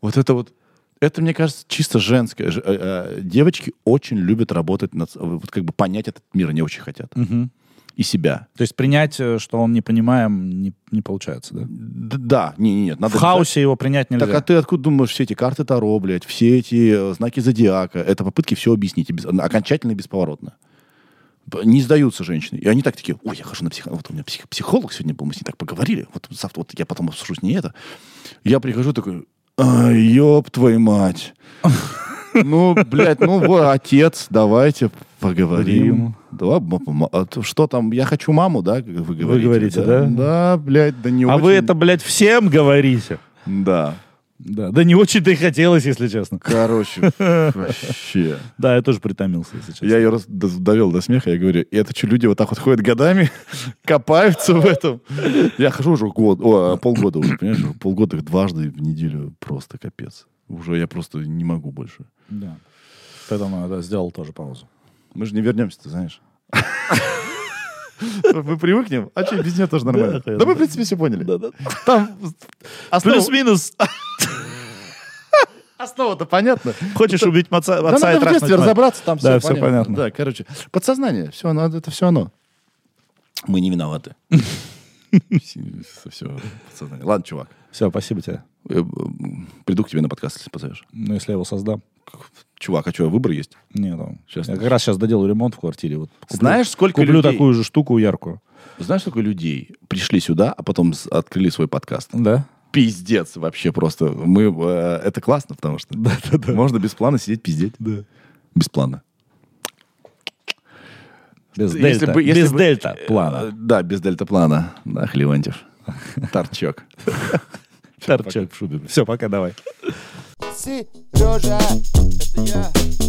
вот это вот. Это, мне кажется, чисто женское. Ж- э, э, Девочки очень любят работать над... с- Вот как бы понять этот мир они очень хотят.
Мгм.
И себя.
То есть принять, э, что он не понимаем, не, не получается, да?
Д- Да, не, не, нет,
В
надо
хаосе его принять нельзя.
Так а ты откуда думаешь все эти карты Таро, блядь, все эти э, знаки зодиака? Это попытки все объяснить обез- окончательно и бесповоротно. Б- Не сдаются женщины. И они так такие, ой, я хожу на психолог. Вот у меня псих- психолог сегодня был, мы с ней так поговорили. Вот завтра вот я потом обсужу с ней это. Я прихожу такой, «А, ёб твою
(laughs)
мать. Ну, блядь, ну, во, отец, давайте поговорим.
Поговорим.
Да, м- м- а то что там, я хочу маму, да, как вы говорите?
говорите, да?
Да, блядь, да не
А вы
очень.
это, блядь, всем говорите.
Да.
Да, да не очень-то и хотелось, если
(laughs)
честно.
Короче, вообще.
Да, я тоже притомился, если честно.
Я ее раз- до- довел до смеха, я говорю, «И это что, люди вот так вот ходят годами, (laughs) копаются в этом? Я хожу уже год, о, а, полгода уже, понимаешь, уже полгода их дважды в неделю просто капец. Уже я просто не могу больше.
Да. Поэтому я да, сделал тоже паузу.
Мы же не вернемся, ты знаешь. (laughs) Мы привыкнем, а что, без нее тоже нормально.
Да,
Да А мы, в принципе, все поняли. Там основа- (laughs)
Плюс-минус.
основа-то А понятно.
Хочешь убить маца-
Да
отца и
надо в детстве
трахнуть мать.
разобраться, там
Да,
все
всё
понятно.
понятно.
Да, короче, подсознание, все оно, это все оно. Мы не
(laughs)
виноваты. Все подсознание. Ладно, чувак,
Все, спасибо тебе.
э, м, приду к тебе на подкаст, если позовешь.
Ну, если я его создам.
Чувак, а что, выбор есть?
Не, там.
Сейчас
я как
слышу.
раз сейчас доделал ремонт в квартире. Вот куплю-
Знаешь, сколько
куплю
людей-
такую же штуку яркую.
Знаешь, сколько людей пришли сюда, а потом с- открыли свой подкаст?
Да?
Пиздец вообще просто. Мы, э, это классно, потому
(laughs)
что можно без плана сидеть пиздеть.
Да.
Без плана.
Без
Если
дельта.
бы- если
Без
бы-
дельта плана.
Э, Да, без дельтаплана. Да, Хлевантьев. Торчок.
Торчок в шубе. Все, пока, давай.
Сережа, это я.